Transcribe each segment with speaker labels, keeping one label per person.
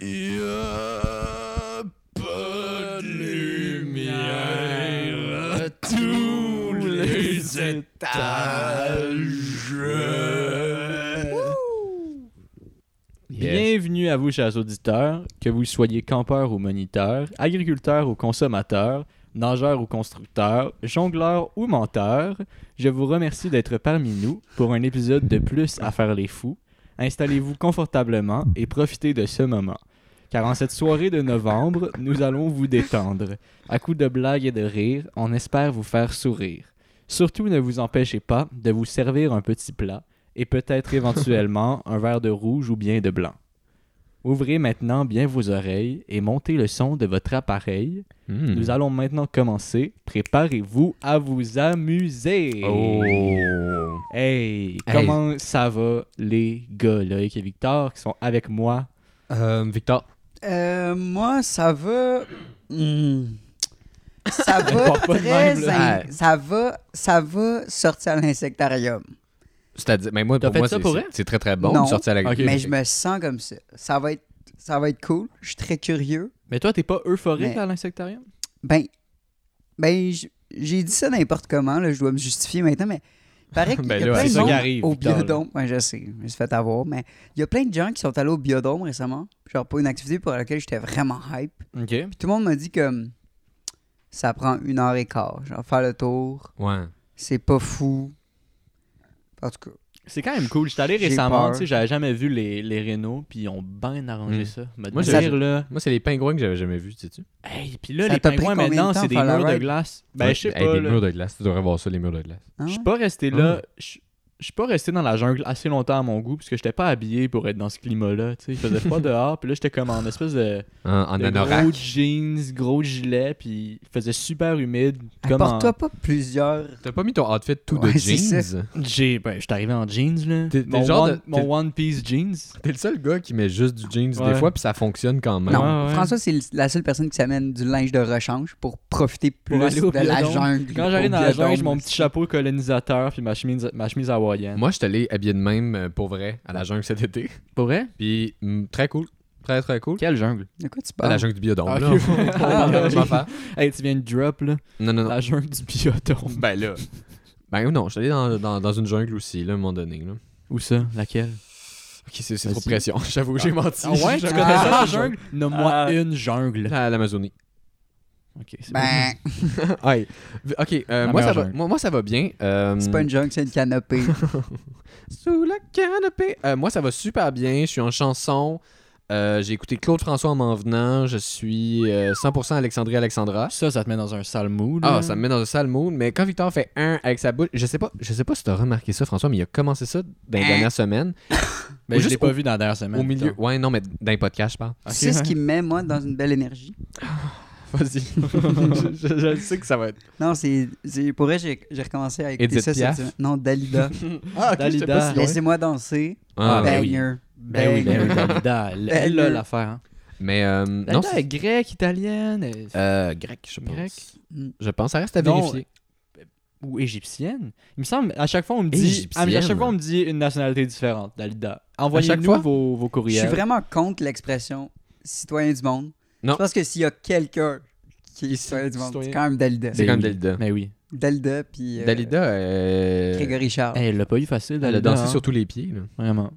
Speaker 1: Il a pas de lumière à tous les étages.
Speaker 2: Bienvenue à vous, chers auditeurs, que vous soyez campeur ou moniteur, agriculteur ou consommateur, nageur ou constructeur, jongleur ou menteur. Je vous remercie d'être parmi nous pour un épisode de plus à faire les fous. Installez-vous confortablement et profitez de ce moment. Car en cette soirée de novembre, nous allons vous détendre. À coups de blagues et de rires, on espère vous faire sourire. Surtout, ne vous empêchez pas de vous servir un petit plat et peut-être éventuellement un verre de rouge ou bien de blanc. Ouvrez maintenant bien vos oreilles et montez le son de votre appareil.
Speaker 3: Mmh. Mhm.
Speaker 2: Nous allons maintenant commencer. Préparez-vous à vous amuser.
Speaker 1: Oh.
Speaker 2: Hey,
Speaker 3: Hey.
Speaker 2: comment ça va les gars, Loïc et Victor, qui sont avec moi?
Speaker 3: Euh, Victor.
Speaker 4: Euh, moi, ça va. hmm, Ça va
Speaker 2: part pas de
Speaker 4: très.
Speaker 2: même,
Speaker 3: là.
Speaker 4: in- Ça va, ça va sortir à l'insectarium.
Speaker 3: C'est-à-dire, mais moi,
Speaker 2: T'as
Speaker 3: pour
Speaker 2: fait
Speaker 3: moi,
Speaker 2: ça
Speaker 3: c'est-
Speaker 2: pour
Speaker 3: c'est
Speaker 2: vrai?
Speaker 3: c'est très très bon
Speaker 4: Non.
Speaker 3: de sortir à la
Speaker 2: Ok.
Speaker 4: Mais je me sens comme ça. Ça va être, ça va être cool. Je suis très curieux.
Speaker 2: Mais toi, t'es pas euphorique
Speaker 4: Mais-
Speaker 2: à l'insectarium?
Speaker 4: Ben, ben, j- j'ai dit ça n'importe comment. Là, je dois me justifier maintenant, mais il paraît qu'il
Speaker 3: Ben
Speaker 4: y a
Speaker 3: là,
Speaker 4: plein
Speaker 3: c'est
Speaker 4: de
Speaker 3: ça
Speaker 2: qui
Speaker 4: monde
Speaker 2: arrive,
Speaker 4: au
Speaker 2: Victor, là.
Speaker 4: biodôme. Ouais, je sais, je me suis fait avoir, mais il y a plein de gens qui sont allés au biodôme récemment. Genre pour une activité pour laquelle j'étais vraiment hype.
Speaker 2: Ok.
Speaker 4: Tout le monde m'a dit que hum, ça prend une heure et quart. Genre, faire le tour,
Speaker 3: Ouais.
Speaker 4: c'est pas fou. En tout cas,
Speaker 2: C'est quand même cool. J'étais allé
Speaker 4: J'ai
Speaker 2: récemment,
Speaker 4: peur.
Speaker 2: tu sais, j'avais jamais vu les, les rénaux, puis ils ont bien arrangé
Speaker 3: Mm.
Speaker 2: ça.
Speaker 3: Moi,
Speaker 2: Moi,
Speaker 3: j'ai-
Speaker 2: là.
Speaker 3: Moi, c'est les pingouins que j'avais jamais vus, sais-tu?
Speaker 2: Hey, puis là,
Speaker 4: Ça
Speaker 2: les
Speaker 4: t'a pris
Speaker 2: pingouins,
Speaker 4: combien de
Speaker 2: maintenant,
Speaker 4: temps
Speaker 2: c'est des
Speaker 4: faire la
Speaker 2: murs de
Speaker 4: ride?
Speaker 2: glace. Ben,
Speaker 3: Ouais.
Speaker 2: je sais
Speaker 3: Hey,
Speaker 2: pas,
Speaker 3: Des
Speaker 2: là.
Speaker 3: murs de glace, tu devrais voir ça, les murs de glace.
Speaker 4: hein?
Speaker 2: Je suis pas resté là. Je je suis pas resté dans la jungle assez longtemps à mon goût, parce que j'étais pas habillé pour être dans ce climat-là, tu sais. Il faisait froid dehors, puis là, j'étais comme en espèce de,
Speaker 3: Hein, en
Speaker 2: de
Speaker 3: anorak.
Speaker 2: gros jeans, gros gilet, puis il faisait super humide. Comme en...
Speaker 4: Apporte-toi pas plusieurs.
Speaker 3: T'as pas mis ton outfit tout
Speaker 4: Ouais,
Speaker 3: de
Speaker 4: c'est
Speaker 3: jeans?
Speaker 2: J'ai, ben, j'étais arrivé en jeans, là.
Speaker 3: T'es- t'es
Speaker 2: mon
Speaker 3: le genre
Speaker 2: one,
Speaker 3: de-
Speaker 2: mon
Speaker 3: t'es-
Speaker 2: One Piece jeans.
Speaker 3: T'es le seul gars qui met juste du jeans
Speaker 2: Ouais.
Speaker 3: des fois, puis ça fonctionne quand même.
Speaker 4: Non,
Speaker 2: ouais.
Speaker 4: François, c'est la seule personne qui s'amène du linge de rechange pour profiter plus
Speaker 2: Pour aller au
Speaker 4: de la
Speaker 2: biodôme.
Speaker 4: jungle.
Speaker 2: Quand j'arrive dans la jungle, j'ai mon petit
Speaker 4: chapeau.
Speaker 2: chapeau colonisateur, puis ma chemise, ma chemise hawaïenne.
Speaker 3: Moi, je suis allé habillé de même euh, pour vrai à la jungle cet été.
Speaker 2: Pour vrai?
Speaker 3: Puis, hum, très cool. Très, très cool.
Speaker 2: Quelle jungle?
Speaker 4: De quoi tu
Speaker 3: À
Speaker 4: parles?
Speaker 3: la jungle du biodôme,
Speaker 2: Ah,
Speaker 3: là.
Speaker 2: ok.
Speaker 3: On parle de la même affaire.
Speaker 2: Hey, tu viens de drop, là.
Speaker 3: Non, non, non.
Speaker 2: La jungle du biodôme.
Speaker 3: Ah. Ben là. Ben non, je suis allé dans, dans, dans une jungle aussi, là, à un moment donné. Là.
Speaker 2: Où ça? Laquelle?
Speaker 3: Ok, c'est c'est
Speaker 2: Vas-y. Ah.
Speaker 3: trop de pression. J'avoue, j'ai menti.
Speaker 2: tu
Speaker 3: J'ai-
Speaker 2: connais ça, la jungle? Nomme-moi
Speaker 1: Ah.
Speaker 2: une jungle.
Speaker 3: La- L'Amazonie.
Speaker 2: Ok, c'est
Speaker 4: Ben,
Speaker 3: Ouais. Ok, euh,
Speaker 2: La
Speaker 3: moi, ça
Speaker 2: meilleure
Speaker 3: va,
Speaker 2: jungle.
Speaker 3: moi, moi, ça va bien. Euh,
Speaker 4: c'est pas une jungle, c'est une canopée.
Speaker 3: Sous la canopée. Euh, moi, ça va super bien. Je suis en chanson. Euh, j'ai écouté Claude François en m'en venant. Je suis euh, 100% Alexandrie Alexandra.
Speaker 2: Ça, ça te met dans un sale mood.
Speaker 3: Ah,
Speaker 2: là.
Speaker 3: ça me met dans un sale mood, mais quand Victor fait un avec sa bouche, je sais pas, je sais pas si t'as remarqué ça, François, mais il a commencé ça dans les dernières semaines.
Speaker 2: Ben,
Speaker 3: Ou
Speaker 2: je l'ai
Speaker 3: juste
Speaker 2: pas
Speaker 3: au-
Speaker 2: vu dans la dernière semaine.
Speaker 3: Au milieu.
Speaker 2: putain.
Speaker 3: Ouais, non, mais dans les podcasts, je parle.
Speaker 2: Ok,
Speaker 4: c'est ce
Speaker 2: ouais.
Speaker 4: qui me met, moi, dans une belle énergie.
Speaker 3: Vas-y. je, je- je sais que ça va être.
Speaker 4: Non, c'est. c'est- Pour vrai, j'ai j'ai recommencé à écouter
Speaker 3: Edith
Speaker 4: ça cette
Speaker 3: Piaf.
Speaker 4: semaine. Non, Dalida.
Speaker 3: Ah,
Speaker 2: ok, je sais pas si- Ouais.
Speaker 4: Laissez-moi danser.
Speaker 3: Ah, ben oui.
Speaker 4: banger.
Speaker 2: Ben oui, ben oui,
Speaker 4: Banger.
Speaker 2: Dalida. Elle, elle, là, l'affaire. Hein.
Speaker 3: Mais euh, non,
Speaker 2: Dalida est grecque, italienne, elle-
Speaker 3: euh, grec, je pense.
Speaker 2: Grec.
Speaker 4: Mm.
Speaker 3: Je pense, ça reste à
Speaker 2: Non, euh,
Speaker 3: vérifier.
Speaker 2: ou égyptienne. Il me semble, à chaque fois, on me dit, ah, à, à
Speaker 3: Égyptienne.
Speaker 2: chaque fois, on me dit une nationalité différente, Dalida.
Speaker 3: chaque fois?
Speaker 2: Envoyez-nous vos, vos
Speaker 4: Je suis
Speaker 3: euh,
Speaker 2: courriels.
Speaker 4: vraiment contre l'expression citoyen du monde.
Speaker 3: Non.
Speaker 4: Je pense que s'il y a quelqu'un qui est
Speaker 3: Qui-
Speaker 4: citoyen du monde,
Speaker 3: citoyen.
Speaker 4: c'est quand même Dalida.
Speaker 3: C'est comme
Speaker 2: oui.
Speaker 3: Dalida.
Speaker 2: Mais Ben oui.
Speaker 4: Dalida puis euh,
Speaker 3: Ben, Dalida, euh,
Speaker 4: Grégory Charles.
Speaker 2: Eh, elle l'a pas eu facile,
Speaker 3: elle
Speaker 2: Dalida.
Speaker 3: a dansé
Speaker 2: hein.
Speaker 3: sur tous les pieds. là.
Speaker 2: Vraiment.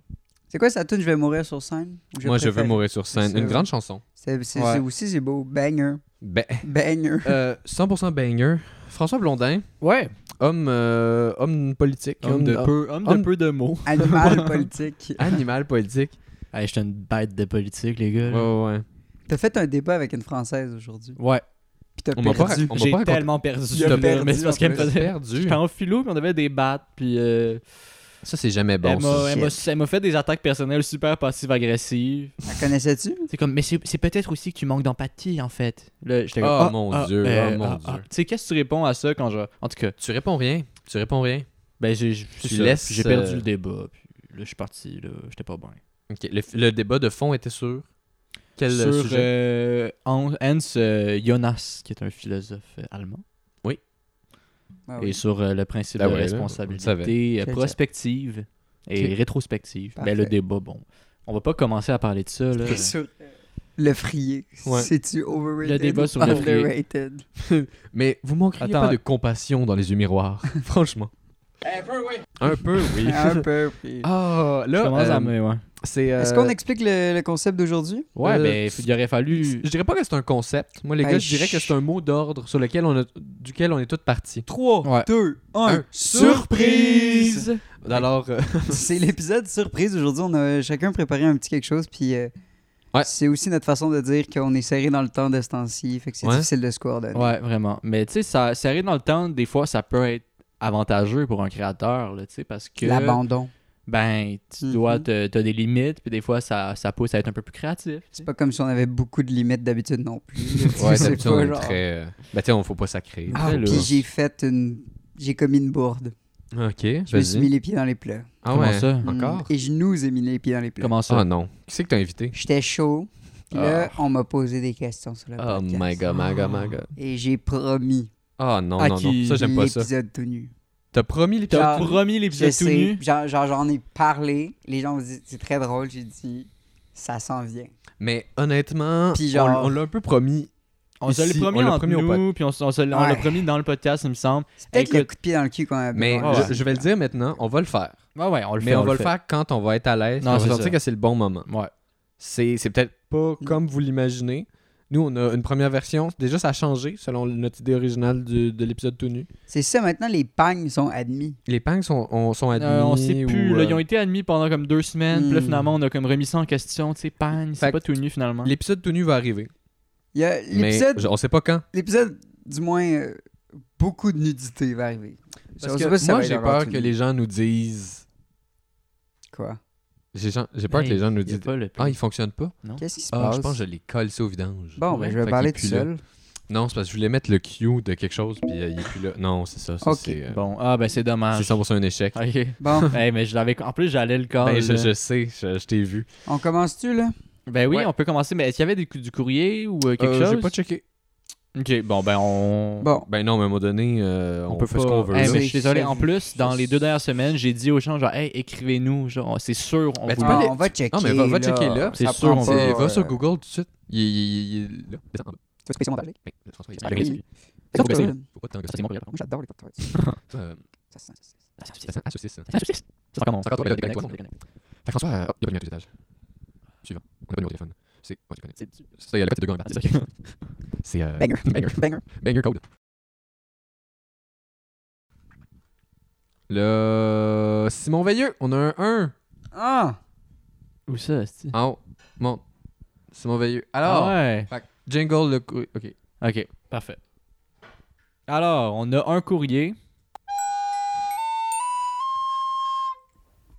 Speaker 4: C'est quoi sa tune Je vais mourir sur scène Ou
Speaker 3: Moi, je veux
Speaker 4: préfère-
Speaker 3: mourir sur scène.
Speaker 4: C'est-
Speaker 3: Une grande chanson.
Speaker 4: C'est, c'est-
Speaker 2: Ouais.
Speaker 4: c'est aussi, c'est beau. Banger.
Speaker 3: Ben,
Speaker 4: Banger.
Speaker 3: euh, 100% banger. François Blondin,
Speaker 2: Ouais.
Speaker 3: homme, euh, homme politique,
Speaker 2: Homme de peu, homme de,
Speaker 3: homme-
Speaker 2: peu de mots.
Speaker 4: Animal politique.
Speaker 3: animal politique.
Speaker 2: Hey, j'étais une bête de politique, les gars.
Speaker 3: Ouais,
Speaker 2: là.
Speaker 3: ouais, ouais.
Speaker 4: T'as fait un débat avec une Française aujourd'hui.
Speaker 2: Ouais.
Speaker 4: Puis t'as
Speaker 3: On m'a pas
Speaker 4: perdu.
Speaker 3: raconté- On m'a
Speaker 2: J'ai
Speaker 3: pas raconté-
Speaker 2: tellement perdu.
Speaker 4: Tu as
Speaker 2: là,
Speaker 4: perdu,
Speaker 2: mais c'est parce
Speaker 4: en
Speaker 2: qu'elle me
Speaker 4: plus.
Speaker 2: faisait.
Speaker 3: perdu.
Speaker 2: J'étais en philo, puis on devait débattre, puis euh,
Speaker 3: Ça, c'est jamais bon.
Speaker 2: elle m'a-
Speaker 3: ça.
Speaker 2: elle m'a elle m'a fait des attaques personnelles super passives-agressives.
Speaker 4: La connaissais-tu
Speaker 2: C'est comme, mais c'est c'est peut-être aussi que tu manques d'empathie, en fait. Là, j'étais comme,
Speaker 3: Oh,
Speaker 2: ah,
Speaker 3: mon
Speaker 2: ah,
Speaker 3: Dieu,
Speaker 2: euh,
Speaker 3: oh, mon
Speaker 2: ah,
Speaker 3: Dieu.
Speaker 2: ah. Tu sais, qu'est-ce que tu réponds à ça quand je. En tout cas,
Speaker 3: Tu réponds rien. Tu réponds rien.
Speaker 2: ben, j'ai j'ai-
Speaker 3: Tu
Speaker 2: c'est ça.
Speaker 3: laisses,
Speaker 2: Puis J'ai perdu
Speaker 3: euh,
Speaker 2: le débat, puis là, je suis parti, là, j'étais pas bien.
Speaker 3: Ok, Le, le débat de fond était sur quel euh,
Speaker 2: Sur
Speaker 3: sujet
Speaker 2: euh, Hans euh, Jonas, qui est un philosophe euh, allemand,
Speaker 4: Ah
Speaker 2: et
Speaker 4: oui.
Speaker 2: sur euh, le principe
Speaker 3: Ah
Speaker 2: de
Speaker 3: ouais, là, on le
Speaker 2: responsabilité euh,
Speaker 4: Quel
Speaker 2: prospective et
Speaker 3: Ok.
Speaker 2: rétrospective. Ben,
Speaker 4: Parfait.
Speaker 3: euh,
Speaker 2: le débat, bon. On va pas commencer à parler de ça, là.
Speaker 4: T'es sûr? Le frier.
Speaker 3: Ouais.
Speaker 4: C'est-tu overrated?
Speaker 2: Le débat
Speaker 4: ou
Speaker 2: sur le frier.
Speaker 4: underrated?
Speaker 3: Mais vous manqueriez
Speaker 2: Attends.
Speaker 3: pas de compassion dans les yeux miroirs, franchement. Un peu, oui. Un peu,
Speaker 4: Un peu. oui.
Speaker 3: Ah, là,
Speaker 2: Je commence à
Speaker 3: euh,
Speaker 2: me- ouais.
Speaker 3: c'est...
Speaker 4: Est-ce
Speaker 3: euh,
Speaker 4: qu'on explique le, le concept d'aujourd'hui?
Speaker 3: Ouais,
Speaker 2: Euh,
Speaker 3: mais
Speaker 2: il aurait fallu
Speaker 3: je dirais pas que c'est un concept. Moi, les
Speaker 4: Ben,
Speaker 3: gars, je dirais que
Speaker 4: chut.
Speaker 3: c'est un mot d'ordre sur lequel on a... duquel on est tous partis.
Speaker 4: 3,
Speaker 2: Ouais.
Speaker 4: 2, 1.
Speaker 3: euh, Un. Surprise! Alors, euh,
Speaker 4: C'est l'épisode surprise. Aujourd'hui, on a chacun préparé un petit quelque chose. Puis euh,
Speaker 3: Ouais.
Speaker 4: c'est aussi notre façon de dire qu'on est serré dans le temps de ce temps-ci. Fait que c'est
Speaker 3: Ouais.
Speaker 4: difficile de se coordonner.
Speaker 2: Ouais, vraiment. Mais tu sais, ça serré dans le temps, des fois, ça peut être avantageux pour un créateur, là, tu sais, parce que
Speaker 4: L'abandon.
Speaker 2: ben tu
Speaker 4: Mhm.
Speaker 2: dois te- t'as des limites puis des fois ça, ça pousse à être un peu plus créatif tu sais.
Speaker 4: C'est pas comme si on avait beaucoup de limites d'habitude non plus.
Speaker 3: ouais,
Speaker 4: c'est
Speaker 3: d'habitude, on
Speaker 4: pas
Speaker 3: est
Speaker 4: genre-
Speaker 3: très... euh, Ben, tiens, on faut pas sacrer.
Speaker 4: Ah,
Speaker 2: Très lourd.
Speaker 4: puis j'ai fait une. J'ai commis une bourde.
Speaker 3: Ok,
Speaker 4: Je me suis mis
Speaker 3: vas-y.
Speaker 4: les pieds dans les plats.
Speaker 3: Ah
Speaker 2: comment
Speaker 3: ouais.
Speaker 2: ça
Speaker 4: Mm.
Speaker 3: Encore?
Speaker 4: Et je nous ai mis les pieds dans les plats.
Speaker 2: comment ça
Speaker 3: Ah non. Qui c'est que t'as invité?
Speaker 4: J'étais chaud. Puis là, on m'a posé des questions sur le
Speaker 3: Ah. Oh
Speaker 4: podcast.
Speaker 3: my god, my god, my god.
Speaker 4: Et j'ai promis
Speaker 3: Ah non,
Speaker 2: À
Speaker 3: non, non.
Speaker 2: qui
Speaker 3: Ça, j'aime pas ça.
Speaker 4: l'épisode tout nu.
Speaker 3: T'as promis les
Speaker 2: t'as
Speaker 4: Genre,
Speaker 2: promis
Speaker 4: Je
Speaker 2: l'épisode tout
Speaker 4: sais,
Speaker 2: nu
Speaker 4: genre, genre, j'en ai parlé. Les gens me disent, c'est très drôle. J'ai dit, ça s'en vient.
Speaker 3: Mais honnêtement,
Speaker 4: Puis genre-
Speaker 3: on, on l'a un peu promis.
Speaker 2: on se l'a
Speaker 3: Ici,
Speaker 2: promis
Speaker 3: on l'a
Speaker 2: entre
Speaker 3: promis au
Speaker 2: nous puis on, s- on se l'a on l'a
Speaker 4: Ouais.
Speaker 2: promis dans le podcast il me semble
Speaker 4: C'est peut-être le
Speaker 2: Écoute.
Speaker 4: coup de pied dans le cul qu'on
Speaker 2: Ah,
Speaker 4: a.
Speaker 3: Mais
Speaker 4: qu'on a-
Speaker 3: je, je vais le dire maintenant, on va le faire.
Speaker 2: ouais ouais on le fait
Speaker 3: mais on, va le
Speaker 2: fait.
Speaker 3: faire quand on va être à l'aise.
Speaker 2: Non,
Speaker 3: On va
Speaker 2: c'est
Speaker 3: sentir
Speaker 2: ça.
Speaker 3: que c'est le bon moment.
Speaker 2: ouais
Speaker 3: C'est c'est peut-être pas
Speaker 4: Mm.
Speaker 3: comme vous l'imaginez. Nous, on a une première version. Déjà, ça a changé selon notre idée originale du- de l'épisode tout nu.
Speaker 4: C'est ça, maintenant, les pagnes sont admis.
Speaker 3: Les pangs sont, on, sont admis.
Speaker 2: Euh, on sait
Speaker 3: ou,
Speaker 2: plus là,
Speaker 3: euh,
Speaker 2: ils ont été admis pendant comme deux semaines puis là
Speaker 4: Hmm.
Speaker 2: finalement on a comme remis ça en question tu sais pagne c'est
Speaker 3: Fait
Speaker 2: pas tout nu finalement
Speaker 3: L'épisode tout nu va arriver.
Speaker 4: Il y a
Speaker 3: Mais
Speaker 4: l'épisode,
Speaker 3: je- on sait pas quand.
Speaker 4: l'épisode, du moins, euh, beaucoup de nudité va arriver.
Speaker 3: Parce
Speaker 4: On
Speaker 3: que
Speaker 4: sait pas si ça
Speaker 3: moi,
Speaker 4: va être
Speaker 3: j'ai
Speaker 4: encore
Speaker 3: peur
Speaker 4: tout
Speaker 3: que
Speaker 4: nu.
Speaker 3: les gens nous disent.
Speaker 4: Quoi?
Speaker 3: J'ai gen- j'ai peur que les gens nous
Speaker 2: Il y a
Speaker 3: disent.
Speaker 2: pas le
Speaker 3: Ah, ils fonctionnent pas.
Speaker 4: Qu'est-ce qui se
Speaker 3: Ah,
Speaker 4: passe?
Speaker 3: je pense que je les colle ça au vidange.
Speaker 4: Bon, ben,
Speaker 2: Ouais,
Speaker 4: je
Speaker 3: fait
Speaker 4: vais parler
Speaker 3: qu'il pue
Speaker 4: tout
Speaker 3: là.
Speaker 4: seul.
Speaker 3: Non, c'est parce que je voulais mettre le cue de quelque chose, puis euh, il est plus là. Non, c'est ça. ça
Speaker 4: Ok.
Speaker 3: C'est euh,
Speaker 2: bon ah ben c'est
Speaker 3: c'est
Speaker 2: dommage
Speaker 3: 100% un échec.
Speaker 2: ok
Speaker 4: Bon,
Speaker 2: Hey, mais je l'avais en plus j'allais le corps
Speaker 3: Ben, je, je sais, je, je t'ai vu.
Speaker 4: on commence-tu, là?
Speaker 2: Ben oui,
Speaker 3: Ouais.
Speaker 2: on peut commencer. Mais est-ce qu'il y avait des- du courrier ou euh, quelque
Speaker 3: Euh,
Speaker 2: chose?
Speaker 3: J'ai pas checké.
Speaker 2: Ok, bon, ben on.
Speaker 4: Bon.
Speaker 3: Ben non, mais à un moment donné, euh,
Speaker 2: On,
Speaker 3: on,
Speaker 2: peut
Speaker 3: fait
Speaker 2: pas.
Speaker 3: ce qu'on veut.
Speaker 2: Eh,
Speaker 3: là.
Speaker 2: mais je suis désolé.
Speaker 4: Je-
Speaker 2: En plus, dans les deux dernières semaines, j'ai dit aux gens, genre, hey, écrivez-nous. Genre, c'est sûr, on
Speaker 3: Ben, tu
Speaker 2: vous-
Speaker 3: peux
Speaker 4: Ah,
Speaker 3: aller-
Speaker 4: on va checker.
Speaker 3: Non, mais va, va checker là.
Speaker 2: C'est
Speaker 4: ça
Speaker 2: sûr,
Speaker 4: prend
Speaker 2: on
Speaker 4: pas,
Speaker 3: C'est-
Speaker 2: va-
Speaker 3: Va
Speaker 4: euh,
Speaker 3: sur Google tout de suite. Il, il- il- il est là. Descends en bas.
Speaker 4: Tu vas spécialement parler.
Speaker 3: Ben, François, il est
Speaker 2: Ah,
Speaker 3: là.
Speaker 2: ben,
Speaker 4: oui.
Speaker 2: oui.
Speaker 3: Faut baisser.
Speaker 4: Moi,
Speaker 3: Faut pas tant que ça.
Speaker 2: C'est mon courrier.
Speaker 4: j'adore les tartes.
Speaker 3: Euh,
Speaker 4: Ça sent, ça sent.
Speaker 3: ça sent la saucisse, hein.
Speaker 2: Ah, je sais. C'est encore mon-
Speaker 3: Encore,
Speaker 2: c'est
Speaker 3: déconnecte,
Speaker 2: encore-
Speaker 3: déconnecte, Fait que François, euh, hop, il n'y a pas de numéro de étage. Suivant. On n'a pas de numéro de téléphone. C'est. Ouais, je connais.
Speaker 2: C'est- c'est-
Speaker 3: Ça, il y a le code de gars en bas.
Speaker 2: c'est- ok.
Speaker 3: C'est. euh,
Speaker 4: Banger.
Speaker 3: Banger.
Speaker 4: Banger.
Speaker 3: Banger code. Le Simon Veilleux, on a un 1
Speaker 4: Ah!
Speaker 2: Où ça, c'est
Speaker 3: en haut. Monte. Simon Veilleux. Alors,
Speaker 2: Ah ouais.
Speaker 3: fait que jingle le cou- OK.
Speaker 2: Ok, parfait. Alors, on a un courrier.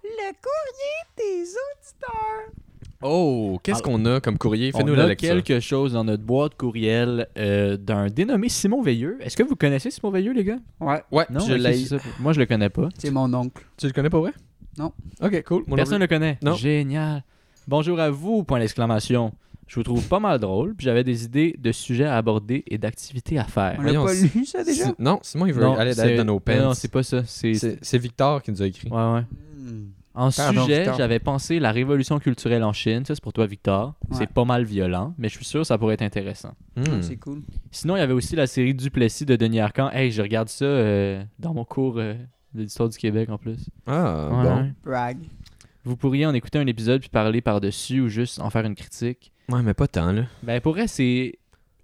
Speaker 4: Le courrier des auditeurs.
Speaker 3: Oh, qu'est-ce
Speaker 2: Alors,
Speaker 3: qu'on a comme courrier
Speaker 2: Ah. On
Speaker 3: Fais-nous la
Speaker 2: a
Speaker 3: lecture.
Speaker 2: quelque chose dans notre boîte courriel euh, d'un dénommé Simon Veilleux. Est-ce que vous connaissez Simon Veilleux, les gars?
Speaker 4: Ouais,
Speaker 3: Ouais,
Speaker 2: Non,
Speaker 3: je
Speaker 2: ok,
Speaker 3: l'ai.
Speaker 2: c'est ça. Moi, je le connais pas.
Speaker 4: c'est mon oncle.
Speaker 3: Tu le connais pas vrai
Speaker 4: Non.
Speaker 3: OK, cool. Moi non
Speaker 2: Personne ne le connaît.
Speaker 3: Non.
Speaker 2: Génial. Bonjour à vous, point d'exclamation. Je vous trouve pas mal drôle, puis j'avais des idées de sujets à aborder et d'activités à faire.
Speaker 4: On
Speaker 3: Ouais,
Speaker 4: l'a
Speaker 3: Ben voyons,
Speaker 4: pas
Speaker 3: c'est-
Speaker 4: lu, ça,
Speaker 3: plus.
Speaker 4: déjà?
Speaker 3: Si- Non, Simon il veut
Speaker 2: Non,
Speaker 3: aller
Speaker 2: c'est-
Speaker 3: dans nos pants.
Speaker 2: Non, c'est pas ça. C'est.
Speaker 3: C'est c'est Victor qui nous a écrit.
Speaker 2: Ouais, ouais.
Speaker 4: Hmm.
Speaker 2: En
Speaker 4: Pardon,
Speaker 2: sujet,
Speaker 4: Victor.
Speaker 2: j'avais pensé la révolution culturelle en Chine. Ça, c'est pour toi, Victor.
Speaker 4: Ouais.
Speaker 2: C'est pas mal violent, mais je suis sûr que ça pourrait être intéressant.
Speaker 3: Hmm.
Speaker 4: C'est cool.
Speaker 2: Sinon, il y avait aussi la série Duplessis de Denis Arcan. Hey, je regarde ça euh, dans mon cours euh, de l'histoire du Québec en plus.
Speaker 3: Ah,
Speaker 2: Ouais,
Speaker 3: bon.
Speaker 2: ouais.
Speaker 4: Brag.
Speaker 2: Vous pourriez en écouter un épisode puis parler par-dessus ou juste en faire une critique.
Speaker 3: Ouais, mais pas tant là.
Speaker 2: Ben pour vrai, c'est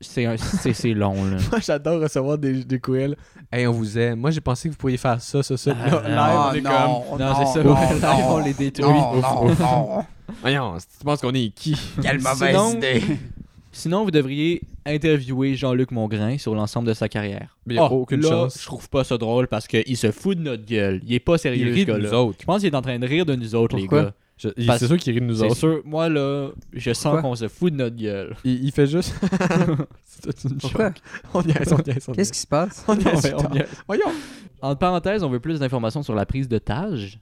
Speaker 2: c'est un- c'est c'est long là.
Speaker 3: Moi, j'adore recevoir des, des courriels. Hey, on vous aime. Moi, j'ai pensé que vous pourriez faire ça, ça, ça.
Speaker 2: Ah,
Speaker 3: Là,
Speaker 4: Ah,
Speaker 3: live, on est
Speaker 4: non,
Speaker 2: comme-
Speaker 4: non,
Speaker 2: Non, c'est ça,
Speaker 4: non,
Speaker 2: ouais, live,
Speaker 4: non,
Speaker 2: on les détruit.
Speaker 4: Non, non, non.
Speaker 3: comme. Voyons, tu penses qu'on est qui
Speaker 4: Quelle mauvaise
Speaker 2: Sinon-
Speaker 4: idée.
Speaker 2: Sinon, vous devriez interviewer Jean-Luc Mongrain sur l'ensemble de sa carrière.
Speaker 3: Mais y a aucune
Speaker 2: Ah, là,
Speaker 3: chance.
Speaker 2: Je trouve pas ça drôle parce qu'il se fout de notre gueule. Il est pas sérieux ce
Speaker 3: de nous
Speaker 2: gars-là.
Speaker 3: autres.
Speaker 2: Je pense qu'il est en train de rire de nous autres,
Speaker 3: Pourquoi?
Speaker 2: les gars.
Speaker 3: Je- il-
Speaker 2: Parce-
Speaker 3: C'est sûr qu'il rit de nous
Speaker 2: C'est
Speaker 3: autres.
Speaker 2: sûr, moi là, je sens
Speaker 4: Pourquoi?
Speaker 2: qu'on se fout de notre gueule.
Speaker 3: Il, il fait juste. c'est toute une joke.
Speaker 4: Pourquoi?
Speaker 3: On y est, on y est.
Speaker 4: Qu'est-ce qui se passe?
Speaker 3: On y
Speaker 2: Non,
Speaker 3: est,
Speaker 2: mais on y est.
Speaker 3: Voyons.
Speaker 2: Entre parenthèses, on veut plus d'informations sur la prise d'otage.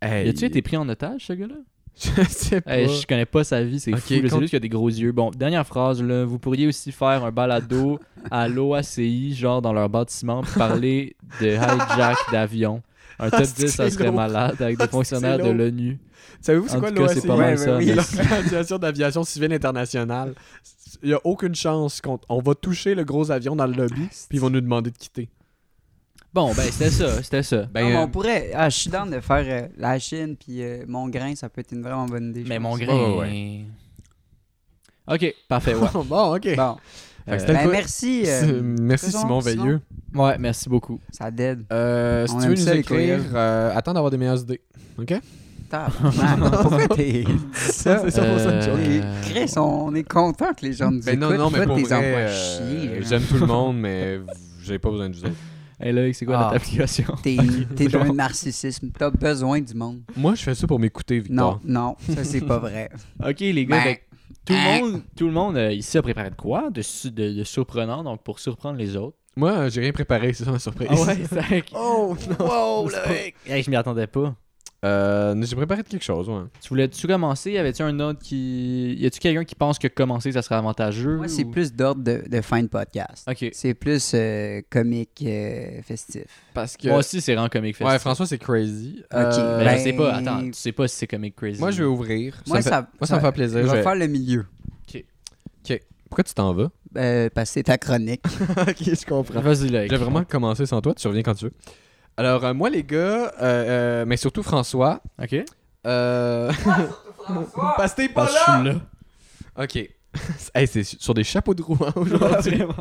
Speaker 3: Hey,
Speaker 2: As-tu été pris en otage, ce gars-là?
Speaker 3: Je sais pas.
Speaker 2: Hey, je connais pas sa vie, c'est
Speaker 3: Ok,
Speaker 2: fou. là.
Speaker 3: quand-
Speaker 2: C'est juste qu'il a des gros yeux. Bon, dernière phrase, là. Vous pourriez aussi faire un balado à l'OACI, genre dans leur bâtiment, pour parler de hijack d'avion. Un
Speaker 3: Ah,
Speaker 2: top
Speaker 3: c'est
Speaker 2: 10, ça
Speaker 3: long.
Speaker 2: serait malade avec
Speaker 3: Ah,
Speaker 2: des
Speaker 3: c'est
Speaker 2: fonctionnaires de
Speaker 3: long.
Speaker 2: l'ONU.
Speaker 3: Savez-vous c'est
Speaker 2: En
Speaker 3: quoi
Speaker 2: tout cas,
Speaker 3: l'OACI?
Speaker 2: c'est pas mal
Speaker 4: Ouais,
Speaker 2: ça.
Speaker 4: oui.
Speaker 2: mais-
Speaker 3: C'est l'Organisation d'aviation civile internationale. Il n'y a aucune chance qu'on on va toucher le gros avion dans le lobby, puis ils vont nous demander de quitter.
Speaker 2: Bon, ben c'était ça, c'était ça.
Speaker 3: Ben,
Speaker 4: Non, mais
Speaker 3: euh,
Speaker 4: on pourrait. Ah, je suis down de faire euh, la Chine puis euh, mon grain, ça peut être une vraiment bonne idée. je
Speaker 2: Mais
Speaker 4: pense.
Speaker 2: mon grain.
Speaker 3: Ouais,
Speaker 2: Ok, parfait, ouais.
Speaker 3: bon, ok.
Speaker 4: Bon,
Speaker 3: Fait que
Speaker 2: Euh,
Speaker 3: c'était le
Speaker 4: ben,
Speaker 3: coup-
Speaker 4: merci. euh,
Speaker 3: C'est- Merci
Speaker 4: faisons-
Speaker 3: Simon
Speaker 4: faisons.
Speaker 3: Veilleux.
Speaker 2: Ouais, merci beaucoup.
Speaker 4: ça dead.
Speaker 3: Euh, si
Speaker 4: On
Speaker 3: tu
Speaker 4: aime
Speaker 3: veux
Speaker 4: ça,
Speaker 3: nous
Speaker 4: les
Speaker 3: écrire,
Speaker 4: courriels.
Speaker 3: euh, attends d'avoir des meilleures idées. Ok?
Speaker 4: Tabarnak, Pourquoi t'es.
Speaker 3: Ça, c'est ça pour ça, Joe.
Speaker 4: Et Chris, on est content que les gens nous
Speaker 3: Euh, Ben non,
Speaker 4: écoutent.
Speaker 3: non, mais
Speaker 4: Faites
Speaker 3: pour
Speaker 4: des
Speaker 3: vrai,
Speaker 4: emplois
Speaker 3: euh,
Speaker 4: chier. genre.
Speaker 3: j'aime tout le monde, mais j'ai pas besoin de vous autres.
Speaker 2: Hey Loïc, c'est quoi
Speaker 4: Ah.
Speaker 2: notre application?
Speaker 4: T'es t'es un narcissisme. T'as besoin du monde.
Speaker 3: Moi, je fais ça pour m'écouter,
Speaker 4: Non,
Speaker 3: Victor.
Speaker 4: non, ça c'est pas vrai.
Speaker 2: Ok, les gars,
Speaker 4: Ben,
Speaker 2: fait que tout
Speaker 4: hein.
Speaker 2: le monde, tout le monde euh, ici a préparé de quoi? De, su- de, de surprenant, donc pour surprendre les autres.
Speaker 3: Moi, euh, j'ai rien préparé, c'est ça ma surprise.
Speaker 2: Ah ouais, c'est
Speaker 4: Oh, wow, Loïc!
Speaker 2: Hey, je m'y attendais pas.
Speaker 3: Euh, j'ai préparé de quelque chose, ouais.
Speaker 2: Tu voulais-tu commencer? Y avait-tu un autre qui. Y a-tu quelqu'un qui pense que commencer, ça serait avantageux?
Speaker 4: Moi, c'est
Speaker 2: ou-
Speaker 4: plus d'ordre de, de fin de podcast.
Speaker 2: Ok.
Speaker 4: C'est plus euh, comique, euh, festif.
Speaker 3: Parce que.
Speaker 2: Moi aussi, c'est vraiment comique festif.
Speaker 3: ouais, François, c'est crazy. Euh,
Speaker 4: Ok,
Speaker 2: Mais
Speaker 4: ben-
Speaker 2: je sais pas, attends, tu sais pas si c'est comique crazy.
Speaker 3: Moi, je vais ouvrir.
Speaker 4: Moi,
Speaker 3: me fait-
Speaker 4: ça-
Speaker 3: moi, ça me
Speaker 4: ça-
Speaker 3: fait plaisir.
Speaker 4: Je
Speaker 3: je
Speaker 4: vais
Speaker 3: vais-
Speaker 4: faire le milieu.
Speaker 3: Pourquoi tu t'en vas
Speaker 4: Euh, parce que c'est ta chronique.
Speaker 3: Ok, je comprends.
Speaker 2: Vas-y, Loïc.
Speaker 3: J'ai vraiment commencé sans toi, tu reviens quand tu veux. Alors, euh, moi, les gars, euh, euh, mais surtout François.
Speaker 2: Ok.
Speaker 3: Euh... Parce que t'es pas
Speaker 2: Parce que je
Speaker 3: là
Speaker 2: suis là.
Speaker 3: Ok. Hey, c'est su- sur des chapeaux de roue hein, aujourd'hui.
Speaker 2: Ah, Vraiment.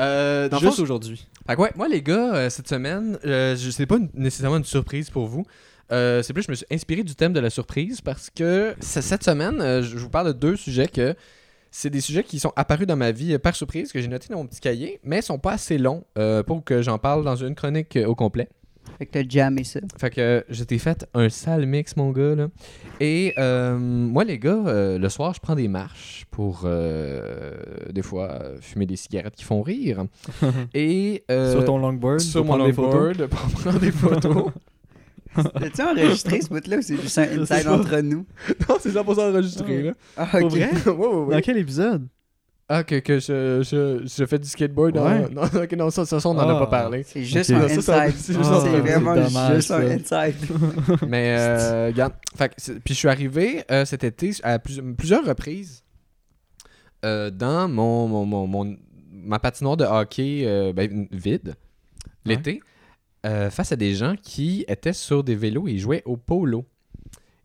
Speaker 3: Euh, dans le fond,
Speaker 2: Juste aujourd'hui.
Speaker 3: Fait que ouais, moi les gars, euh, cette semaine, euh, je c'est pas une- nécessairement une surprise pour vous. Euh, c'est plus, je me suis inspiré du thème de la surprise parce que c- cette semaine, euh, je je vous parle de deux sujets que c'est des sujets qui sont apparus dans ma vie euh, par surprise, que j'ai noté dans mon petit cahier, mais ils sont pas assez longs euh, pour que j'en parle dans une chronique euh, au complet.
Speaker 4: Fait que t'as jammé ça.
Speaker 3: Fait que euh, je t'ai fait un sale mix, mon gars. Là. Et euh, moi, les gars, euh, le soir, je prends des marches pour, euh, des fois, euh, fumer des cigarettes qui font rire. Et, euh,
Speaker 2: Sur ton longboard.
Speaker 3: sur
Speaker 2: pour
Speaker 3: mon
Speaker 2: prendre des photos.
Speaker 3: longboard pour prendre des photos.
Speaker 4: T'as-tu enregistré ce bout-là ou c'est juste un
Speaker 2: sais
Speaker 4: inside
Speaker 2: pas.
Speaker 4: entre nous?
Speaker 3: non, c'est 100% enregistré, là.
Speaker 4: Ah,
Speaker 2: Pour
Speaker 4: ok.
Speaker 2: vrai?
Speaker 3: Ouais, ouais, ouais.
Speaker 2: Dans quel épisode
Speaker 3: Ah, que, que je, je, je fais du skateboard. hein.
Speaker 2: Ouais.
Speaker 3: Non, ok, non, ça, ça, ça, on n'en a
Speaker 2: Ah.
Speaker 3: pas parlé.
Speaker 4: C'est juste
Speaker 2: Ok.
Speaker 4: un
Speaker 3: Ah, ça, ça-
Speaker 4: inside.
Speaker 3: c'est
Speaker 4: C'est
Speaker 3: juste
Speaker 2: un- c'est
Speaker 4: vraiment
Speaker 2: dommage,
Speaker 4: juste un
Speaker 2: ça.
Speaker 4: inside.
Speaker 3: Mais, euh, regarde. Fait que c'est- puis je suis arrivé euh, cet été à plus- plusieurs reprises euh, dans mon, mon, mon, mon- ma patinoire de hockey euh, ben, vide l'été euh, face à des gens qui étaient sur des vélos et jouaient au polo.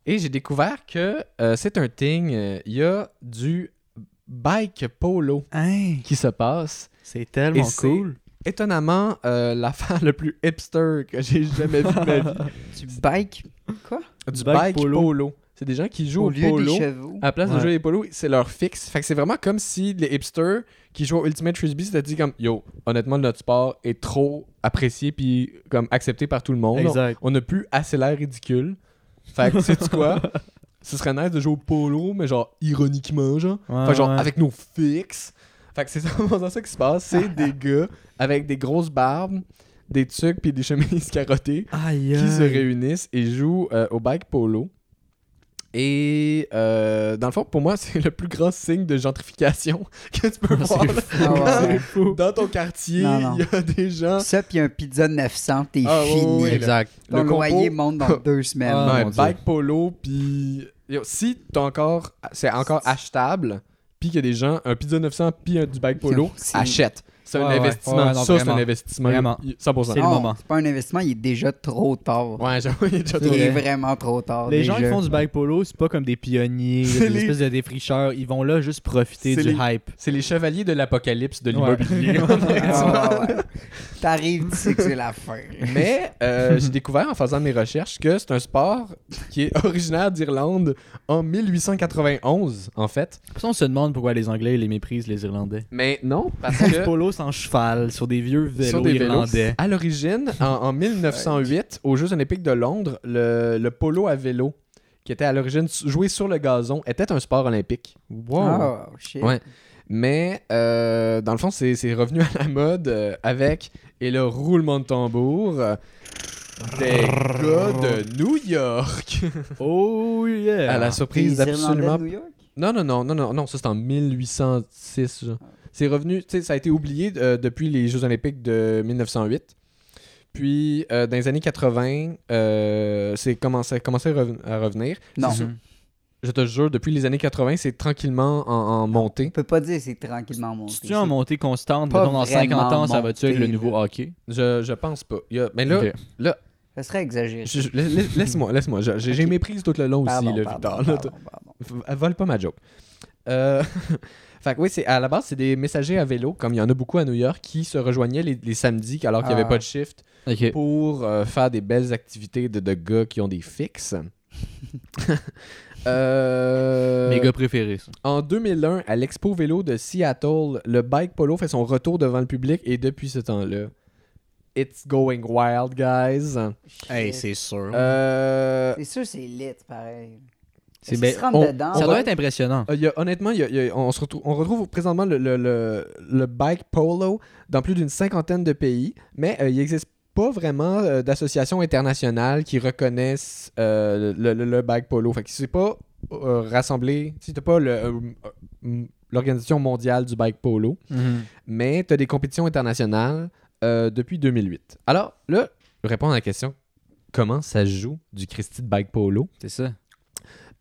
Speaker 3: Et j'ai découvert que euh, c'est un thing. euh, Il y a du bike polo qui se passe.
Speaker 2: C'est
Speaker 3: Et
Speaker 2: tellement
Speaker 3: c'est-
Speaker 2: cool.
Speaker 3: Étonnamment, euh, l'affaire le plus hipster que j'ai jamais vu de ma vie.
Speaker 4: Tu bikes
Speaker 3: Du
Speaker 2: Du
Speaker 3: bike,
Speaker 2: bike
Speaker 3: polo.
Speaker 2: polo.
Speaker 3: C'est des gens qui jouent au,
Speaker 4: au lieu
Speaker 3: polo.
Speaker 4: des chevaux.
Speaker 3: À la place de
Speaker 2: Ouais.
Speaker 3: jouer les polos, c'est leur fixe. Fait que c'est vraiment comme si les hipsters qui jouent au Ultimate Frisbee s'étaient dit comme Yo, honnêtement, notre sport est trop apprécié puis comme accepté par tout le monde.
Speaker 2: Exact.
Speaker 3: On n'a plus assez l'air ridicule. Fait que sais-tu quoi? Ce serait nice de jouer au polo, mais genre ironiquement, genre.
Speaker 2: Ouais,
Speaker 3: Fait que genre
Speaker 2: ouais.
Speaker 3: avec nos fixes. Fait que c'est vraiment ça qui se passe. C'est des gars avec des grosses barbes, des tucs puis des chemises carottées
Speaker 2: Aïe.
Speaker 3: qui se
Speaker 2: aïe.
Speaker 3: réunissent et jouent euh, au bike polo. Et euh, dans le fond, pour moi, c'est le plus grand signe de gentrification que tu peux voir. là.
Speaker 4: Ah ouais, ouais.
Speaker 3: Dans ton quartier,
Speaker 4: Non, non.
Speaker 3: il y a des gens.
Speaker 4: Ça, puis un pizza de 900, t'es
Speaker 3: Ah, ouais,
Speaker 4: fini.
Speaker 3: ouais, là.
Speaker 2: Exact.
Speaker 4: Ton
Speaker 3: Le compo-
Speaker 4: loyer monte dans deux semaines.
Speaker 2: Ah,
Speaker 3: Ouais,
Speaker 2: mon Dieu.
Speaker 3: bike polo, puis Yo, si t'as encore, c'est encore achetable, puis qu'il y a des gens, un pizza 900, puis un du bike polo,
Speaker 4: C'est-
Speaker 3: achète. C'est un
Speaker 2: Ouais, ouais.
Speaker 3: investissement.
Speaker 2: Ouais, non,
Speaker 3: ça, c'est un
Speaker 2: vraiment.
Speaker 3: investissement.
Speaker 2: Vraiment.
Speaker 3: 100%.
Speaker 2: C'est le
Speaker 4: Non,
Speaker 2: moment.
Speaker 4: C'est pas un investissement, il est déjà trop tard.
Speaker 3: Ouais, j'avoue, il est déjà
Speaker 4: il
Speaker 3: trop-
Speaker 4: est vraiment trop tard.
Speaker 2: Les
Speaker 4: déjà.
Speaker 2: gens qui font du bike polo, c'est pas comme des pionniers,
Speaker 3: C'est
Speaker 2: des
Speaker 3: les-
Speaker 2: espèces de défricheurs. Ils vont là juste profiter
Speaker 3: C'est
Speaker 2: du
Speaker 3: les-
Speaker 2: hype.
Speaker 3: C'est les chevaliers de l'apocalypse de
Speaker 2: Ouais.
Speaker 3: l'immobilier.
Speaker 4: Ah, ouais, ouais. T'arrives, tu sais que c'est la fin.
Speaker 3: Mais euh, j'ai découvert en faisant mes recherches que c'est un sport qui est originaire d'Irlande en 1891, en fait.
Speaker 2: De toute façon, on se demande pourquoi les Anglais les méprisent, les Irlandais.
Speaker 3: Mais non, parce
Speaker 2: Du polo sans cheval, sur des vieux vélos
Speaker 3: sur des vélos,
Speaker 2: irlandais.
Speaker 3: à l'origine, en, en 1908, aux Jeux olympiques de Londres, le, le polo à vélo, qui était à l'origine s- joué sur le gazon, était un sport olympique.
Speaker 4: Oh, shit.
Speaker 3: Ouais. Mais euh, dans le fond, c'est c'est revenu à la mode euh, avec, et le roulement de tambour, euh, des gars de New York.
Speaker 2: Oh yeah!
Speaker 3: à la surprise
Speaker 4: Les Irlandais
Speaker 3: d'absolument
Speaker 4: de New York?
Speaker 3: Non, non, non, non, non, non, ça c'est en 1806. genre. C'est revenu, tu sais, ça a été oublié euh, depuis les Jeux Olympiques de 1908. Puis, euh, dans les années 80, euh, c'est commencé, commencé à, reven- à revenir.
Speaker 4: Non,
Speaker 3: C'est sûr.
Speaker 4: on
Speaker 3: Je te jure, depuis les années 80, c'est tranquillement en, en montée.
Speaker 4: peut pas dire c'est tranquillement monté.
Speaker 2: Si tu es en montée constante,
Speaker 4: Pas
Speaker 2: mettons, dans 50 ans, ça
Speaker 4: vraiment
Speaker 2: va-tu avec le
Speaker 4: monté,
Speaker 2: nouveau hockey?
Speaker 3: Je, je pense pas. Il y a- mais là,
Speaker 2: Ok.
Speaker 4: Ça serait exagéré.
Speaker 3: je- je- la- la- laisse-moi, laisse-moi. Je- J'ai j'ai
Speaker 4: Ok.
Speaker 3: méprise tout le long aussi,
Speaker 4: Pardon,
Speaker 3: là,
Speaker 4: pardon,
Speaker 3: Victor, là.
Speaker 4: pardon, pardon.
Speaker 3: V- Vole pas ma joke. Euh, fait que oui, c'est, à la base, c'est des messagers à vélo, comme il y en a beaucoup à New York, qui se rejoignaient les, les samedis alors qu'il n'y avait
Speaker 4: Ah.
Speaker 3: pas de shift
Speaker 2: Ok.
Speaker 3: pour euh, faire des belles activités de, de gars qui ont des fixes. Euh,
Speaker 2: Mes gars préférés, ça.
Speaker 3: en 2001, à l'Expo Vélo de Seattle, le bike polo fait son retour devant le public et depuis ce temps-là, it's going wild, guys.
Speaker 2: Hey, c'est sûr.
Speaker 3: Euh,
Speaker 4: C'est sûr, c'est lit, pareil.
Speaker 2: C'est
Speaker 4: Est-ce
Speaker 2: ben-
Speaker 4: qu'ils se rentrent
Speaker 3: on-
Speaker 4: dedans,
Speaker 3: on
Speaker 2: ça
Speaker 4: ouais?
Speaker 2: doit être impressionnant.
Speaker 3: Euh, il y a- honnêtement, il y a- il y a- on, se retrouve, on retrouve présentement le, le- le- le bike polo dans plus d'une cinquantaine de pays, mais euh, il n'existe pas vraiment euh, d'association internationale qui reconnaisse euh, le, le- le bike polo. Fait que si c'est pas euh, rassemblé, si t'as pas le, euh, euh, l'organisation mondiale du bike polo,
Speaker 2: Mhm.
Speaker 3: mais tu as des compétitions internationales euh, depuis 2008. Alors là, répondre à la question comment ça se joue du Christie de bike polo
Speaker 2: C'est ça.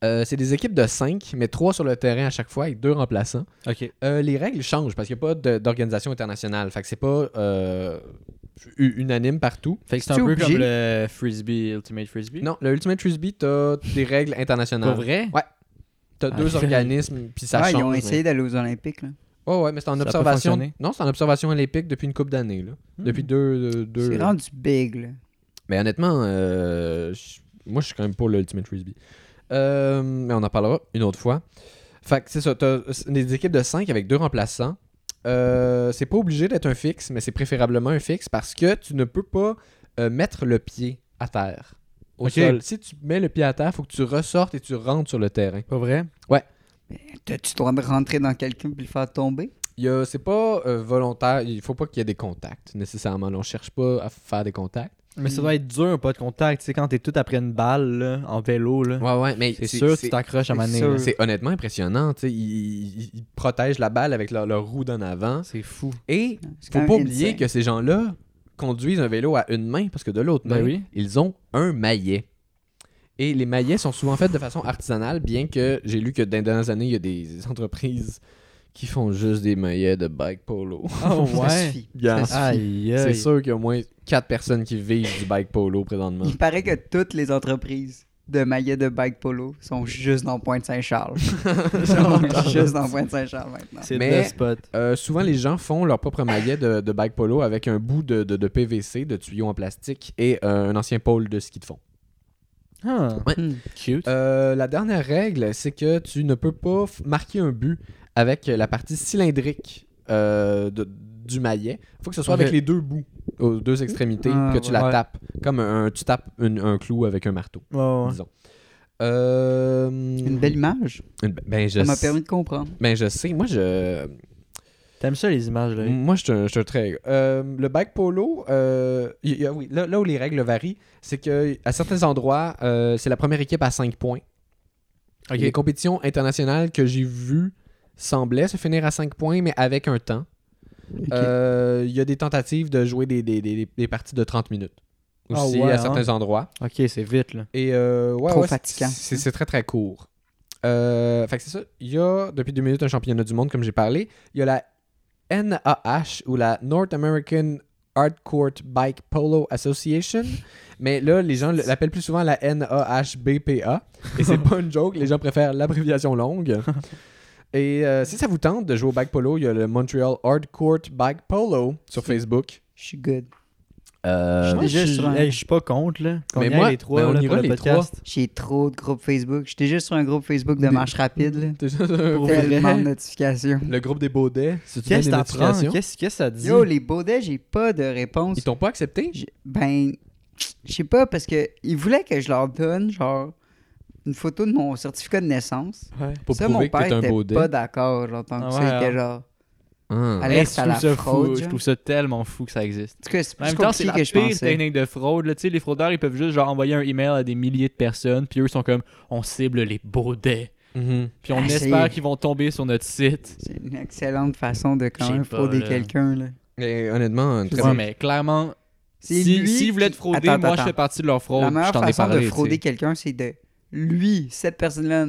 Speaker 3: euh, c'est des équipes de 5, mais 3 sur le terrain à chaque fois et 2 remplaçants.
Speaker 2: Ok.
Speaker 3: Euh, les règles changent parce qu'il n'y a pas de- d'organisation internationale. Fait que c'est pas euh, u- unanime partout.
Speaker 2: Fait que c'est un
Speaker 4: Tu es
Speaker 2: peu
Speaker 4: obligé-
Speaker 2: comme le frisbee, Ultimate Frisbee.
Speaker 3: Non, le Ultimate Frisbee, t'as des règles
Speaker 2: Pas
Speaker 3: internationales.
Speaker 2: vrai?
Speaker 3: T'as
Speaker 2: Ah,
Speaker 3: deux
Speaker 2: ok.
Speaker 3: organismes, puis ça
Speaker 4: Ah,
Speaker 3: change.
Speaker 4: ils ont
Speaker 3: mais-
Speaker 4: essayé d'aller aux Olympiques. Là.
Speaker 3: Oh, ouais, mais c'est en
Speaker 2: Ça a pas
Speaker 3: observation.
Speaker 2: fonctionné.
Speaker 3: Non, c'est en observation olympique depuis une couple d'années. là.
Speaker 2: Hmm.
Speaker 3: Depuis deux. deux- deux-
Speaker 4: C'est rendu big. Là.
Speaker 3: Mais honnêtement, euh, je- moi, je suis quand même pour le Ultimate Frisbee. Euh, mais on en parlera une autre fois. Fait que c'est ça, t'as des équipes de 5 avec deux remplaçants. Euh, c'est pas obligé d'être un fixe, mais c'est préférablement un fixe parce que tu ne peux pas euh, mettre le pied à terre. Au
Speaker 2: Ok.
Speaker 3: sol. Si tu mets le pied à terre, faut que tu ressortes et tu rentres sur le terrain.
Speaker 2: Pas vrai?
Speaker 4: T'as-tu le droit de rentrer dans quelqu'un puis le faire tomber?
Speaker 3: Il y a- C'est pas euh, volontaire, il faut pas qu'il y ait des contacts nécessairement. là. on cherche pas à faire des contacts.
Speaker 2: Mais
Speaker 4: Hmm.
Speaker 2: ça doit être dur, pas de contact. Tu sais, quand t'es tout après une balle, là, en vélo, là.
Speaker 3: Ouais, ouais, mais
Speaker 2: C'est sûr, tu t'accroches à
Speaker 4: c'est
Speaker 2: maner.
Speaker 4: sûr.
Speaker 2: là.
Speaker 3: C'est honnêtement impressionnant. tu sais, Ils, ils- ils protègent la balle avec leur, leur roue d'en avant.
Speaker 2: C'est fou.
Speaker 3: Et
Speaker 4: C'est
Speaker 3: faut
Speaker 4: quand
Speaker 3: pas
Speaker 4: même
Speaker 3: oublier
Speaker 4: insane.
Speaker 3: que ces gens-là conduisent un vélo à une main parce que de l'autre main,
Speaker 2: Ben oui.
Speaker 3: ils ont un maillet. Et les maillets sont souvent faits de façon artisanale, bien que j'ai lu que dans les dernières années, il y a des entreprises qui font juste des maillets de bike polo.
Speaker 2: Oh
Speaker 4: Ça
Speaker 2: ouais.
Speaker 4: suffit.
Speaker 3: Gars,
Speaker 2: Aïe,
Speaker 3: C'est
Speaker 2: aïe.
Speaker 3: sûr qu'il y a au moins 4 personnes qui vivent du bike polo présentement.
Speaker 4: Il paraît que toutes les entreprises de maillets de bike polo sont juste dans Pointe-Saint-Charles. sont juste dans Pointe-Saint-Charles maintenant.
Speaker 2: C'est
Speaker 3: Mais-
Speaker 2: le spot.
Speaker 3: Euh, souvent, les gens font leur propre maillet de, de bike polo avec un bout de, de- de PVC, de tuyau en plastique et euh, un ancien pôle de ski de fond.
Speaker 2: Ah,
Speaker 3: Ouais.
Speaker 4: Hmm.
Speaker 2: cute.
Speaker 3: Euh, la dernière règle, c'est que tu ne peux pas f- marquer un but avec la partie cylindrique euh, de- du maillet. Il faut que ce soit
Speaker 2: Ok.
Speaker 3: avec les deux bouts, aux deux extrémités,
Speaker 4: Ah,
Speaker 3: que tu
Speaker 4: ouais.
Speaker 3: la
Speaker 2: Ouais.
Speaker 3: tapes. Comme un, tu tapes une- un clou avec un marteau,
Speaker 2: Ouais, ouais.
Speaker 3: disons. Euh,
Speaker 4: Une belle image.
Speaker 3: une be- ben, je
Speaker 4: Ça m'a
Speaker 3: sais-
Speaker 4: permis de comprendre.
Speaker 3: ben, je sais. Moi, je...
Speaker 2: T'aimes ça, les images, là?
Speaker 3: Moi, je suis un- je suis un très. Euh, le bike polo, euh, y- y a- oui, là, là où les règles varient, c'est que à certains endroits, euh, c'est la première équipe à 5 points.
Speaker 2: Ok.
Speaker 3: Les compétitions internationales que j'ai vues semblaient se finir à 5 points, mais avec un temps. Euh, Il y a des tentatives de jouer des, des- des- des parties de 30 minutes
Speaker 2: Ah
Speaker 3: aussi
Speaker 2: ouais,
Speaker 3: à
Speaker 2: hein?
Speaker 3: certains endroits.
Speaker 2: Ok, c'est vite, là.
Speaker 3: Et euh, ouais,
Speaker 4: Trop
Speaker 3: ouais, c'est-
Speaker 4: fatigant.
Speaker 3: C'est c'est très très court. Euh, fait que c'est ça. Il y a depuis deux minutes un championnat du monde, comme j'ai parlé. Il y a la NAH ou la North American Hardcore Bike Polo Association. Mais là, les gens le- l'appellent plus souvent la NAHBPA. Et c'est pas une joke, les gens préfèrent l'abréviation longue. Et euh, si ça vous tente de jouer au bike polo, il y a le Montreal Hardcore Bike Polo sur Facebook.
Speaker 4: Je suis good.
Speaker 2: Moi,
Speaker 4: déjà
Speaker 2: Euh, je
Speaker 4: sur
Speaker 2: suis
Speaker 4: un-
Speaker 2: hey, je suis pas contre, là. Qu'on
Speaker 3: Mais
Speaker 2: y aille
Speaker 3: moi-
Speaker 2: les trois,
Speaker 4: ben,
Speaker 3: mais on
Speaker 2: là,
Speaker 3: ira
Speaker 2: pour le
Speaker 3: les
Speaker 2: podcast.
Speaker 4: J'ai trop de groupes Facebook. J'étais juste sur un groupe Facebook de
Speaker 3: Des-
Speaker 4: marche rapide. Là.
Speaker 2: Pour
Speaker 4: Tellement de
Speaker 3: le
Speaker 4: notifications.
Speaker 3: groupe des baudets. Si tu
Speaker 2: Qu'est-ce
Speaker 3: mets
Speaker 2: que
Speaker 3: des
Speaker 2: t'apprends?
Speaker 3: notifications-
Speaker 2: Qu'est-ce qu'est-ce que ça dit?
Speaker 4: Yo, les baudets, j'ai pas de réponse.
Speaker 3: Ils t'ont pas accepté?
Speaker 4: J'ai- Ben, je sais pas, parce que ils voulaient que je leur donne, genre, une photo de mon certificat de naissance.
Speaker 2: Ouais.
Speaker 3: Pour
Speaker 4: ça,
Speaker 3: prouver
Speaker 4: mon
Speaker 3: que t'es
Speaker 4: père
Speaker 3: un
Speaker 4: était
Speaker 3: baudet.
Speaker 4: pas d'accord, genre, tant que
Speaker 2: Ah
Speaker 4: ça,
Speaker 2: ouais,
Speaker 4: il était
Speaker 2: hein.
Speaker 4: genre...
Speaker 3: Ah.
Speaker 4: Allez,
Speaker 2: Hey,
Speaker 4: c'est à
Speaker 2: je
Speaker 4: la
Speaker 2: trouve ça
Speaker 4: fraude,
Speaker 2: fou. Je
Speaker 4: genre.
Speaker 2: trouve ça tellement fou que ça existe.
Speaker 4: En tout cas, c'est
Speaker 2: En
Speaker 4: plus
Speaker 2: même temps,
Speaker 4: compliqué
Speaker 2: c'est la
Speaker 4: que je hein.
Speaker 2: pire
Speaker 4: pensais.
Speaker 2: technique de fraude. là. Tu sais, les fraudeurs, ils peuvent juste genre envoyer un email à des milliers de personnes, puis eux sont comme on cible les baudets.
Speaker 3: Mhm.
Speaker 2: Puis on
Speaker 4: Ah, c'est-
Speaker 2: espère qu'ils vont tomber sur notre site.
Speaker 4: C'est une excellente façon de quand
Speaker 2: Je sais
Speaker 4: même
Speaker 2: pas,
Speaker 4: frauder
Speaker 2: là.
Speaker 4: quelqu'un, là.
Speaker 3: Mais honnêtement, un très
Speaker 2: Ouais,
Speaker 3: bon-
Speaker 2: mais clairement,
Speaker 4: C'est
Speaker 3: S'ils
Speaker 4: lui
Speaker 3: si, s'ils voulaient te
Speaker 4: qui-
Speaker 3: frauder,
Speaker 4: Attends,
Speaker 3: moi
Speaker 4: attends.
Speaker 3: je fais partie de leur fraude.
Speaker 4: La
Speaker 3: je
Speaker 4: meilleure
Speaker 3: t'en ai
Speaker 4: façon
Speaker 3: parlé.
Speaker 4: de frauder
Speaker 3: tu sais.
Speaker 4: quelqu'un, c'est de lui, cette personne-là,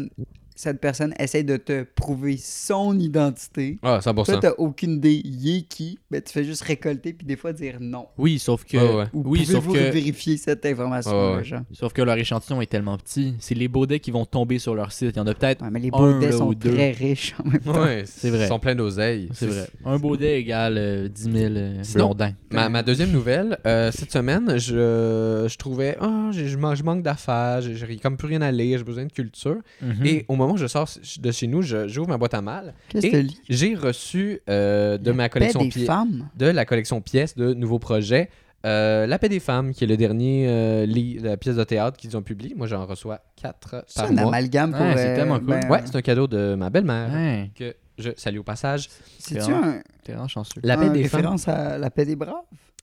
Speaker 4: cette personne essaie de te prouver son identité.
Speaker 3: Ah,
Speaker 4: Toi,
Speaker 3: 100%.
Speaker 4: t'as aucune idée, il est qui, mais tu fais juste récolter puis des fois dire non.
Speaker 2: Oui, sauf que.
Speaker 3: Ouais, ouais.
Speaker 4: Ou
Speaker 2: Oui, sauf
Speaker 4: pouvez-vous
Speaker 2: que.
Speaker 4: vérifier cette information,
Speaker 3: Ouais, ouais.
Speaker 4: genre.
Speaker 2: Sauf que leur échantillon est tellement petit. C'est les baudets qui vont tomber sur leur site. Il y en a peut-être.
Speaker 4: Ouais, mais les
Speaker 2: Un,
Speaker 4: baudets
Speaker 2: là, ou
Speaker 4: sont
Speaker 2: deux.
Speaker 4: très riches en même temps.
Speaker 3: Ouais,
Speaker 2: C'est vrai.
Speaker 3: Ils sont pleins d'oseilles.
Speaker 2: C'est vrai. Un baudet égale euh, 10 000 euh,
Speaker 3: Sinon-
Speaker 2: blondins.
Speaker 3: Ma, ma deuxième nouvelle, euh, cette semaine, je, je trouvais, ah, j'ai- je, man- je manque d'affaires, j'ai j'ai comme plus rien à lire, j'ai besoin de culture. Et au moment où je sors de chez nous, je- j'ouvre ma boîte à mal,
Speaker 4: Qu'est-ce
Speaker 3: Et
Speaker 4: que lis?
Speaker 3: j'ai reçu euh, de ma
Speaker 4: Paix
Speaker 3: collection
Speaker 4: des
Speaker 3: pied-
Speaker 4: femmes?
Speaker 3: de la collection pièces de nouveaux projets. euh, la paix des femmes, qui est le dernier euh, li- la pièce de théâtre qu'ils ont publiée. Moi, j'en reçois quatre
Speaker 4: C'est
Speaker 3: par
Speaker 4: un
Speaker 3: mois.
Speaker 4: amalgame pour...
Speaker 2: Ouais, c'est
Speaker 4: euh,
Speaker 2: tellement cool.
Speaker 4: ben,
Speaker 3: Ouais, c'est un cadeau de ma belle-mère
Speaker 2: Hein,
Speaker 3: que je salue au passage.
Speaker 4: C'est-tu un,
Speaker 2: t'es vraiment chanceux.
Speaker 3: La paix
Speaker 4: un
Speaker 3: des femmes.
Speaker 4: Ah, référence à la paix des braves?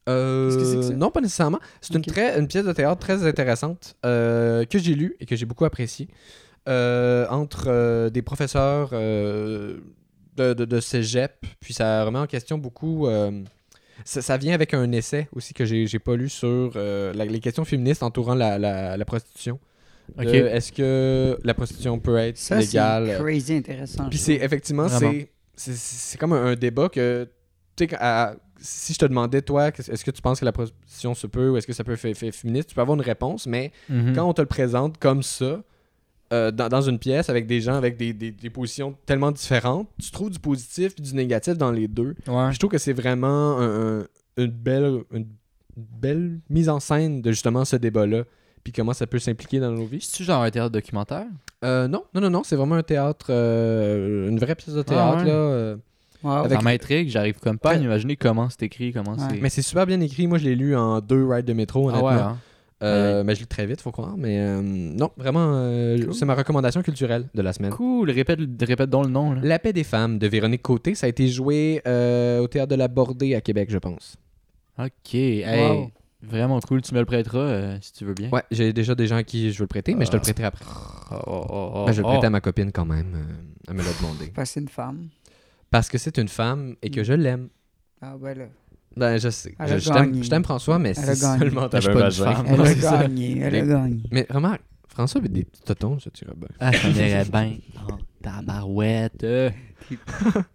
Speaker 3: Euh,
Speaker 4: Qu'est-ce que c'est que ça?
Speaker 3: non, pas nécessairement. C'est
Speaker 4: Ok.
Speaker 3: une, très, une pièce de théâtre très intéressante euh, que j'ai lue et que j'ai beaucoup appréciée euh, entre euh, des professeurs euh, de, de, de cégep. Puis ça remet en question beaucoup. euh, ça, ça vient avec un essai aussi que j'ai j'ai pas lu sur euh, la- les questions féministes entourant la, la, la prostitution.
Speaker 2: Ok.
Speaker 3: De Est-ce que la prostitution peut être
Speaker 4: Ça, c'est
Speaker 3: légale
Speaker 4: crazy intéressant.
Speaker 3: puis
Speaker 4: je
Speaker 3: c'est
Speaker 4: trouve.
Speaker 3: effectivement,
Speaker 2: Vraiment.
Speaker 3: c'est- c'est c'est comme un, un débat que, tu sais, quand- à- si je te demandais, toi, qu'est-ce- est-ce que tu penses que la prostitution se peut ou est-ce que ça peut faire faire féministe, tu peux avoir une réponse, mais
Speaker 2: Mhm.
Speaker 3: quand on te le présente comme ça, euh, dans, dans une pièce avec des gens avec des, des- des positions tellement différentes, tu trouves du positif et du négatif dans les deux.
Speaker 2: Ouais.
Speaker 3: Puis Je trouve que c'est vraiment un- un- une, belle, une belle mise en scène de justement ce débat-là, puis comment ça peut s'impliquer dans nos vies.
Speaker 2: C'est-tu genre un théâtre documentaire?
Speaker 3: Euh, non, non, non, non, c'est vraiment un théâtre, euh, une vraie pièce de théâtre,
Speaker 2: Ah, ouais.
Speaker 3: là. euh,
Speaker 4: Wow.
Speaker 3: Avec-
Speaker 2: Ça m'intrigue, j'arrive comme pas à imaginer comment c'est écrit, comment
Speaker 4: Ouais.
Speaker 2: c'est.
Speaker 3: Mais c'est super bien écrit. Moi, je l'ai lu en deux rides de métro,
Speaker 2: ah
Speaker 3: honnêtement.
Speaker 2: ouais, hein.
Speaker 3: Euh, Mais je lis très vite, faut croire. Mais euh, non, vraiment, euh,
Speaker 2: Cool.
Speaker 3: c'est ma recommandation culturelle de la semaine.
Speaker 2: Cool, répète, répète donc le nom. Là.
Speaker 3: La paix des femmes de Véronique Côté, ça a été joué euh, au théâtre de la Bordée à Québec, je pense.
Speaker 2: Ok, hey,
Speaker 4: Wow.
Speaker 2: vraiment cool. Tu me le prêteras euh, si tu veux bien.
Speaker 3: Ouais, j'ai déjà des gens à qui je veux le prêter, mais je te le
Speaker 2: Ah.
Speaker 3: prêterai après.
Speaker 2: Oh, oh, oh, oh,
Speaker 3: Ben, je vais le
Speaker 2: oh.
Speaker 3: prêter à ma copine quand même. euh, elle me l'a demandé.
Speaker 4: Parce que c'est une femme.
Speaker 3: Parce que c'est une femme et que
Speaker 4: Mm.
Speaker 3: je l'aime.
Speaker 4: Ah, ben là.
Speaker 3: Ben, je sais.
Speaker 4: Elle
Speaker 3: Je,
Speaker 4: a
Speaker 3: je t'aime-
Speaker 4: gagné.
Speaker 3: je t'aime, François, mais
Speaker 4: Elle a
Speaker 3: si
Speaker 4: gagné.
Speaker 3: seulement
Speaker 2: Ben, Je suis
Speaker 3: t'avais
Speaker 2: pas
Speaker 3: un
Speaker 2: une
Speaker 3: vagin.
Speaker 2: femme.
Speaker 4: Elle
Speaker 2: Ah, Ouais,
Speaker 4: a
Speaker 2: c'est ça.
Speaker 4: gagné, elle a
Speaker 3: Les-
Speaker 4: gagné.
Speaker 3: Mais vraiment, François avait des petits totons, je dirais bien.
Speaker 2: Ah, ça m'irait bien. Oh, tabarouette. euh.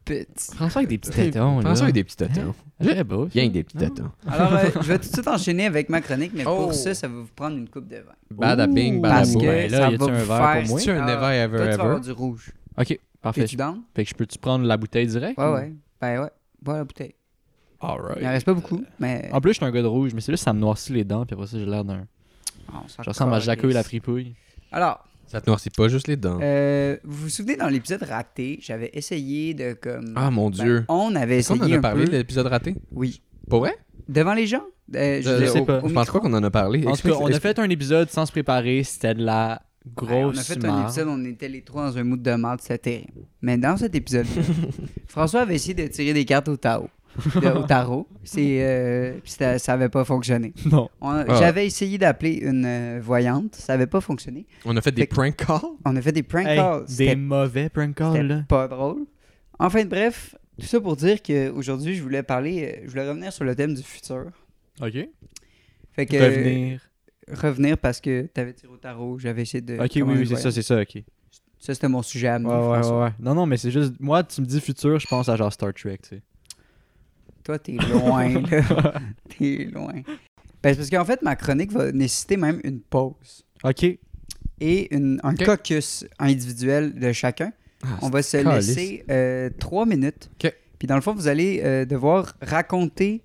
Speaker 4: Petit.
Speaker 2: François avec des Eh, petits tétons.
Speaker 3: François
Speaker 2: là.
Speaker 3: avec des petits totons.
Speaker 2: Très beau.
Speaker 3: Bien
Speaker 2: ça.
Speaker 3: avec des petits
Speaker 2: Non?
Speaker 3: totons.
Speaker 4: Alors, euh, je vais tout de suite enchaîner avec ma chronique, mais
Speaker 3: Oh.
Speaker 4: pour ça, ça va vous prendre une coupe de vin.
Speaker 3: Bada bing,
Speaker 2: Ouh,
Speaker 3: bada
Speaker 4: Parce
Speaker 2: bon,
Speaker 3: boom.
Speaker 4: que
Speaker 2: ben là,
Speaker 4: ça
Speaker 2: y a-tu
Speaker 4: va
Speaker 2: un
Speaker 4: vous
Speaker 2: verre
Speaker 4: faire-
Speaker 2: pour moi?
Speaker 3: C'est un
Speaker 4: Ah,
Speaker 3: never ever
Speaker 4: Toi, tu vas
Speaker 3: ever.
Speaker 4: avoir du rouge.
Speaker 2: Ok, parfait.
Speaker 4: T'es-tu down?
Speaker 2: Fait hmm. que je peux-tu prendre la bouteille direct?
Speaker 4: Ouais,
Speaker 2: ou-
Speaker 4: ouais. Ben ouais. Voilà la bouteille.
Speaker 2: Alright.
Speaker 4: Il en reste pas beaucoup, mais.
Speaker 2: En plus, je suis un gars de rouge, mais c'est là ça me noircit les dents, puis après ça, j'ai l'air d'un.
Speaker 4: Ah, on s'en
Speaker 2: Je ressemble à Jaco et la
Speaker 4: calisse.
Speaker 2: fripouille.
Speaker 4: Alors,
Speaker 3: Ça te noircit pas juste les dents.
Speaker 4: euh, vous vous souvenez dans l'épisode raté, j'avais essayé de comme.
Speaker 3: Ah mon
Speaker 4: ben,
Speaker 3: dieu.
Speaker 4: on avait
Speaker 3: Est-ce qu'on
Speaker 4: essayé.
Speaker 3: en a
Speaker 4: un
Speaker 3: parlé
Speaker 4: peu-
Speaker 3: de l'épisode raté
Speaker 4: Oui.
Speaker 3: Pour vrai
Speaker 4: Devant les gens Euh,
Speaker 3: Euh,
Speaker 4: veux dire,
Speaker 2: sais
Speaker 4: au-
Speaker 2: pas.
Speaker 4: au
Speaker 3: Je pense
Speaker 4: micro.
Speaker 3: pas qu'on en a parlé.
Speaker 2: En tout
Speaker 3: Explique-
Speaker 2: cas, on a
Speaker 3: explique-
Speaker 2: fait un épisode sans se préparer, c'était de la grosse
Speaker 4: Ouais, ben, on a fait un
Speaker 2: marde.
Speaker 4: épisode, on était les trois dans un mood de marde, c'était terrible. Mais dans cet épisode, François avait essayé de tirer des cartes au tarot. de- au tarot. C'est, euh, puis c'était- ça n'avait pas fonctionné.
Speaker 2: Non.
Speaker 4: On-
Speaker 3: Ah.
Speaker 4: J'avais essayé d'appeler une euh, voyante, ça n'avait pas fonctionné.
Speaker 3: On a fait des
Speaker 4: Fait-
Speaker 3: prank calls.
Speaker 4: On a fait des prank
Speaker 2: Hey,
Speaker 4: calls.
Speaker 2: des
Speaker 4: C'était
Speaker 2: mauvais prank calls,
Speaker 4: c'était
Speaker 2: Oh, là.
Speaker 4: pas drôle. Enfin, bref, tout ça pour dire qu'aujourd'hui, je voulais parler, euh, je voulais revenir sur le thème du futur.
Speaker 2: Ok.
Speaker 4: Fait que,
Speaker 2: Revenir.
Speaker 4: revenir parce que tu avais tiré au tarot, j'avais essayé de.
Speaker 2: Ok, oui,
Speaker 4: commander
Speaker 2: oui,
Speaker 4: une
Speaker 2: c'est ça,
Speaker 4: voyante.
Speaker 2: c'est ça, ok.
Speaker 4: Ça, c'était mon sujet à
Speaker 2: Ouais,
Speaker 4: moi.
Speaker 2: ouais,
Speaker 4: Mm, François.
Speaker 2: ouais, ouais. Non, non, mais c'est juste. Moi, tu me dis futur, je pense à genre Star Trek, tu sais.
Speaker 4: Toi, t'es loin, là. t'es loin. Ben, c'est parce qu'en fait, ma chronique va nécessiter même une pause
Speaker 2: Ok.
Speaker 4: et une, un
Speaker 3: Ok.
Speaker 4: caucus individuel de chacun.
Speaker 3: Ah,
Speaker 4: On va se
Speaker 3: calice.
Speaker 4: laisser euh, trois minutes.
Speaker 3: Ok.
Speaker 4: Puis dans le fond, vous allez euh, devoir raconter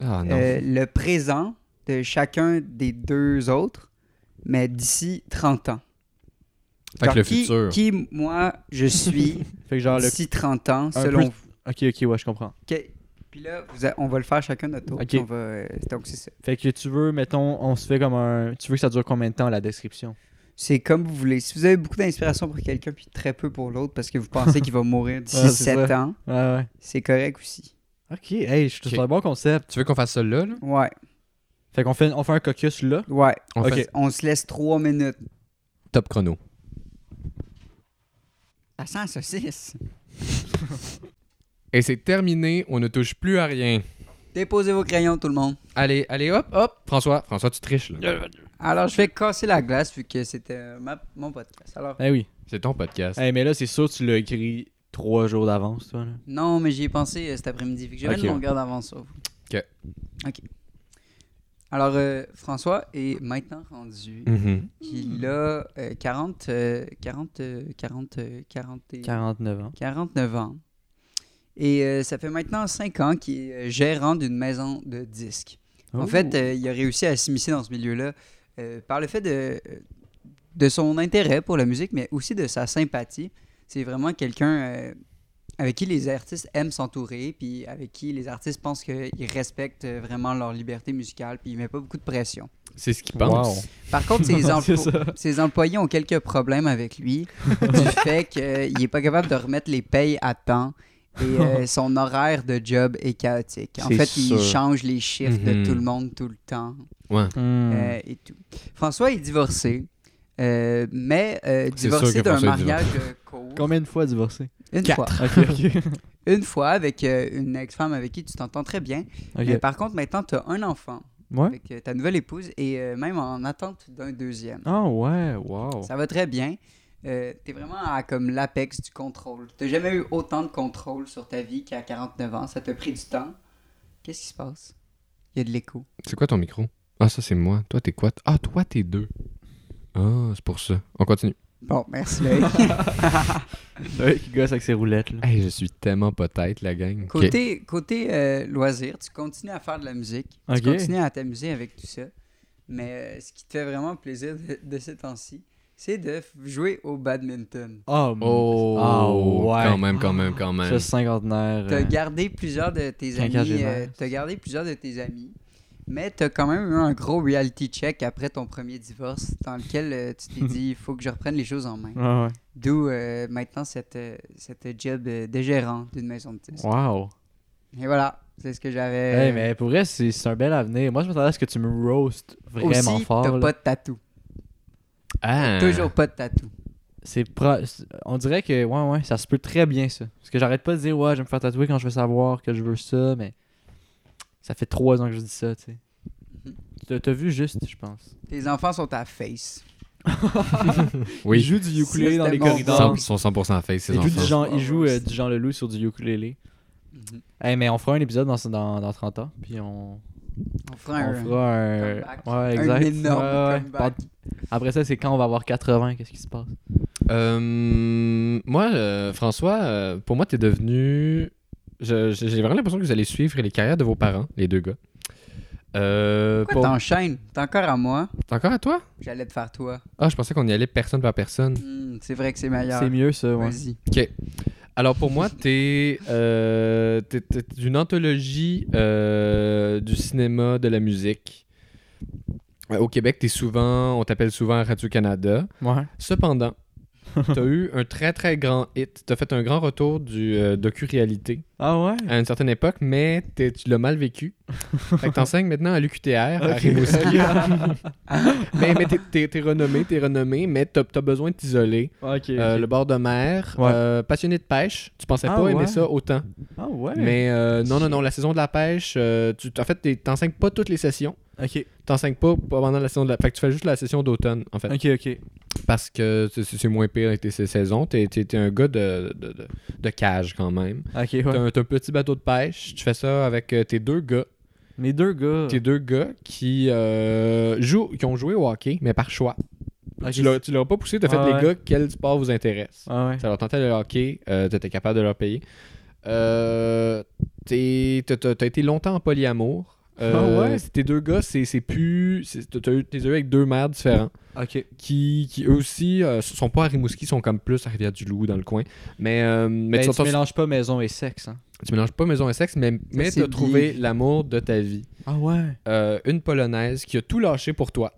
Speaker 3: Ah non.
Speaker 4: euh, le présent de chacun des deux autres, mais d'ici 30 ans.
Speaker 3: Fait que
Speaker 4: Genre,
Speaker 3: le
Speaker 4: qui,
Speaker 3: futur.
Speaker 4: Qui, moi, je suis
Speaker 2: Fait que genre le.
Speaker 4: d'ici 30 ans,
Speaker 2: peu-
Speaker 4: selon vous.
Speaker 2: Ok, ok, ouais, je comprends.
Speaker 4: Ok. Puis là, vous a- on va le faire chacun notre tour.
Speaker 2: Ok.
Speaker 4: puis on va, euh, donc, c'est ça.
Speaker 2: Fait que tu veux, mettons, on se fait comme un. Tu veux que ça dure combien de temps la description
Speaker 4: C'est comme vous voulez. Si vous avez beaucoup d'inspiration pour quelqu'un puis très peu pour l'autre parce que vous pensez qu'il va mourir d'ici
Speaker 2: Ouais, c'est
Speaker 4: 7
Speaker 2: ça.
Speaker 4: ans,
Speaker 2: Ouais, ouais.
Speaker 4: c'est correct aussi.
Speaker 2: Ok, hey, je trouve
Speaker 3: Ok.
Speaker 2: ça un bon concept.
Speaker 3: Tu veux qu'on fasse ça là, là?
Speaker 4: Ouais,
Speaker 2: Fait qu'on fait, on fait un caucus là.
Speaker 4: ouais.
Speaker 3: On
Speaker 2: Ok.
Speaker 3: fait
Speaker 4: On se laisse 3 minutes.
Speaker 3: top chrono.
Speaker 4: Ça sent la saucisse.
Speaker 3: Et c'est terminé, on ne touche plus à rien.
Speaker 4: Déposez vos crayons, tout le monde.
Speaker 3: Allez, allez, hop, hop. François, François, tu triches, là.
Speaker 4: Alors, je vais casser la glace vu que c'était euh, ma- mon podcast. Alors,
Speaker 2: Eh oui.
Speaker 3: C'est ton podcast.
Speaker 2: Eh, mais là, c'est sûr, tu l'as écrit trois jours d'avance, toi. Là.
Speaker 4: non, mais j'y ai pensé euh, cet après-midi. Vu que j'avais
Speaker 2: Ok.
Speaker 4: une longueur d'avance sur vous.
Speaker 3: Ok.
Speaker 4: OK. Alors, euh, François est maintenant rendu.
Speaker 3: Mhm.
Speaker 4: Il a euh, 40, euh, 40, euh, 40, euh, 40 et-
Speaker 2: 49 ans.
Speaker 4: 49 ans. Et euh, ça fait maintenant 5 ans qu'il est euh, gérant d'une maison de disques. En fait, euh, il a réussi à s'immiscer dans ce milieu-là euh, par le fait de, de son intérêt pour la musique, mais aussi de sa sympathie. C'est vraiment quelqu'un euh, avec qui les artistes aiment s'entourer, puis avec qui les artistes pensent qu'ils respectent euh, vraiment leur liberté musicale, puis il met pas beaucoup de pression.
Speaker 3: C'est ce qu'il pense.
Speaker 4: Par contre, ses,
Speaker 2: C'est
Speaker 4: emplo-
Speaker 2: ça.
Speaker 4: ses employés ont quelques problèmes avec lui, du fait qu'il n'est pas capable de remettre les payes à temps. Et euh, son horaire de job est chaotique. En
Speaker 2: C'est
Speaker 4: fait,
Speaker 2: sûr.
Speaker 4: il change les chiffres
Speaker 3: Mhm.
Speaker 4: de tout le monde tout le temps.
Speaker 2: Hmm.
Speaker 4: Euh, et tout. François est divorcé, euh, mais euh,
Speaker 3: C'est sûr que
Speaker 4: divorcé d'un
Speaker 3: François est
Speaker 4: mariage euh, court.
Speaker 2: Combien de fois divorcé
Speaker 4: Une fois.
Speaker 2: Ok, ok.
Speaker 4: Une fois avec euh, une ex-femme avec qui tu t'entends très bien.
Speaker 2: Ok.
Speaker 4: Mais par contre, maintenant, tu as un enfant
Speaker 2: Ouais.
Speaker 4: avec euh, ta nouvelle épouse et euh, même en attente d'un deuxième.
Speaker 2: Ah ouais, wow.
Speaker 4: Ça va très bien. Euh, t'es vraiment à comme l'apex du contrôle. T'as jamais eu autant de contrôle sur ta vie qu'à 49 ans. Ça t'a pris du temps. Qu'est-ce qui se passe? Il y a de l'écho.
Speaker 3: C'est quoi ton micro? Ah, ça, c'est moi. Toi, t'es quoi? Ah, toi, t'es deux. Ah, c'est pour ça. On continue.
Speaker 4: Bon, merci. Loïc.
Speaker 2: Ouais, qui gosse avec ses roulettes. Là.
Speaker 3: Hey, je suis tellement peut-être, la gang. Ok.
Speaker 4: Côté, côté euh, loisir, tu continues à faire de la musique.
Speaker 2: Ok.
Speaker 4: Tu continues à t'amuser avec tout ça. Mais euh, ce qui te fait vraiment plaisir de, de ces temps-ci, c'est de f- jouer au badminton.
Speaker 2: Oh, mon-
Speaker 3: Oh,
Speaker 2: Ah, ouais.
Speaker 3: quand même, quand même, quand même.
Speaker 2: Ce cinquantenaire.
Speaker 4: T'as
Speaker 2: euh,
Speaker 4: gardé plusieurs de tes amis.
Speaker 2: Quinquagénaire.
Speaker 4: euh, t'as gardé plusieurs de tes amis. Mais t'as quand même eu un gros reality check après ton premier divorce, dans lequel euh, tu t'es dit, il faut que je reprenne les choses en main.
Speaker 2: ah ouais.
Speaker 4: D'où euh, maintenant cette, euh, cette job euh, de gérant d'une maison de disques.
Speaker 2: Wow.
Speaker 4: Et voilà, c'est ce que j'avais.
Speaker 2: Hey, mais pour vrai, c'est c'est un bel avenir. Moi, je m'attendais à ce que tu me roast vraiment
Speaker 4: Aussi,
Speaker 2: fort.
Speaker 4: T'as
Speaker 2: là.
Speaker 4: pas de tatou.
Speaker 3: Ah.
Speaker 4: Toujours pas de tatou.
Speaker 2: C'est pro- c'est- On dirait que, ouais, ouais, ça se peut très bien, ça. Parce que j'arrête pas de dire, ouais, je vais me faire tatouer quand je vais savoir que je veux ça, mais ça fait trois ans que je dis ça, tu sais.
Speaker 4: Mhm.
Speaker 2: T'as- T'as vu juste, je pense.
Speaker 4: Tes enfants sont à face.
Speaker 2: Ils
Speaker 3: Oui,
Speaker 2: jouent du ukulélé
Speaker 4: Ça,
Speaker 2: dans les
Speaker 4: c'était mon
Speaker 2: corridors.
Speaker 4: bon.
Speaker 3: ils sont 100% face, ces
Speaker 2: Ils jouent, du
Speaker 3: enfants.
Speaker 2: Jean, ils jouent, euh, du Jean Leloup sur du ukulélé. Hey, mais on fera un épisode dans, dans, dans 30 ans, puis on,
Speaker 4: On fera un,
Speaker 2: on fera un...
Speaker 4: comeback.
Speaker 2: Ouais,
Speaker 4: un
Speaker 2: exact.
Speaker 4: énorme
Speaker 2: Ouais, ouais.
Speaker 4: comeback.
Speaker 2: Après ça, c'est quand on va avoir 80, qu'est-ce qui se passe?
Speaker 3: Euh, moi, euh, François, euh, pour moi, t'es devenu. je- je- J'ai vraiment l'impression que vous allez suivre les carrières de vos parents, les deux gars. Euh,
Speaker 4: Pourquoi
Speaker 3: pour-
Speaker 4: t'enchaînes? T'es encore à moi.
Speaker 3: T'es encore à toi?
Speaker 4: J'allais te faire toi.
Speaker 3: Ah, je pensais qu'on y allait personne par personne.
Speaker 4: Hmm, c'est vrai que c'est meilleur.
Speaker 2: C'est mieux, ça, ouais.
Speaker 4: Vas-y.
Speaker 3: Ok. Alors pour moi, t'es euh, t'es- t'es d'une anthologie euh, du cinéma, de la musique. Euh, Au Québec, t'es souvent, on t'appelle souvent à Radio-Canada.
Speaker 2: Ouais.
Speaker 3: Cependant, t'as eu un très très grand hit. T'as fait un grand retour du euh, docu-réalité
Speaker 2: Ah ouais?
Speaker 3: à une certaine époque, mais t'es- tu l'as mal vécu. Fait que t'enseignes maintenant à l'UQTR, à
Speaker 2: Ok.
Speaker 3: Rimouski. mais mais t'es- t'es t'es renommé, t'es renommé, mais t'as t'as besoin de t'isoler.
Speaker 2: Ok.
Speaker 3: Euh, le bord de mer,
Speaker 2: Ouais.
Speaker 3: euh, passionné de pêche. Tu pensais
Speaker 2: Ah
Speaker 3: pas aimer
Speaker 2: ouais.
Speaker 3: ça autant.
Speaker 2: Ah ouais?
Speaker 3: Mais euh, non, non,
Speaker 2: Shit.
Speaker 3: non, la saison de la pêche, euh, tu, en fait, t'es- t'enseignes pas toutes les sessions.
Speaker 2: Ok,
Speaker 3: T'enseignes pas pendant la saison de la Fait que tu fais juste la session d'automne, en fait.
Speaker 2: ok, ok.
Speaker 3: Parce que c'est- c'est moins pire avec tes ces saisons. T'es t'es- t'es un gars de, de, de- de cage quand même.
Speaker 2: Ok,
Speaker 3: T'as
Speaker 2: ouais.
Speaker 3: un, t'as un petit bateau de pêche. Tu fais ça avec euh, tes deux gars.
Speaker 2: Mes deux gars.
Speaker 3: Tes deux gars qui, euh, jouent, qui ont joué au hockey, mais par choix.
Speaker 2: Ok,
Speaker 3: Tu leur- Tu leur as pas poussé, t'as fait
Speaker 2: Ouais, ouais.
Speaker 3: les gars, quel sport vous intéresse.
Speaker 2: Ah ouais.
Speaker 3: Ça leur tentait le hockey, euh, t'étais capable de leur payer. Euh, t'es- t'as- T'as t'as été longtemps en polyamour. Euh,
Speaker 2: Ah ouais?
Speaker 3: c'est- Tes deux gars, c'est c'est plus. c'est- T'as t'as eu t'es eu avec deux mères différents
Speaker 2: Ok.
Speaker 3: qui, qui eux aussi euh, sont pas à Rimouski, sont comme plus à Rivière-du-Loup dans le coin. Mais, euh, mais
Speaker 2: Mais
Speaker 3: tu,
Speaker 2: Ben, tu mélanges pas maison et sexe, hein?
Speaker 3: tu mélanges pas maison et sexe, mais, mais
Speaker 4: c'est
Speaker 3: t'as trouvé l'amour de ta vie.
Speaker 2: Ah ouais?
Speaker 3: Euh, une Polonaise qui a tout lâché pour toi,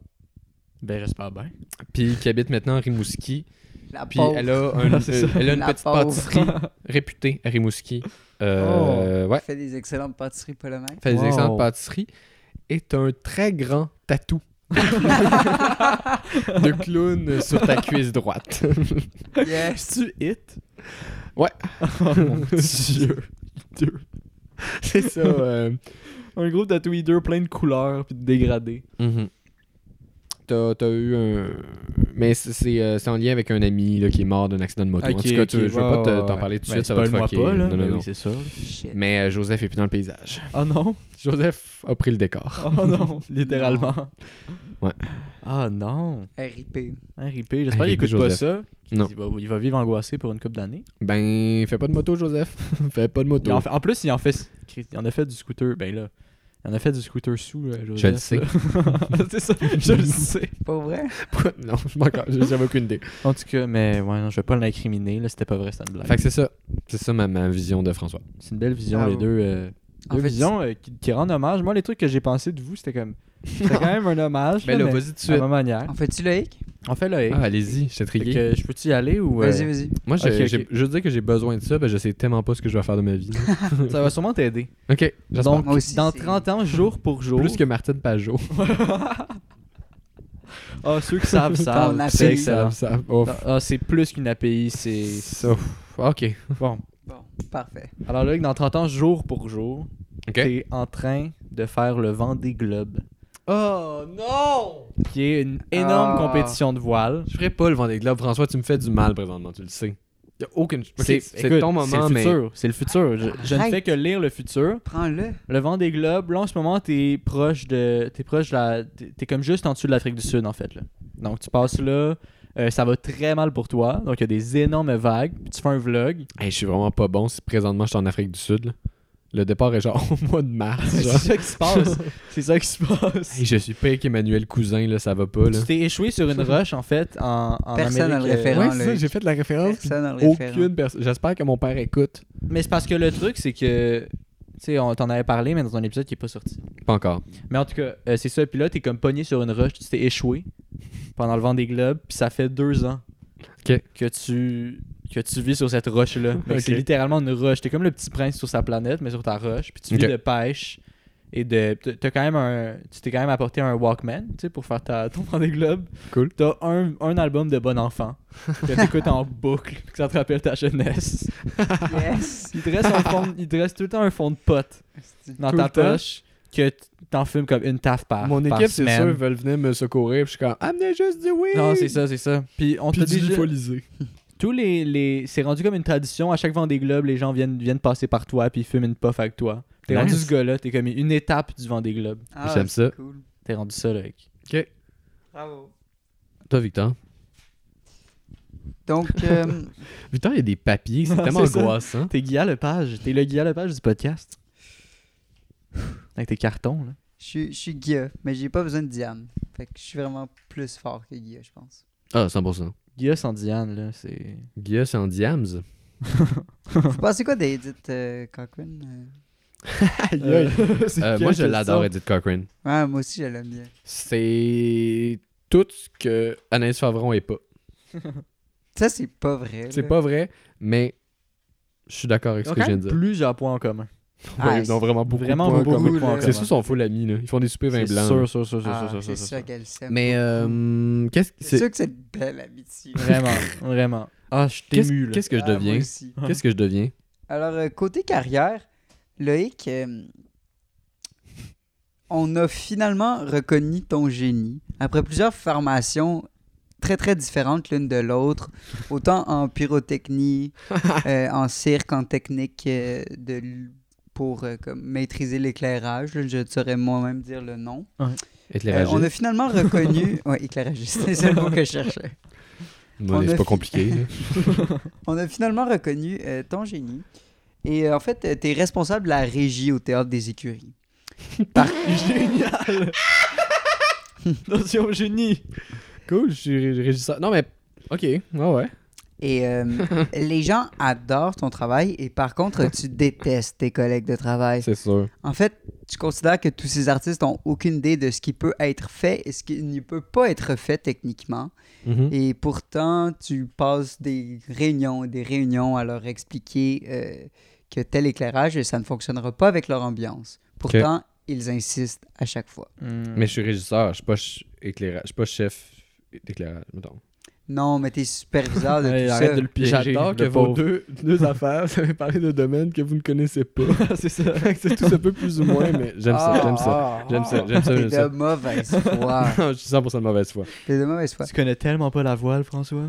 Speaker 2: Ben, j'espère bien.
Speaker 3: puis qui habite maintenant à Rimouski.
Speaker 4: La
Speaker 3: Puis
Speaker 4: pauvre.
Speaker 3: elle a, un-
Speaker 2: Ah, c'est ça.
Speaker 3: elle a une
Speaker 4: La
Speaker 3: petite
Speaker 4: pauvre.
Speaker 3: pâtisserie réputée à Rimouski. Euh, Ouais.
Speaker 4: fait des excellentes pâtisseries polonaises.
Speaker 3: fait des
Speaker 2: Oh. Wow.
Speaker 3: excellentes pâtisseries, est un très grand tatou de clown sur ta cuisse droite.
Speaker 4: Yes.
Speaker 2: tu hit?
Speaker 3: Ouais.
Speaker 2: oh mon dieu.
Speaker 3: C'est ça. euh,
Speaker 2: un gros tattoo header plein de couleurs puis de dégradés.
Speaker 3: Mhm. T'as t'as eu un. Mais c'est- c'est euh, c'est en lien avec un ami là, qui est mort d'un accident de moto.
Speaker 2: Ok,
Speaker 3: en tout cas, tu-
Speaker 2: ok,
Speaker 3: je veux
Speaker 2: ouais,
Speaker 3: pas te-
Speaker 2: ouais,
Speaker 3: t'en
Speaker 2: ouais.
Speaker 3: parler tout de
Speaker 2: Ben,
Speaker 3: suite, ça va te
Speaker 2: spoil-moi
Speaker 3: fucker.
Speaker 2: pas, là.
Speaker 3: Non, non,
Speaker 2: Ben oui,
Speaker 3: non.
Speaker 2: c'est ça.
Speaker 4: Shit.
Speaker 3: Mais euh, Joseph est plus dans le paysage.
Speaker 2: Oh non,
Speaker 3: Joseph a pris le décor.
Speaker 2: oh non, littéralement.
Speaker 3: Ouais.
Speaker 2: Ah non, Hein,
Speaker 4: RIP.
Speaker 2: RIP, j'espère qu'il
Speaker 3: R.I.P.
Speaker 2: écoute pas ça.
Speaker 3: Non.
Speaker 2: Il va, il va vivre angoissé pour une couple d'années.
Speaker 3: Ben, fais pas de moto, Joseph. fais pas de
Speaker 2: Il
Speaker 3: moto.
Speaker 2: En, fait- en plus, il en fait il en a fait du scooter, ben là. Il en a fait du scooter sous, là, Joseph.
Speaker 3: Je le sais.
Speaker 2: là. c'est ça, je le sais.
Speaker 4: Pas vrai?
Speaker 3: non, je m'en cache, j'avais aucune idée.
Speaker 2: En tout cas, mais ouais, non, je vais pas l'incriminer, là, c'était pas vrai, c'était une blague.
Speaker 3: Fait que c'est ça. C'est ça ma, ma vision de François.
Speaker 2: C'est une belle vision,
Speaker 4: Ah
Speaker 2: les
Speaker 4: bon.
Speaker 2: deux. euh,
Speaker 4: En
Speaker 2: deux
Speaker 4: fait,
Speaker 2: visions euh, qui, qui rendent hommage. Moi, les trucs que j'ai pensé de vous, c'était comme. C'était quand même un hommage.
Speaker 3: Ben
Speaker 2: là,
Speaker 3: là,
Speaker 2: mais
Speaker 3: vas-y tout de
Speaker 2: à
Speaker 3: suite.
Speaker 2: ma manière.
Speaker 4: On fait-tu Loïc?
Speaker 2: En fait, là,
Speaker 3: Ah, allez-y, je t'ai trigué.
Speaker 2: que, je peux-tu y aller ou. euh,
Speaker 4: Vas-y, vas-y.
Speaker 3: Moi, je,
Speaker 2: Ok, ok.
Speaker 3: j'ai- je veux dire que j'ai besoin de ça, ben je sais tellement pas ce que je vais faire de ma vie.
Speaker 2: Ça va sûrement t'aider.
Speaker 3: ok, j'espère.
Speaker 2: Donc,
Speaker 4: Moi aussi,
Speaker 2: dans
Speaker 4: c'est-
Speaker 2: 30 ans, jour pour jour.
Speaker 3: Plus que Martine Pajot.
Speaker 2: Ah, ceux qui savent, savent.
Speaker 4: Ton
Speaker 2: Ah, C'est
Speaker 4: API.
Speaker 2: excellent.
Speaker 3: Ça, ça- oh,
Speaker 2: Ah, ah, c'est plus qu'une API, c'est.
Speaker 3: ça- ok.
Speaker 2: Bon.
Speaker 4: Bon, parfait.
Speaker 2: Alors là, dans 30 ans, jour pour jour,
Speaker 3: Ok.
Speaker 2: t'es en train de faire le Vendée Globe,
Speaker 3: Oh non!
Speaker 2: qui est une énorme
Speaker 4: Ah.
Speaker 2: compétition de voile.
Speaker 3: Je ferai pas le Vendée Globe. François, tu me fais du mal présentement, tu le sais. Y a aucune. Ok,
Speaker 2: C'est- écoute,
Speaker 3: c'est ton
Speaker 2: C'est
Speaker 3: moment,
Speaker 2: le
Speaker 3: mais.
Speaker 2: futur. C'est le futur. Je, je ne
Speaker 4: Arrête.
Speaker 2: fais que lire le futur.
Speaker 4: Prends-le.
Speaker 2: Le vent des globes, là en ce moment, t'es proche de. T'es proche de la. T'es t'es comme juste en dessous de l'Afrique du Sud, en fait. Là. Donc tu passes là. euh, ça va très mal pour toi. Donc il y a des énormes vagues. Puis tu fais un vlog.
Speaker 3: Hey, je suis vraiment pas bon si présentement je suis en Afrique du Sud. là. Le départ est genre au mois de mars.
Speaker 2: C'est
Speaker 3: genre.
Speaker 2: ça qui se passe. C'est ça qui se passe.
Speaker 3: Hey, je suis pire qu'Emmanuel Cousin, là, ça va pas. Là.
Speaker 2: Tu t'es échoué sur une roche, en fait, en, en
Speaker 4: Personne n'a le
Speaker 2: Amérique, euh,
Speaker 4: référent.
Speaker 3: Ouais,
Speaker 4: là.
Speaker 3: c'est ça, j'ai fait de la référence. puis
Speaker 4: Personne n'a le référent.
Speaker 3: Aucune personne. J'espère que mon père écoute.
Speaker 2: Mais c'est parce que le truc, c'est que. Tu sais, on t'en avait parlé, mais dans un épisode qui est pas sorti.
Speaker 3: Pas encore.
Speaker 2: Mais en tout cas, euh, c'est ça. Puis là, t'es comme pogné sur une roche, tu t'es échoué pendant le vent des globes, puis ça fait deux ans
Speaker 3: Ok.
Speaker 2: que tu que tu vis sur cette roche-là. Fait que
Speaker 3: Ok.
Speaker 2: C'est littéralement une roche. T'es comme le petit prince sur sa planète, mais sur ta roche. Puis tu
Speaker 3: Ok.
Speaker 2: vis de pêche et de. t'as- T'as quand même un. Tu t'es quand même apporté un Walkman, tu sais, pour faire ta, ton vent des globes.
Speaker 3: Cool.
Speaker 2: T'as un, un album de bon enfant que t'écoutes en boucle, puis que ça te rappelle ta jeunesse.
Speaker 4: Yes!
Speaker 2: Il te reste, un fond, de- il te reste tout le temps un fond de pote dans
Speaker 3: Tout
Speaker 2: ta
Speaker 3: le temps.
Speaker 2: poche que t- t'en fumes comme une taf par
Speaker 3: Mon
Speaker 2: Ah, par
Speaker 3: équipe, c'est
Speaker 2: semaine.
Speaker 3: sûr, ils veulent venir me secourir. Puis je suis comme, amenez juste du oui!
Speaker 2: Non, c'est ça, c'est ça. Puis on
Speaker 3: Puis
Speaker 2: te
Speaker 3: du
Speaker 2: dit
Speaker 3: lypholisé.
Speaker 2: tous les, les c'est rendu comme une tradition à chaque Vendée Globe, les gens viennent viennent passer par toi puis ils fument une puff avec toi. T'es
Speaker 3: Nice.
Speaker 2: rendu ce gars-là, t'es comme une étape du Vendée Globe.
Speaker 4: Ah,
Speaker 3: J'aime ça.
Speaker 4: c'est Cool.
Speaker 2: T'es rendu ça là. mec.
Speaker 4: Bravo.
Speaker 3: Toi, Victor.
Speaker 4: Donc, euh,
Speaker 3: Victor, il y a des papiers, c'est tellement
Speaker 2: C'est ça.
Speaker 3: angoissant.
Speaker 2: T'es Guilla Lepage, t'es le Guilla Lepage du podcast. Avec tes cartons là.
Speaker 4: je suis- je suis Guilla, mais j'ai pas besoin de Diane. Fait que je suis vraiment plus fort que Guilla, je pense.
Speaker 3: Ah, 100%.
Speaker 2: Guilla sans Diane là, c'est
Speaker 3: Guilla, c'est en diams.
Speaker 4: Vous pensez quoi d'Edith euh, Cochrane? euh?
Speaker 2: C'est
Speaker 3: Euh, moi,
Speaker 2: quelle
Speaker 3: je
Speaker 2: question?
Speaker 3: l'adore, Edith Cochrane.
Speaker 4: Ouais, moi aussi, je l'aime bien.
Speaker 3: C'est tout ce que Anaïs Favron est pas.
Speaker 4: Ça, c'est pas vrai.
Speaker 3: C'est
Speaker 4: là.
Speaker 3: pas vrai, mais je suis d'accord avec
Speaker 2: Ils
Speaker 3: ce
Speaker 2: ont
Speaker 3: que je
Speaker 2: quand
Speaker 3: viens
Speaker 2: même
Speaker 3: de dire.
Speaker 2: plusieurs points en commun.
Speaker 4: Ah,
Speaker 3: Ouais, ils ont vraiment beaucoup. de
Speaker 2: Vraiment
Speaker 3: points
Speaker 2: beaucoup,
Speaker 3: communs.
Speaker 4: commun.
Speaker 2: de points en
Speaker 4: C'est
Speaker 2: commun.
Speaker 3: C'est sûr, ils sont full amis. Là. Ils font des soupers vin
Speaker 2: C'est
Speaker 3: blanc.
Speaker 2: sûr, sûr, sûr, sûr,
Speaker 4: Ah,
Speaker 2: sûr, sûr,
Speaker 4: c'est
Speaker 2: sûr,
Speaker 4: ça
Speaker 2: sûr.
Speaker 4: qu'elle s'aime.
Speaker 3: Mais euh, qu'est-ce
Speaker 4: C'est
Speaker 3: c'est-
Speaker 4: sûr que c'est une belle amitié.
Speaker 2: Vraiment, vraiment. Ah, je
Speaker 3: qu'est-ce-
Speaker 2: t'émue là.
Speaker 3: qu'est-ce que je
Speaker 4: Ah, moi
Speaker 3: deviens
Speaker 4: aussi.
Speaker 3: Qu'est-ce que je deviens
Speaker 4: Alors, euh, côté carrière, Loïc, euh, on a finalement reconnu ton génie. Après plusieurs formations très, très différentes l'une de l'autre, autant en pyrotechnie, euh, en cirque, en technique euh, de, l- pour euh, comme, maîtriser l'éclairage, là, je ne saurais moi-même dire le nom. Euh,
Speaker 3: Éclairagiste.
Speaker 4: on a finalement reconnu... ouais, éclairagiste, c'est le mot que je cherchais.
Speaker 3: Non,
Speaker 4: on
Speaker 3: mais
Speaker 4: a
Speaker 3: C'est pas
Speaker 4: fi-
Speaker 3: compliqué. là.
Speaker 4: On a finalement reconnu euh, ton génie. Et euh, en fait, tu es responsable de la régie au théâtre des écuries.
Speaker 2: Génial! Attention, génie!
Speaker 3: cool, je suis ré- régisseur. Non, mais ok, ouais, ouais.
Speaker 4: Et euh, les gens adorent ton travail et par contre, tu détestes tes collègues de travail.
Speaker 3: C'est sûr.
Speaker 4: En fait, tu considères que tous ces artistes n'ont aucune idée de ce qui peut être fait et ce qui ne peut pas être fait techniquement.
Speaker 3: Mhm.
Speaker 4: Et pourtant, tu passes des réunions et des réunions à leur expliquer euh, que tel éclairage, ça ne fonctionnera pas avec leur ambiance. Pourtant, ils insistent à chaque fois.
Speaker 2: Hmm.
Speaker 3: Mais je suis régisseur, je suis pas ch- éclaira- je suis pas chef d'éclairage, mettons.
Speaker 4: Non, mais t'es superviseur de
Speaker 2: Ah, Hey,
Speaker 4: tout
Speaker 2: arrête
Speaker 4: ça.
Speaker 2: de le piéger.
Speaker 3: J'adore
Speaker 2: le
Speaker 3: que vos
Speaker 2: pauvre.
Speaker 3: deux, deux affaires, vous avez parlé de domaines que vous ne connaissez pas.
Speaker 2: c'est ça.
Speaker 3: Fait que c'est tout un peu plus ou moins, mais j'aime ça,
Speaker 4: Ah,
Speaker 3: j'aime ça.
Speaker 4: ah,
Speaker 3: J'aime ça,
Speaker 4: ah.
Speaker 3: j'aime ça,
Speaker 4: T'es
Speaker 3: j'aime ça.
Speaker 4: de mauvaise foi.
Speaker 3: Non, je suis 100% de mauvaise foi.
Speaker 4: T'es de mauvaise foi.
Speaker 2: Tu connais tellement pas la voile, François.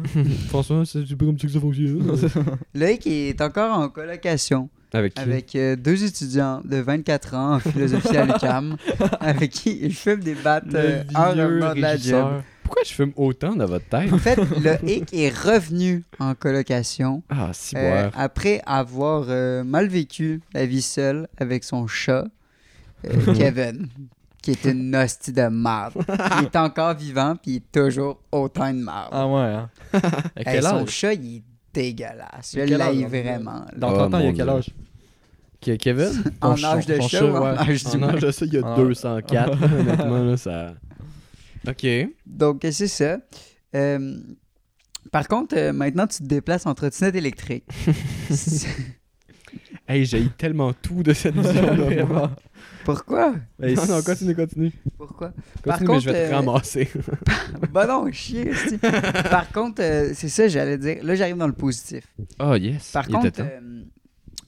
Speaker 3: François, c'est c'est pas comme ça que ça fonctionne.
Speaker 4: Loïc est encore en colocation
Speaker 3: Avec qui
Speaker 4: avec euh, deux étudiants de 24 ans en philosophie à l'UQAM avec qui il fume des battes euh, en revenant de la job.
Speaker 3: Pourquoi je fume autant dans votre tête
Speaker 4: En fait, Loïc est revenu en colocation
Speaker 3: Ah, si
Speaker 4: euh,
Speaker 3: boire.
Speaker 4: après avoir euh, mal vécu la vie seule avec son chat, euh, Kevin, qui est une hostie de marde. Il est encore vivant puis il est toujours autant de marde.
Speaker 2: Ah ouais, hein. À
Speaker 4: Hey,
Speaker 2: quel
Speaker 4: son
Speaker 2: âge?
Speaker 4: chat, il est dégueulasse. Je
Speaker 2: Quel
Speaker 4: l'ai
Speaker 2: âge?
Speaker 4: vraiment. là.
Speaker 2: Dans
Speaker 3: Oh
Speaker 2: 30 ans, il y a
Speaker 3: mon
Speaker 2: quel
Speaker 3: Dieu.
Speaker 2: âge?
Speaker 3: Ke- Kevin
Speaker 4: En
Speaker 3: Ton
Speaker 4: âge de
Speaker 3: ton
Speaker 4: chat ou en âge
Speaker 3: en
Speaker 4: d'humain?
Speaker 3: âge de ça, il y a
Speaker 2: Ah.
Speaker 3: 204. honnêtement, là, ça. Ok.
Speaker 4: Donc, c'est ça. Euh, par contre, euh, maintenant, tu te déplaces en trottinette électrique.
Speaker 3: Hey, j'ai tellement tout de cette vision de moi.
Speaker 2: Vraiment.
Speaker 4: Pourquoi?
Speaker 2: Mais
Speaker 3: Ah, non, non,
Speaker 2: c'est-
Speaker 3: continue, continue.
Speaker 4: Pourquoi?
Speaker 3: Continue,
Speaker 4: Par
Speaker 3: mais
Speaker 4: contre,
Speaker 3: je vais te
Speaker 4: euh,
Speaker 3: ramasser.
Speaker 4: Bah non, chier. esti. Par contre, euh, c'est ça, j'allais dire. Là, j'arrive dans le positif.
Speaker 3: Oh, yes.
Speaker 4: Par
Speaker 3: il
Speaker 4: contre,
Speaker 3: était temps.
Speaker 4: euh,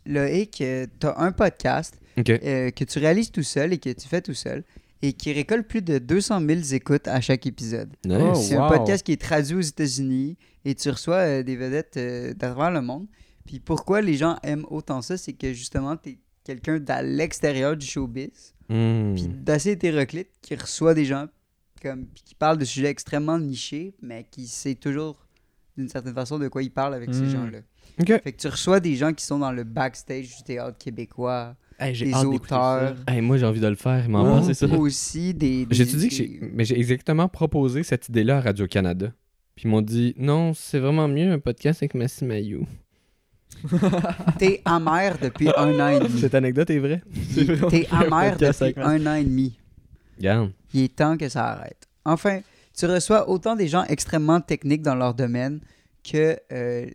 Speaker 4: Loïc, euh, t'as un podcast
Speaker 3: Ok.
Speaker 4: euh, que tu réalises tout seul et que tu fais tout seul et qui récolte plus de 200 000 écoutes à chaque épisode.
Speaker 2: Oh,
Speaker 3: Nice.
Speaker 4: C'est un
Speaker 2: wow.
Speaker 4: podcast qui est traduit aux États-Unis et tu reçois euh, des vedettes euh, d'à travers le monde. Puis pourquoi les gens aiment autant ça, c'est que justement, tu es quelqu'un d'à l'extérieur du showbiz,
Speaker 3: Hmm.
Speaker 4: puis
Speaker 2: Mm.
Speaker 4: d'assez hétéroclite, qui reçoit des gens comme, puis qui parlent de sujets extrêmement nichés, mais qui sait toujours d'une certaine façon de quoi ils parlent avec ces
Speaker 2: Mm.
Speaker 4: gens-là.
Speaker 3: Ok.
Speaker 4: Fait que tu reçois des gens qui sont dans le backstage du théâtre québécois,
Speaker 2: Hey, j'ai
Speaker 4: des
Speaker 2: hâte d'écouter
Speaker 4: auteurs.
Speaker 3: Hey, moi, j'ai envie de le faire, mais
Speaker 2: Ouais,
Speaker 3: en
Speaker 2: c'est ça.
Speaker 4: aussi des... des-
Speaker 3: J'ai-tu dit que
Speaker 4: des-
Speaker 3: j'ai... Mais j'ai exactement proposé cette idée-là à Radio-Canada. Puis ils m'ont dit, non, c'est vraiment mieux un podcast avec Massy Mayou.
Speaker 4: T'es amer depuis un an et demi.
Speaker 3: Cette anecdote est vraie?
Speaker 2: C'est vraiment
Speaker 4: T'es
Speaker 2: un
Speaker 4: amer
Speaker 2: podcast
Speaker 4: depuis
Speaker 2: avec-
Speaker 4: un an et demi.
Speaker 3: Regarde.
Speaker 4: Il est temps que ça arrête. Enfin, tu reçois autant des gens extrêmement techniques dans leur domaine que euh,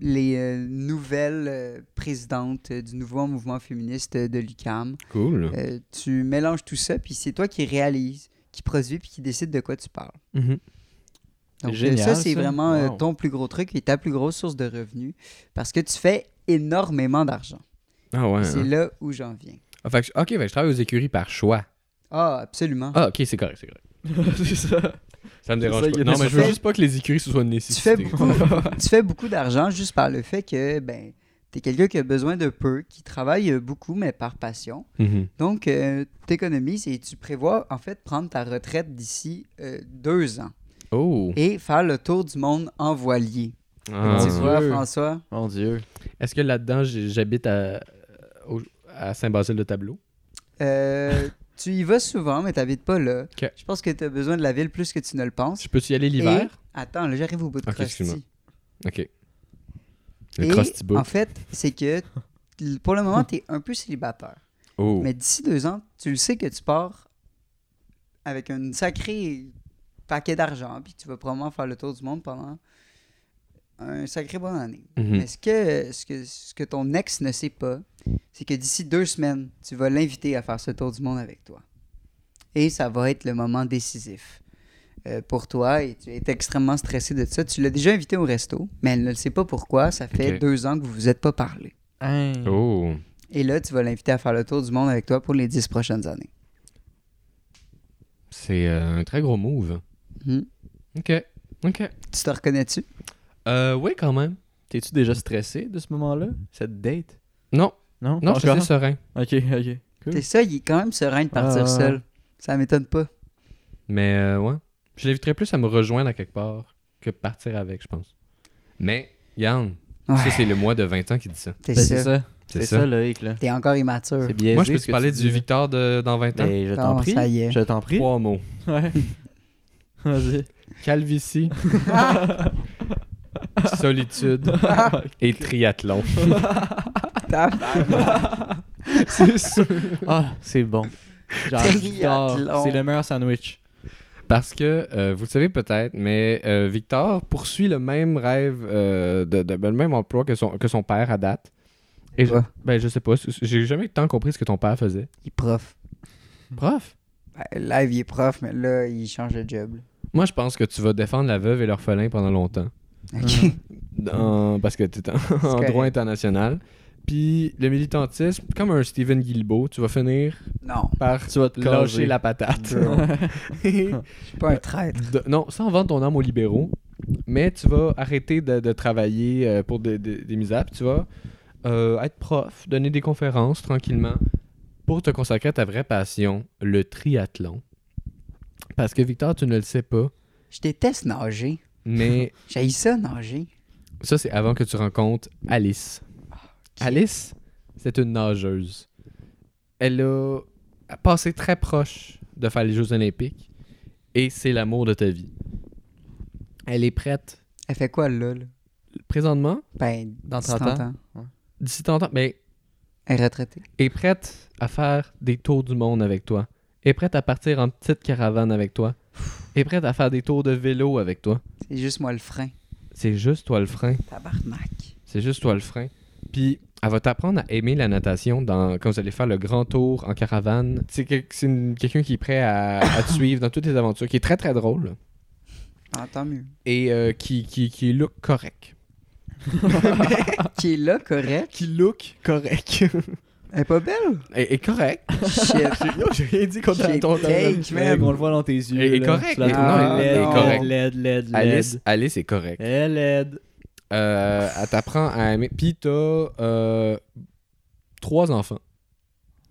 Speaker 4: les euh, nouvelles euh, présidentes euh, du nouveau mouvement féministe de l'UCAM.
Speaker 3: Cool.
Speaker 4: Euh, tu mélanges tout ça, puis c'est toi qui réalises, qui produis, puis qui décide de quoi tu parles.
Speaker 3: Mhm.
Speaker 4: Donc, euh,
Speaker 2: Génial,
Speaker 4: ça, c'est
Speaker 2: ça.
Speaker 4: vraiment euh,
Speaker 2: Wow.
Speaker 4: ton plus gros truc et ta plus grosse source de revenus parce que tu fais énormément d'argent.
Speaker 3: Ah ouais.
Speaker 4: C'est
Speaker 3: hein.
Speaker 4: là où j'en viens.
Speaker 3: Ah, fait que je- ok, fait que je travaille aux écuries par choix.
Speaker 4: Ah, absolument.
Speaker 3: Ah, ok, c'est correct, c'est correct.
Speaker 2: c'est ça.
Speaker 3: Ça me
Speaker 2: C'est
Speaker 3: dérange
Speaker 2: ça, il y
Speaker 3: pas.
Speaker 2: a
Speaker 3: Non,
Speaker 2: des-
Speaker 3: mais je veux
Speaker 4: Tu
Speaker 3: juste pas que les écuries, ce soit une
Speaker 4: tu
Speaker 3: nécessité.
Speaker 4: fais beaucoup, tu fais beaucoup d'argent juste par le fait que ben t'es quelqu'un qui a besoin de peu, qui travaille euh, beaucoup mais par passion.
Speaker 3: Mhm.
Speaker 4: Donc euh, t'économises et tu prévois en fait prendre ta retraite d'ici euh, deux ans
Speaker 3: Oh.
Speaker 4: et faire le tour du monde en voilier.
Speaker 3: Ah.
Speaker 4: tu
Speaker 2: Dieu.
Speaker 4: vois François
Speaker 2: Mon Dieu.
Speaker 3: Est-ce que là-dedans, j'ai- j'habite à, au- à Saint-Basile-de-Tableau?
Speaker 4: Euh, Tu y vas souvent, mais t'habites pas là.
Speaker 3: Ok.
Speaker 4: Je pense que t'as besoin de la ville plus que tu ne le penses.
Speaker 3: Je peux y aller l'hiver?
Speaker 4: Et- Attends, là, j'arrive au bout de
Speaker 3: Ok,
Speaker 4: Krusty.
Speaker 3: excuse-moi. Ok.
Speaker 4: Et,
Speaker 3: Le crusty book.
Speaker 4: en fait, c'est que l- pour le moment, t'es un peu célibataire.
Speaker 3: Oh.
Speaker 4: Mais d'ici deux ans, tu le sais que tu pars avec un sacré paquet d'argent, puis tu vas probablement faire le tour du monde pendant un sacré bonne année.
Speaker 3: Mhm.
Speaker 4: Mais ce que, ce, que, ce que ton ex ne sait pas, c'est que d'ici deux semaines, tu vas l'inviter à faire ce tour du monde avec toi. Et ça va être le moment décisif euh, pour toi, et tu es extrêmement stressé de ça. Tu l'as déjà invité au resto, mais elle ne le sait pas pourquoi. Ça fait
Speaker 3: Ok.
Speaker 4: deux ans que vous vous êtes pas parlé.
Speaker 2: Hein.
Speaker 3: Oh.
Speaker 4: Et là, tu vas l'inviter à faire le tour du monde avec toi pour les dix prochaines années.
Speaker 3: C'est euh, un très gros move.
Speaker 4: Mhm.
Speaker 3: Ok. Ok.
Speaker 4: Tu te reconnais-tu?
Speaker 3: Euh, oui, quand même.
Speaker 2: T'es-tu déjà stressé de ce moment-là? Cette date?
Speaker 3: Non,
Speaker 2: Non?
Speaker 3: non,
Speaker 2: Pas
Speaker 3: je suis
Speaker 2: encore?
Speaker 3: serein.
Speaker 2: Ok, ok. Cool.
Speaker 4: C'est ça, il est quand même serein de partir
Speaker 2: Ah, ouais.
Speaker 4: seul. Ça m'étonne pas.
Speaker 3: Mais euh, ouais. Je l'inviterais plus à me rejoindre à quelque part que partir avec, je pense. Mais, Yann,
Speaker 4: Ouais,
Speaker 3: ça, c'est le mois de 20 ans qui dit ça.
Speaker 4: t'es
Speaker 2: Ben, c'est
Speaker 4: ça.
Speaker 2: ça. C'est ça, Loïc, là.
Speaker 4: T'es encore immature.
Speaker 2: C'est biaisé.
Speaker 3: Moi, je peux
Speaker 2: ce
Speaker 3: te
Speaker 2: que
Speaker 3: parler
Speaker 2: tu
Speaker 3: du
Speaker 2: dis.
Speaker 3: Victor de, dans 20 ans.
Speaker 2: Ben, je t'en
Speaker 4: Non,
Speaker 2: prie.
Speaker 4: ça y est.
Speaker 2: Je t'en prie.
Speaker 3: Trois mots.
Speaker 2: Ouais. Vas-y.
Speaker 3: Calvitie, solitude et triathlon.
Speaker 2: c'est sûr. Ah, c'est bon. J'adore.
Speaker 4: Triathlon.
Speaker 2: C'est le meilleur sandwich.
Speaker 3: Parce que, euh, vous le savez peut-être, mais euh, Victor poursuit le même rêve, euh, de, de- le même emploi que son, que son père à date. Et je,
Speaker 4: Ouais.
Speaker 3: ben, je sais pas, c- j'ai jamais tant compris ce que ton père faisait.
Speaker 4: il est prof.
Speaker 3: Prof?
Speaker 4: Ben, live, il est prof, mais là, il change de job. là.
Speaker 3: Moi, je pense que tu vas défendre la veuve et l'orphelin pendant longtemps.
Speaker 4: Ok.
Speaker 3: Dans- parce que tu es en, en
Speaker 4: correct.
Speaker 3: droit international. Puis le militantisme, comme un Steven Guilbeault, tu vas finir
Speaker 4: Non,
Speaker 3: par
Speaker 2: Tu vas te
Speaker 3: lâcher
Speaker 2: caser.
Speaker 3: la patate.
Speaker 4: je suis pas un traître.
Speaker 3: De- non, sans vendre ton âme aux libéraux, mais tu vas arrêter de, de travailler euh, pour des- des- des misables, tu vas euh, être prof, donner des conférences tranquillement pour te consacrer à ta vraie passion, le triathlon. Parce que Victor, tu ne le sais pas,
Speaker 4: Je déteste nager.
Speaker 3: mais
Speaker 4: J'haïs ça, nager.
Speaker 3: ça, c'est avant que tu rencontres Alice. Alice, c'est une nageuse. Elle a passé très proche de faire les Jeux Olympiques et c'est l'amour de ta vie. Elle est prête
Speaker 4: Elle fait quoi, là, là?
Speaker 3: présentement,
Speaker 4: Ben,
Speaker 2: Dans
Speaker 4: 30
Speaker 2: 30
Speaker 4: ans.
Speaker 2: ans.
Speaker 3: d'ici tant de temps, mais
Speaker 4: Elle est retraitée.
Speaker 3: est prête à faire des tours du monde avec toi. Est prête à partir en petite caravane avec toi. Est prête à faire des tours de vélo avec toi.
Speaker 4: C'est juste moi le frein.
Speaker 3: C'est juste toi le frein.
Speaker 4: Tabarnak.
Speaker 3: C'est juste toi le frein. Puis, elle va t'apprendre à aimer la natation dans, quand vous allez faire le grand tour en caravane. C'est quel- c'est une- quelqu'un qui est prêt à, à te suivre dans toutes tes aventures, qui est très très drôle
Speaker 4: Ah, tant mieux.
Speaker 3: et euh, qui, qui, qui look correct.
Speaker 4: Qui est là, correct.
Speaker 3: Qui look correct.
Speaker 4: Elle est pas belle?
Speaker 3: et, et correct.
Speaker 4: Shit.
Speaker 3: Yo, J'ai rien dit contre
Speaker 4: J'ai
Speaker 3: ton
Speaker 4: cake, man.
Speaker 2: on le voit dans tes yeux.
Speaker 3: Elle est
Speaker 2: là.
Speaker 3: correcte,
Speaker 2: Tu la
Speaker 3: mais-
Speaker 2: trouves
Speaker 4: non, elle est
Speaker 2: laide,
Speaker 4: correcte.
Speaker 2: laide, laide, laide.
Speaker 3: Alice, Alice est correcte.
Speaker 2: Elle est laide.
Speaker 3: Euh, elle t'apprend à aimer. Puis t'as euh, trois enfants,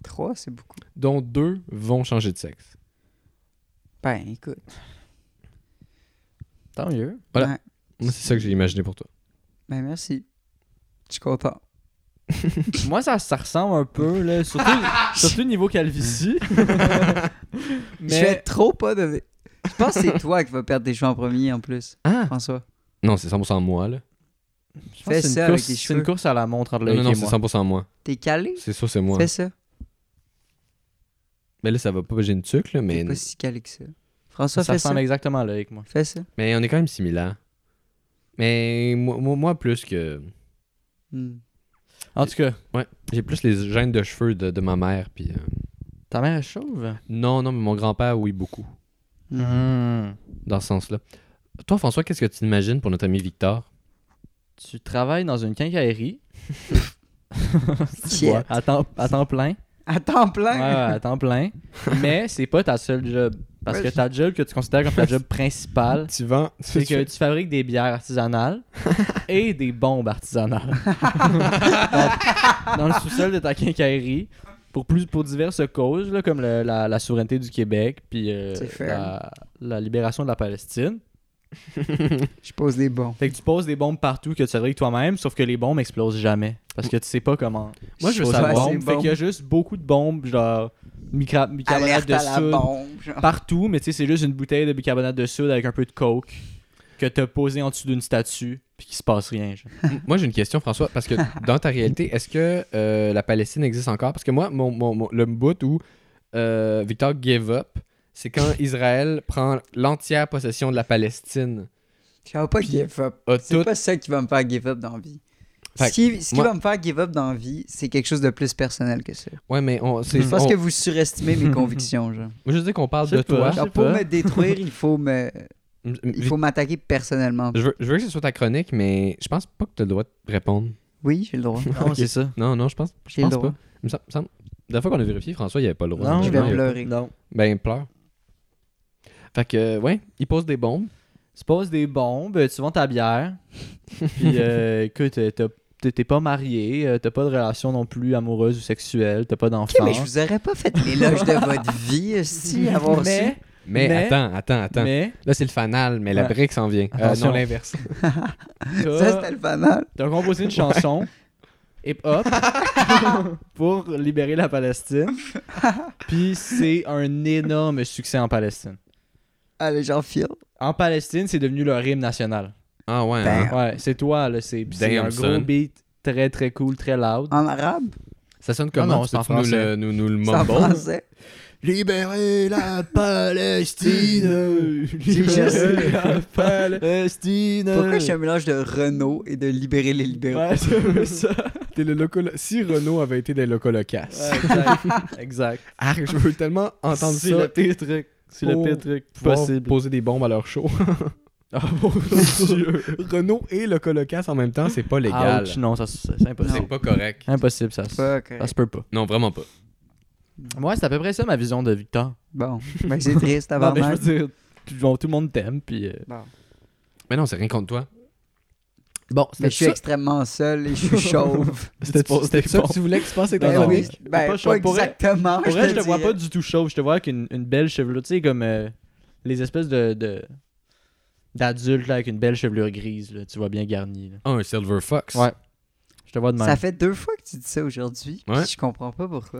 Speaker 4: Trois, c'est beaucoup.
Speaker 3: dont deux vont changer de sexe.
Speaker 4: Ben, écoute.
Speaker 2: Tant mieux.
Speaker 3: Voilà.
Speaker 4: Ouais.
Speaker 3: Moi, c'est ça que j'ai imaginé pour toi.
Speaker 4: Ben, merci. Je suis content.
Speaker 2: Moi, ça, ça ressemble un peu, là, surtout, surtout niveau calvitie.
Speaker 4: Je vais
Speaker 2: Mais
Speaker 4: trop pas donner. Je pense que c'est toi qui vas perdre tes cheveux en premier, en plus,
Speaker 3: Ah!
Speaker 4: François.
Speaker 3: Non, c'est 100% moi, là.
Speaker 2: je pense que
Speaker 4: Fais
Speaker 2: c'est
Speaker 4: ça
Speaker 2: une,
Speaker 4: avec
Speaker 2: course-
Speaker 4: les
Speaker 2: c'est
Speaker 4: cheveux.
Speaker 2: une course à la montre entre
Speaker 3: Non,
Speaker 2: Loïc
Speaker 3: non, non,
Speaker 2: et
Speaker 3: c'est
Speaker 2: moi.
Speaker 3: 100% moi.
Speaker 4: T'es calé?
Speaker 3: C'est ça, c'est moi.
Speaker 4: Fais ça.
Speaker 3: Mais là, ça va pas, j'ai une tuque, là, mais...
Speaker 4: T'es pas si calé que ça. François,
Speaker 2: Ça
Speaker 4: fais ça.
Speaker 2: ressemble exactement à Loïc, moi.
Speaker 4: Fais ça.
Speaker 3: Mais on est quand même similaires. Mais moi, moi, moi, plus que...
Speaker 4: Hmm.
Speaker 2: En tout cas,
Speaker 3: Ouais, j'ai plus les gènes de cheveux de, de ma mère, puis... euh,
Speaker 2: ta mère est chauve.
Speaker 3: Non, non, mais mon grand-père, oui, beaucoup,
Speaker 2: Hmm.
Speaker 3: dans ce sens-là. Toi, François, qu'est-ce que tu imagines pour notre ami Victor?
Speaker 2: Tu travailles dans une quincaillerie.
Speaker 4: Shit.
Speaker 2: Ouais, à, temps, à temps plein.
Speaker 4: À temps
Speaker 2: Ouais, ouais,
Speaker 4: plein.
Speaker 2: à temps plein. Mais c'est pas ta seule job. Parce que ta job que tu considères comme ta job principale,
Speaker 3: Tu vends...
Speaker 2: c'est que tu fabriques des bières artisanales et des bombes artisanales. dans, dans le sous-sol de ta quincaillerie, pour, plus, pour diverses causes, là, comme le- la, la souveraineté du Québec, puis euh,
Speaker 4: C'est fair.
Speaker 2: la, la libération de la Palestine.
Speaker 4: Je pose des bons.
Speaker 2: Fait que tu poses des bombes partout que tu fabriques toi-même, sauf que les bombes explosent jamais. Parce que tu sais pas comment.
Speaker 4: Moi, je veux savoir.
Speaker 2: Bombe,
Speaker 4: Ouais, c'est
Speaker 2: fait qu'il y a juste beaucoup de bombes, genre micra- bicarbonate
Speaker 4: Alerte
Speaker 2: de
Speaker 4: à la
Speaker 2: soude
Speaker 4: bombe. genre.
Speaker 2: partout, mais tu sais, c'est juste une bouteille de bicarbonate de soude avec un peu de coke que t'as posée en dessous d'une statue, puis qu'il se passe rien. genre.
Speaker 3: Moi, j'ai une question, François, parce que dans ta réalité, est-ce que euh, la Palestine existe encore? Parce que moi, mon, mon- mon- le bout où euh, Victor give up, c'est quand Israël prend l'entière possession de la Palestine.
Speaker 4: Je vais pas give up.
Speaker 3: A
Speaker 4: C'est
Speaker 3: tout-
Speaker 4: pas ça qui va me faire give up dans la vie.
Speaker 3: Fait
Speaker 4: Ce qui, ce qui
Speaker 3: moi-
Speaker 4: va me faire give up dans la vie, c'est quelque chose de plus personnel que ça.
Speaker 3: Ouais, mais on, c'est,
Speaker 4: Je
Speaker 2: Oh.
Speaker 4: pense
Speaker 3: on-
Speaker 4: que vous surestimez mes convictions. Genre.
Speaker 3: Moi, je dis qu'on parle
Speaker 2: Je sais
Speaker 3: de toi.
Speaker 2: pas.
Speaker 4: Genre, pour
Speaker 2: pas.
Speaker 4: me détruire, il faut me,
Speaker 3: M-
Speaker 4: il
Speaker 3: Vic-
Speaker 4: faut m'attaquer personnellement.
Speaker 3: Je, veux, je veux que ce soit ta chronique, mais je pense pas que tu as le droit de répondre.
Speaker 4: Oui, j'ai le droit.
Speaker 2: Non, c'est ça.
Speaker 3: Non, non, je pense, je
Speaker 4: J'ai le
Speaker 3: pense
Speaker 4: droit.
Speaker 3: pas. Il me semble- il me semble- la fois qu'on a vérifié, François, il avait pas le droit.
Speaker 2: Non,
Speaker 3: de
Speaker 4: je vais
Speaker 3: répondre.
Speaker 4: pleurer.
Speaker 2: Non.
Speaker 3: Ben, pleure. Fait que, euh, ouais, il pose des bombes.
Speaker 2: Tu poses des bombes, tu vends ta bière, puis euh, écoute, euh, t'as- t'es- t'es pas marié, euh, t'as pas de relation non plus amoureuse ou sexuelle, t'as pas d'enfant.
Speaker 4: Ok, mais je vous aurais pas fait l'éloge de votre vie si avoir
Speaker 2: mais,
Speaker 4: su.
Speaker 3: Mais,
Speaker 2: Mais-
Speaker 3: attends, attends, attends.
Speaker 2: mais,
Speaker 3: Là, c'est le fanal, mais la
Speaker 2: Ouais.
Speaker 3: brique s'en vient. Euh,
Speaker 2: Attention.
Speaker 3: non, l'inverse.
Speaker 4: Ça,
Speaker 2: t'as-
Speaker 4: c'était le hein? banal.
Speaker 2: T'as composé une chanson hip-hop pour libérer la Palestine. Puis c'est un énorme succès en Palestine.
Speaker 4: Allez, j'en file.
Speaker 2: En Palestine, c'est devenu leur hymne national.
Speaker 3: Ah ouais.
Speaker 4: Ben,
Speaker 3: hein.
Speaker 2: Ouais, c'est toi, là. C'est puis c'est
Speaker 3: Damn,
Speaker 2: un gros
Speaker 3: son.
Speaker 2: beat très, très cool, très loud.
Speaker 4: En arabe?
Speaker 3: Ça sonne
Speaker 2: Non,
Speaker 3: comment
Speaker 2: non,
Speaker 3: tu
Speaker 2: c'est en
Speaker 3: peux-tu nous
Speaker 2: français.
Speaker 3: le, nous, nous le
Speaker 4: C'est en
Speaker 3: mumble?
Speaker 4: français?
Speaker 2: Libérer la Palestine!
Speaker 4: juste-
Speaker 2: Libérer la Palestine!
Speaker 4: Pourquoi je suis un mélange de Renault et de libérer les libéraux?
Speaker 2: Euh. Ouais, c'est un peu ça.
Speaker 3: T'es le loco- Si Renault avait été des locolocaces.
Speaker 2: Ouais, exact. exact.
Speaker 3: Ah, je veux tellement entendre
Speaker 2: C'est
Speaker 3: ça.
Speaker 2: le titre C'est le
Speaker 3: Pour
Speaker 2: pire truc
Speaker 3: pouvoir
Speaker 2: possible.
Speaker 3: poser des bombes à leur show.
Speaker 2: Ah mon dieu.
Speaker 3: Renault et le colocasse en même temps, c'est pas légal.
Speaker 2: Ouch, non, ça, ça- c'est impossible.
Speaker 3: C'est pas correct.
Speaker 2: Impossible, ça. se-
Speaker 4: Pas correct.
Speaker 2: Ça se peut pas.
Speaker 3: Non, vraiment pas.
Speaker 2: Ouais, c'est à peu près ça ma vision de Victor.
Speaker 4: Bon, ben, c'est triste
Speaker 2: Non,
Speaker 4: avant
Speaker 2: mais je veux dire, tout, genre, tout le monde t'aime, puis. euh,
Speaker 3: Mais non, c'est rien contre toi.
Speaker 2: Bon,
Speaker 4: Mais
Speaker 2: c'était
Speaker 4: je suis
Speaker 2: ça.
Speaker 4: extrêmement seul et je suis chauve.
Speaker 3: C'était
Speaker 2: Bon,
Speaker 3: c'était
Speaker 2: c'était
Speaker 3: ça
Speaker 2: bon.
Speaker 3: que tu voulais que se passe avec
Speaker 2: Ben
Speaker 3: ta
Speaker 2: oui.
Speaker 3: chronique?
Speaker 4: Ben,
Speaker 2: Pas
Speaker 4: pas,
Speaker 2: chauve. Pour vrai-
Speaker 4: exactement.
Speaker 2: Pour vrai, je te vois
Speaker 4: dirais.
Speaker 2: pas du tout chauve. Je te vois avec une, une belle chevelure. Tu sais, comme euh, les espèces de. de- d'adultes, là, avec une belle chevelure grise, là. Tu vois bien garnie, là.
Speaker 3: Ah, un Silver Fox.
Speaker 2: Ouais. Je te vois de même.
Speaker 4: Ça fait deux fois que tu dis ça aujourd'hui. puis
Speaker 3: Ouais.
Speaker 4: Je comprends pas pourquoi.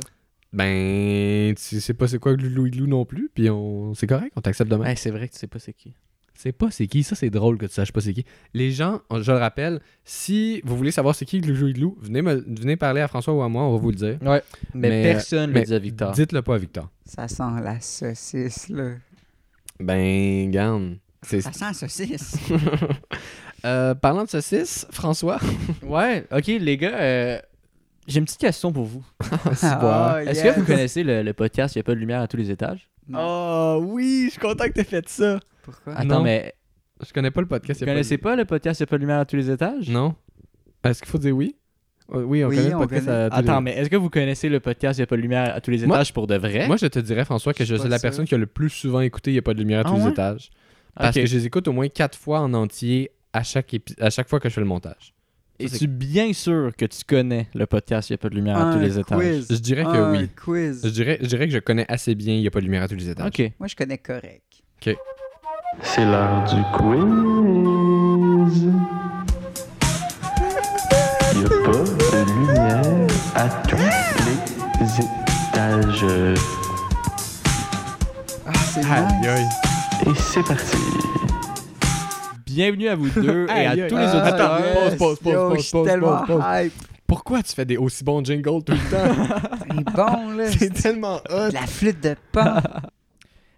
Speaker 3: Ben, tu sais pas c'est quoi Loulou Igloo non plus, puis on... c'est correct, on t'accepte demain.
Speaker 2: Ouais, c'est vrai que tu sais pas c'est qui.
Speaker 3: C'est pas c'est qui, ça c'est drôle que tu saches pas c'est qui. Les gens, je le rappelle, si vous voulez savoir c'est qui Loulou Igloo, venez, me... venez parler à François ou à moi, on va vous le dire.
Speaker 2: Mais,
Speaker 3: Mais,
Speaker 2: personne ne
Speaker 3: mais
Speaker 2: le dit à Victor.
Speaker 3: Dites-le pas à Victor.
Speaker 4: Ça sent la saucisse, là.
Speaker 3: Ben, garde.
Speaker 4: Ça sent la saucisse.
Speaker 3: Euh, parlant de saucisse, François.
Speaker 2: Ouais, ok, les gars, euh, j'ai une petite question pour vous.
Speaker 4: Ah,
Speaker 3: oh,
Speaker 2: Est-ce
Speaker 4: yes.
Speaker 2: que vous connaissez le, le podcast Il n'y a pas de lumière à tous les étages
Speaker 4: Non.
Speaker 3: Oh oui, je suis content que t'aies fait ça.
Speaker 4: Pourquoi?
Speaker 2: Attends,
Speaker 3: Non.
Speaker 2: mais
Speaker 3: Je connais pas le podcast. y
Speaker 2: vous
Speaker 3: a pas
Speaker 2: connaissez pas le podcast Il n'y a pas de lumière à tous les étages
Speaker 3: Non. Est-ce qu'il faut dire oui Euh, Oui, on
Speaker 4: Oui,
Speaker 3: connaît le
Speaker 4: on
Speaker 3: podcast.
Speaker 4: connaît.
Speaker 3: à tous les-
Speaker 2: Attends, mais est-ce que vous connaissez le podcast Il n'y a pas de lumière à tous les
Speaker 3: Moi-
Speaker 2: étages pour de vrai
Speaker 3: Moi, je te dirais, François, que
Speaker 4: Je suis
Speaker 3: je suis
Speaker 4: pas
Speaker 3: la
Speaker 4: sûr.
Speaker 3: personne qui a le plus souvent écouté Il n'y a pas de lumière à
Speaker 2: Ah
Speaker 3: tous les
Speaker 2: ouais?
Speaker 3: étages.
Speaker 2: Ok.
Speaker 3: Parce que je les écoute au moins quatre fois en entier à chaque, épi- à chaque fois que je fais le montage.
Speaker 2: Es-tu bien sûr que tu connais le podcast Il n'y a pas de lumière à tous les étages
Speaker 4: quiz.
Speaker 3: Je dirais que
Speaker 4: Un
Speaker 3: oui. Je
Speaker 4: quiz.
Speaker 3: dirais, je dirais que je connais assez bien Il n'y a pas de lumière à tous les étages.
Speaker 2: Ok.
Speaker 4: Moi, je connais correct.
Speaker 5: C'est l'heure du quiz. Il n'y a pas de lumière à tous les étages.
Speaker 4: Ah, c'est nice.
Speaker 5: Et c'est parti.
Speaker 2: Bienvenue à vous deux et à
Speaker 3: Aïe, aïe.
Speaker 2: tous les
Speaker 4: Ah,
Speaker 2: auditeurs.
Speaker 3: Attends, pause, pause, pause,
Speaker 4: Yo,
Speaker 3: pause,
Speaker 4: je suis
Speaker 3: pause,
Speaker 4: tellement
Speaker 3: pause,
Speaker 4: hype.
Speaker 3: Pourquoi tu fais des aussi bons jingles tout le temps
Speaker 4: C'est bon, là.
Speaker 3: C'est tellement hot.
Speaker 4: De La flûte de pan.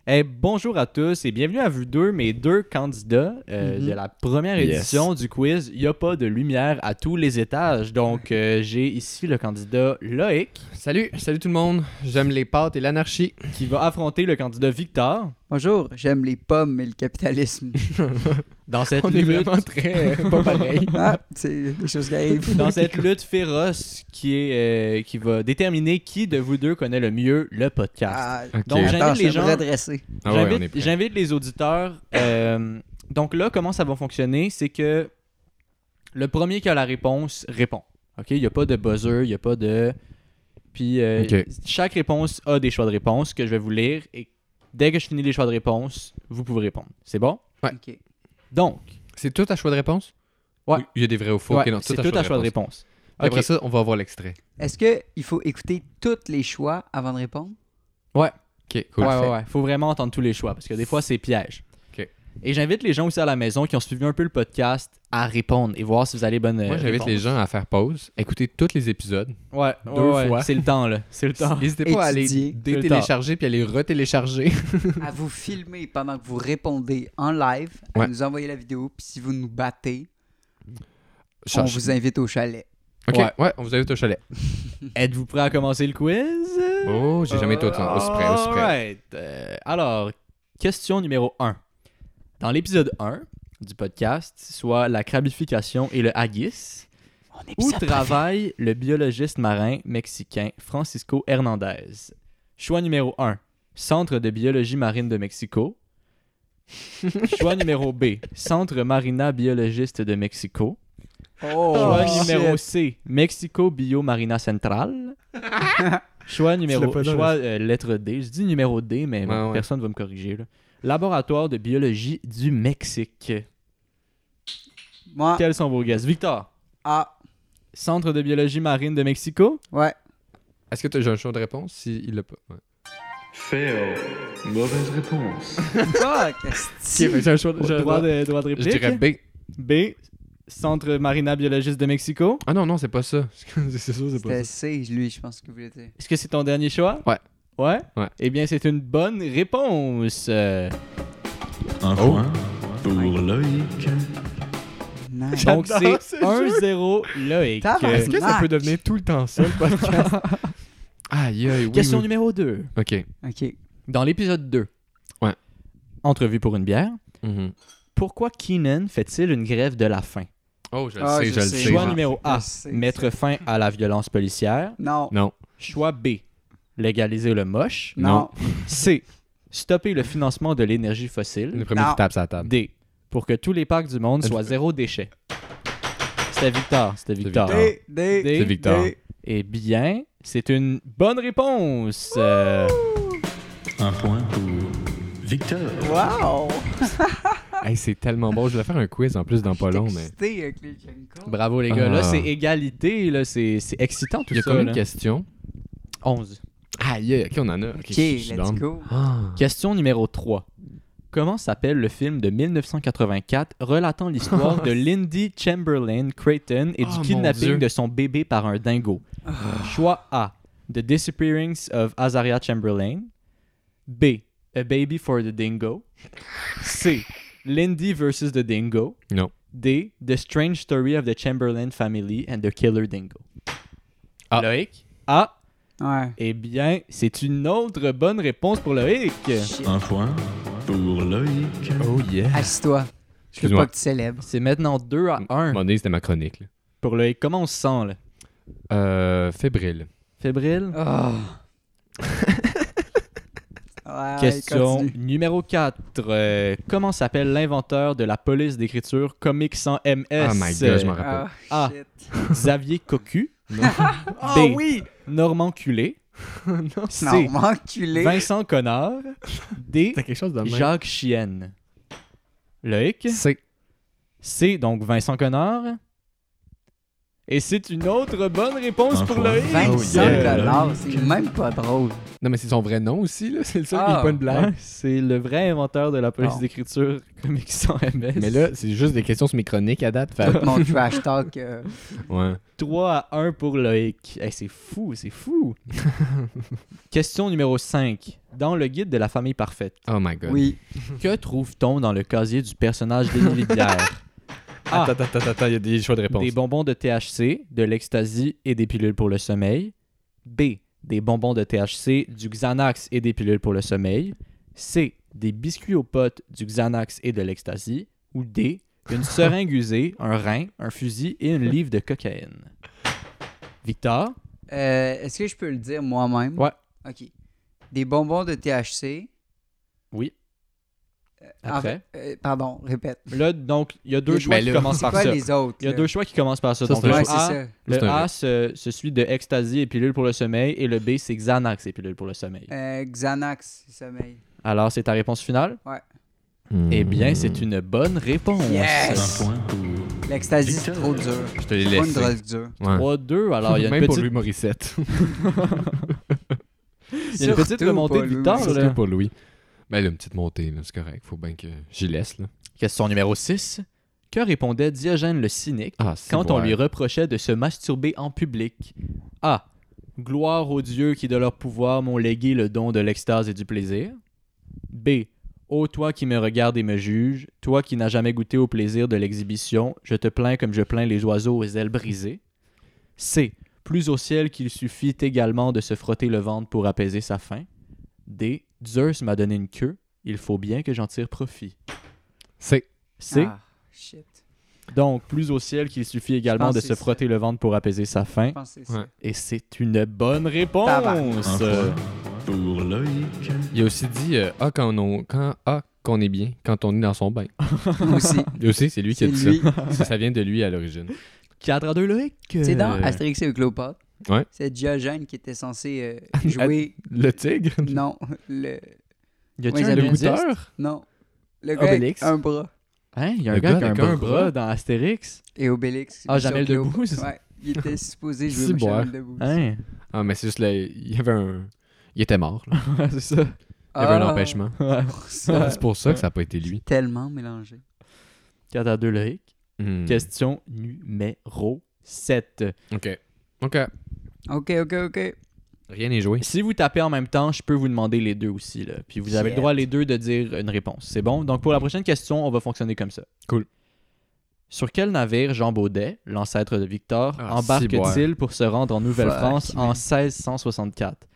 Speaker 2: Eh, bonjour à tous et bienvenue à vous deux, mes deux candidats euh,
Speaker 3: Mm-hmm.
Speaker 4: Mhm.
Speaker 2: de la première
Speaker 3: Yes.
Speaker 2: édition du quiz. Il n'y a pas de lumière à tous les étages. Donc, euh, j'ai ici le candidat Loïc
Speaker 3: Salut, salut tout le monde. J'aime les pâtes et l'anarchie.
Speaker 2: qui va affronter le candidat Victor
Speaker 4: Bonjour, j'aime les pommes et le capitalisme.
Speaker 2: dans cette,
Speaker 3: On est
Speaker 2: lutte,
Speaker 3: vraiment très pas pareil.
Speaker 4: Ah, c'est des choses qui arrivent.
Speaker 2: dans cette lutte féroce qui, est, euh, qui va déterminer qui de vous deux connaît le mieux le podcast.
Speaker 4: Ah,
Speaker 2: Donc,
Speaker 3: Ok.
Speaker 2: j'invite
Speaker 4: attends,
Speaker 2: les
Speaker 4: je vais me
Speaker 2: gens-
Speaker 4: redresser.
Speaker 3: Ah ouais, on est
Speaker 2: J'invite
Speaker 3: prêt.
Speaker 2: j'invite les auditeurs. euh, donc là, comment ça va fonctionner? C'est que le premier qui a la réponse répond. OK? Il n'y a pas de buzzer, il n'y a pas de. Puis euh,
Speaker 3: Ok.
Speaker 2: chaque réponse a des choix de réponse que je vais vous lire et dès que je finis les choix de réponse, vous pouvez répondre. C'est bon?
Speaker 4: Ok.
Speaker 2: Donc,
Speaker 3: C'est tout à choix de réponse
Speaker 2: Ouais.
Speaker 3: Ou Il y a des vrais ou faux.
Speaker 2: ouais,
Speaker 3: Ok, non,
Speaker 2: c'est tout à choix de réponse.
Speaker 3: Puis Après
Speaker 2: Ok.
Speaker 3: ça, on va voir l'extrait.
Speaker 4: Est-ce qu'il faut écouter tous les choix avant de répondre?
Speaker 3: Ok,
Speaker 2: Ouais,
Speaker 3: cool.
Speaker 2: ouais, ouais. Faut vraiment entendre tous les choix parce que des fois, c'est piège.
Speaker 3: Ok.
Speaker 2: Et j'invite les gens aussi à la maison qui ont suivi un peu le podcast à répondre et voir si vous allez bonne.
Speaker 3: Moi, j'invite les gens à faire pause, écouter tous les épisodes.
Speaker 2: Ouais,
Speaker 3: Deux
Speaker 2: ouais, ouais.
Speaker 3: fois.
Speaker 2: C'est le temps, là. C'est le temps.
Speaker 3: N'hésitez pas à aller
Speaker 4: Étudier.
Speaker 3: détélécharger puis à les retélécharger.
Speaker 4: À vous filmer pendant que vous répondez en live, à
Speaker 3: Ouais.
Speaker 4: nous envoyer la vidéo, puis si vous nous battez, on
Speaker 3: Charge.
Speaker 4: vous invite au chalet.
Speaker 3: Ok,
Speaker 2: Ouais.
Speaker 3: ouais. on vous invite au chalet.
Speaker 2: Êtes-vous prêt à commencer le quiz?
Speaker 3: Oh, j'ai jamais été autant, aussi près, aussi près.
Speaker 2: Alright. Euh, alors, question numéro 1. Dans l'épisode 1 du podcast, soit la crabification et le haggis,
Speaker 4: Mon
Speaker 2: où
Speaker 4: épisode préféré.
Speaker 2: travaille le biologiste marin mexicain Francisco Hernandez? Choix numéro 1. Centre de biologie marine de Mexico. Choix numéro B. Centre marina biologiste de Mexico.
Speaker 4: Oh,
Speaker 2: Choix numéro C, Mexico Bio Marina Central. choix numéro
Speaker 3: pas dans
Speaker 2: choix euh, lettre D. Je dis numéro D, mais
Speaker 3: Ouais,
Speaker 2: bon,
Speaker 3: ouais.
Speaker 2: personne ne va me corriger. là. Laboratoire de biologie du Mexique.
Speaker 4: Moi,
Speaker 3: Ah.
Speaker 2: Quels sont vos guesses? Victor,
Speaker 4: ah,
Speaker 2: Centre de biologie marine de Mexico.
Speaker 4: ouais.
Speaker 3: Est-ce que tu as un choix de réponse s'il l'a pas ouais.
Speaker 5: Fail. Mauvaise réponse.
Speaker 4: Fuck, esti.
Speaker 3: j'ai un choix
Speaker 2: droit, de, droit de
Speaker 3: Je
Speaker 2: réplique.
Speaker 3: dirais B.
Speaker 1: hein?
Speaker 2: B, Centre Marina Biologiste de Mexico.
Speaker 3: Ah non, non, c'est pas ça. c'est sûr, c'est pas
Speaker 4: C'était
Speaker 3: ça.
Speaker 4: C, lui, je pense que vous l'étiez.
Speaker 2: Est-ce que c'est ton dernier choix?
Speaker 3: Ouais.
Speaker 2: Ouais?
Speaker 3: Ouais.
Speaker 2: Eh bien, c'est une bonne réponse. Euh,
Speaker 5: Un
Speaker 3: Oh.
Speaker 5: point pour Loïc.
Speaker 4: Nice.
Speaker 2: Donc, c'est
Speaker 3: J'adore ce
Speaker 2: 1-0 Loïc.
Speaker 4: Tabarnak.
Speaker 3: Est-ce que ça peut devenir tout le temps ça, le podcast? Aïe, aïe, oui.
Speaker 2: Question
Speaker 3: oui.
Speaker 2: numéro 2.
Speaker 3: Ok.
Speaker 4: Ok.
Speaker 1: ah,
Speaker 2: Dans l'épisode 2,
Speaker 3: Ouais.
Speaker 2: Entrevue pour une bière. Pourquoi Keenan fait-il une grève de la faim?
Speaker 1: Oh, je le
Speaker 4: Ah,
Speaker 1: sais,
Speaker 4: je
Speaker 1: je le
Speaker 4: sais.
Speaker 1: sais.
Speaker 2: Choix
Speaker 4: ouais.
Speaker 2: numéro A,
Speaker 3: Ah,
Speaker 4: Je sais,
Speaker 2: mettre fin à la violence policière.
Speaker 4: Ah, Non.
Speaker 1: Non.
Speaker 2: Choix B, légaliser le moche.
Speaker 4: Non.
Speaker 2: C, stopper le financement de l'énergie fossile.
Speaker 1: Le premier
Speaker 4: Non.
Speaker 1: qui tape sa table.
Speaker 2: D, pour que tous les parcs du monde
Speaker 1: Elle-
Speaker 2: soient zéro déchet. C'était Victor, c'était Victor.
Speaker 1: Victor.
Speaker 4: D, D,
Speaker 2: D.
Speaker 1: C'est Victor.
Speaker 4: D.
Speaker 2: Eh bien, c'est une bonne réponse. Euh,
Speaker 5: Un point pour Victor.
Speaker 4: Wow! Ah.
Speaker 1: Hey, c'est tellement bon. Je vais faire un quiz en plus dans pas long, mais.
Speaker 4: Excité avec les Jenko.
Speaker 2: bravo les gars, là
Speaker 1: Ah.
Speaker 2: c'est égalité, là c'est c'est excitant tout
Speaker 1: Il y a
Speaker 2: ça.
Speaker 1: combien de
Speaker 2: là.
Speaker 1: questions
Speaker 2: 11.
Speaker 1: Ah, yeah, ok, on en a. Ok,
Speaker 4: Ok,
Speaker 1: je suis
Speaker 4: let's
Speaker 1: down.
Speaker 4: go.
Speaker 1: Ah.
Speaker 2: Question numéro 3. Comment s'appelle le film de 1984 relatant l'histoire de Lindy Chamberlain Creighton et
Speaker 1: Oh,
Speaker 2: du
Speaker 1: mon
Speaker 2: kidnapping
Speaker 1: Dieu. Ah.
Speaker 2: de son bébé par un dingo? Choix A. The Disappearance of Azaria Chamberlain. B. A Baby for the Dingo. C. Lindy versus the Dingo.
Speaker 1: Non.
Speaker 2: D. The Strange Story of the Chamberlain Family and the Killer Dingo.
Speaker 1: Ah.
Speaker 2: Loïc? Ah,
Speaker 4: Ouais.
Speaker 2: eh bien, c'est une autre bonne réponse pour Loïc.
Speaker 1: Ah.
Speaker 4: Shit.
Speaker 5: Un point pour Loïc.
Speaker 1: Oh, yeah.
Speaker 4: Assis-toi. Je veux
Speaker 1: Excuse-moi.
Speaker 4: pas que tu célèbres.
Speaker 2: C'est maintenant 2 à 1
Speaker 1: Mon nez, c'était ma chronique. là.
Speaker 2: pour Loïc. Comment on se sent, là?
Speaker 1: Euh, fébrile.
Speaker 2: Fébrile?
Speaker 4: Oh.
Speaker 1: Ah,
Speaker 4: ouais,
Speaker 2: Question
Speaker 4: continue.
Speaker 2: numéro 4. comment s'appelle l'inventeur de la police d'écriture Comic sans MS?
Speaker 1: Oh my god, je m'en
Speaker 4: Ah,
Speaker 1: rappelle.
Speaker 2: Ah.
Speaker 4: shit.
Speaker 2: Xavier Cocu.
Speaker 4: Ah
Speaker 2: B.
Speaker 4: oui!
Speaker 2: Normand Culé. C.
Speaker 4: Non, m'enculé.
Speaker 2: Vincent Connard. D.
Speaker 1: T'as quelque chose de même.
Speaker 2: Jacques Chienne. Loïc?
Speaker 1: C'est.
Speaker 2: C'est donc Vincent Connard. Et c'est une autre bonne réponse
Speaker 5: Un
Speaker 2: pour
Speaker 5: point.
Speaker 2: Loïc.
Speaker 4: Vincent
Speaker 5: Oh, yeah.
Speaker 4: Connard, c'est même pas drôle.
Speaker 1: Non, mais c'est son vrai nom aussi, là. C'est le seul
Speaker 4: Ah.
Speaker 1: qui n'est pas une blague.
Speaker 2: Ouais, c'est le vrai inventeur de la police
Speaker 4: Non.
Speaker 2: d'écriture comique sans MS.
Speaker 1: Mais là, c'est juste des questions sur mes chroniques à date. fait-
Speaker 4: Tout mon trash talk. euh,
Speaker 1: Ouais.
Speaker 2: 3 à 1 pour Loïc. Hey, c'est fou, c'est fou. Question numéro 5. Dans le guide de la famille parfaite,
Speaker 1: Oh my god.
Speaker 4: oui.
Speaker 2: que trouve-t-on dans le casier du personnage d'Émilie Bière Ah.
Speaker 1: Attends, attends, attends, attends, il y a des choix de réponse.
Speaker 2: Des bonbons de THC, de l'ecstasy et des pilules pour le sommeil. B. Des bonbons de THC, du Xanax et des pilules pour le sommeil. C. Des biscuits aux potes, du Xanax et de l'ecstasy. Ou D. Une seringue usée, un rein, un fusil et une livre de cocaïne. Victor?
Speaker 4: Euh, Est-ce que je peux le dire moi-même?
Speaker 2: Ouais.
Speaker 4: OK. Des bonbons de THC.
Speaker 2: Oui.
Speaker 4: En
Speaker 2: Après.
Speaker 4: fait, euh, pardon, répète.
Speaker 2: Là, donc, il y a deux
Speaker 4: Les-
Speaker 2: choix
Speaker 1: Mais
Speaker 2: qui
Speaker 1: là-
Speaker 2: commencent
Speaker 4: C'est
Speaker 2: par
Speaker 4: quoi
Speaker 2: ça.
Speaker 4: les autres?
Speaker 2: Il y a
Speaker 4: là?
Speaker 2: deux Ah. choix qui commencent par ça.
Speaker 1: Ça,
Speaker 2: donc,
Speaker 1: c'est
Speaker 2: le
Speaker 1: un
Speaker 4: Ouais,
Speaker 2: choix A,
Speaker 4: c'est
Speaker 2: le
Speaker 1: C'est un
Speaker 2: A se, se suit de ecstasy et pilules pour le sommeil et le B, c'est Xanax et pilules pour le sommeil.
Speaker 4: ça. Euh, Xanax, c'est sommeil.
Speaker 2: Alors, c'est ta réponse finale?
Speaker 1: Hmm.
Speaker 2: Eh bien, c'est une bonne réponse.
Speaker 4: Hmm. Yes!
Speaker 5: Un point pour
Speaker 4: L'ecstasy, c'est
Speaker 5: Victor.
Speaker 4: trop dur.
Speaker 1: Je te l'ai
Speaker 4: C'est pas une
Speaker 1: laissé.
Speaker 4: drogue dure.
Speaker 1: Ouais.
Speaker 2: 3-2, alors il y a une
Speaker 1: Même pour
Speaker 2: petite,
Speaker 1: Louis Morissette.
Speaker 2: il y a une petite
Speaker 4: Surtout
Speaker 2: remontée
Speaker 4: pas
Speaker 2: de
Speaker 4: lui.
Speaker 2: Victor.
Speaker 1: Surtout
Speaker 2: Là.
Speaker 1: pour Louis. Ben, là, une petite montée, là, c'est correct. Faut bien que j'y laisse, là.
Speaker 2: Question numéro 6. Que répondait Diogène le cynique
Speaker 1: Ah, c'est
Speaker 2: quand on
Speaker 1: vrai.
Speaker 2: lui reprochait de se masturber en public? A. Gloire aux dieux qui de leur pouvoir m'ont légué le don de l'extase et du plaisir. B. Ô toi qui me regardes et me juges, toi qui n'as jamais goûté au plaisir de l'exhibition, je te plains comme je plains les oiseaux aux ailes brisées. C. Plus au ciel qu'il suffit également de se frotter le ventre pour apaiser sa faim. D. Zeus m'a donné une queue, il faut bien que j'en tire profit.
Speaker 1: C'est.
Speaker 2: C.
Speaker 4: Ah, shit.
Speaker 2: Donc, plus au ciel qu'il suffit également
Speaker 4: pense
Speaker 2: de
Speaker 4: que
Speaker 2: se
Speaker 4: c'est
Speaker 2: frotter le ventre pour apaiser sa faim.
Speaker 4: Je pense que c'est
Speaker 1: Ouais.
Speaker 4: ça.
Speaker 2: Et c'est une bonne réponse.
Speaker 5: Un
Speaker 2: Euh,
Speaker 5: point pour Loïc.
Speaker 1: Il a aussi dit euh, Ah, quand on, quand, ah, qu'on est bien, quand on est dans son bain.
Speaker 4: Moi aussi.
Speaker 1: Et aussi, c'est lui qui a
Speaker 4: C'est
Speaker 1: dit
Speaker 4: lui.
Speaker 1: ça. ça. Ça vient de lui à l'origine.
Speaker 2: 4 à 2, Loïc.
Speaker 4: C'est dans
Speaker 2: Euh,
Speaker 4: Astérix et le Cléopâtre.
Speaker 1: Ouais.
Speaker 4: C'est Diogène qui était censé euh, jouer.
Speaker 1: Le tigre
Speaker 4: non, le.
Speaker 2: Y a-tu
Speaker 4: Ouais,
Speaker 2: un
Speaker 4: le
Speaker 2: indice?
Speaker 1: goûteur
Speaker 4: Non. Le gars avec
Speaker 1: Obélix.
Speaker 4: un bras.
Speaker 2: Hein, y a un
Speaker 1: Le
Speaker 2: gars avec
Speaker 1: gars
Speaker 2: un
Speaker 1: avec un
Speaker 2: bras,
Speaker 1: bras.
Speaker 2: dans Astérix.
Speaker 4: Et Obélix.
Speaker 2: Ah,
Speaker 4: sur
Speaker 2: Jamel
Speaker 4: Cléopâtre.
Speaker 2: Debbouze.
Speaker 4: Ouais. Il était supposé jouer
Speaker 1: Si,
Speaker 4: Monsieur
Speaker 1: boire.
Speaker 4: Jamel Debbouze.
Speaker 2: Hein?
Speaker 1: Ah, mais c'est juste, là, il y avait un. Il était mort, là.
Speaker 2: c'est ça.
Speaker 1: Il y avait un
Speaker 4: Ah,
Speaker 1: empêchement.
Speaker 4: pour ça.
Speaker 1: C'est pour ça que ça n'a pas été lui.
Speaker 4: Tellement mélangé.
Speaker 2: 4 à 2, Loïc.
Speaker 1: Hmm.
Speaker 2: Question numéro 7.
Speaker 1: Ok. Ok.
Speaker 4: Ok, ok, ok.
Speaker 1: Rien n'est joué.
Speaker 2: Si vous tapez en même temps, je peux vous demander les deux aussi. Là. Puis vous avez le
Speaker 4: Shit.
Speaker 2: droit les deux de dire une réponse. C'est bon? Donc pour la prochaine question, on va fonctionner comme ça.
Speaker 1: Cool.
Speaker 2: Sur quel navire Jean Baudet, l'ancêtre de Victor,
Speaker 1: Ah,
Speaker 2: embarque-t-il
Speaker 1: ciboire.
Speaker 2: pour se rendre en Nouvelle-France en 1664?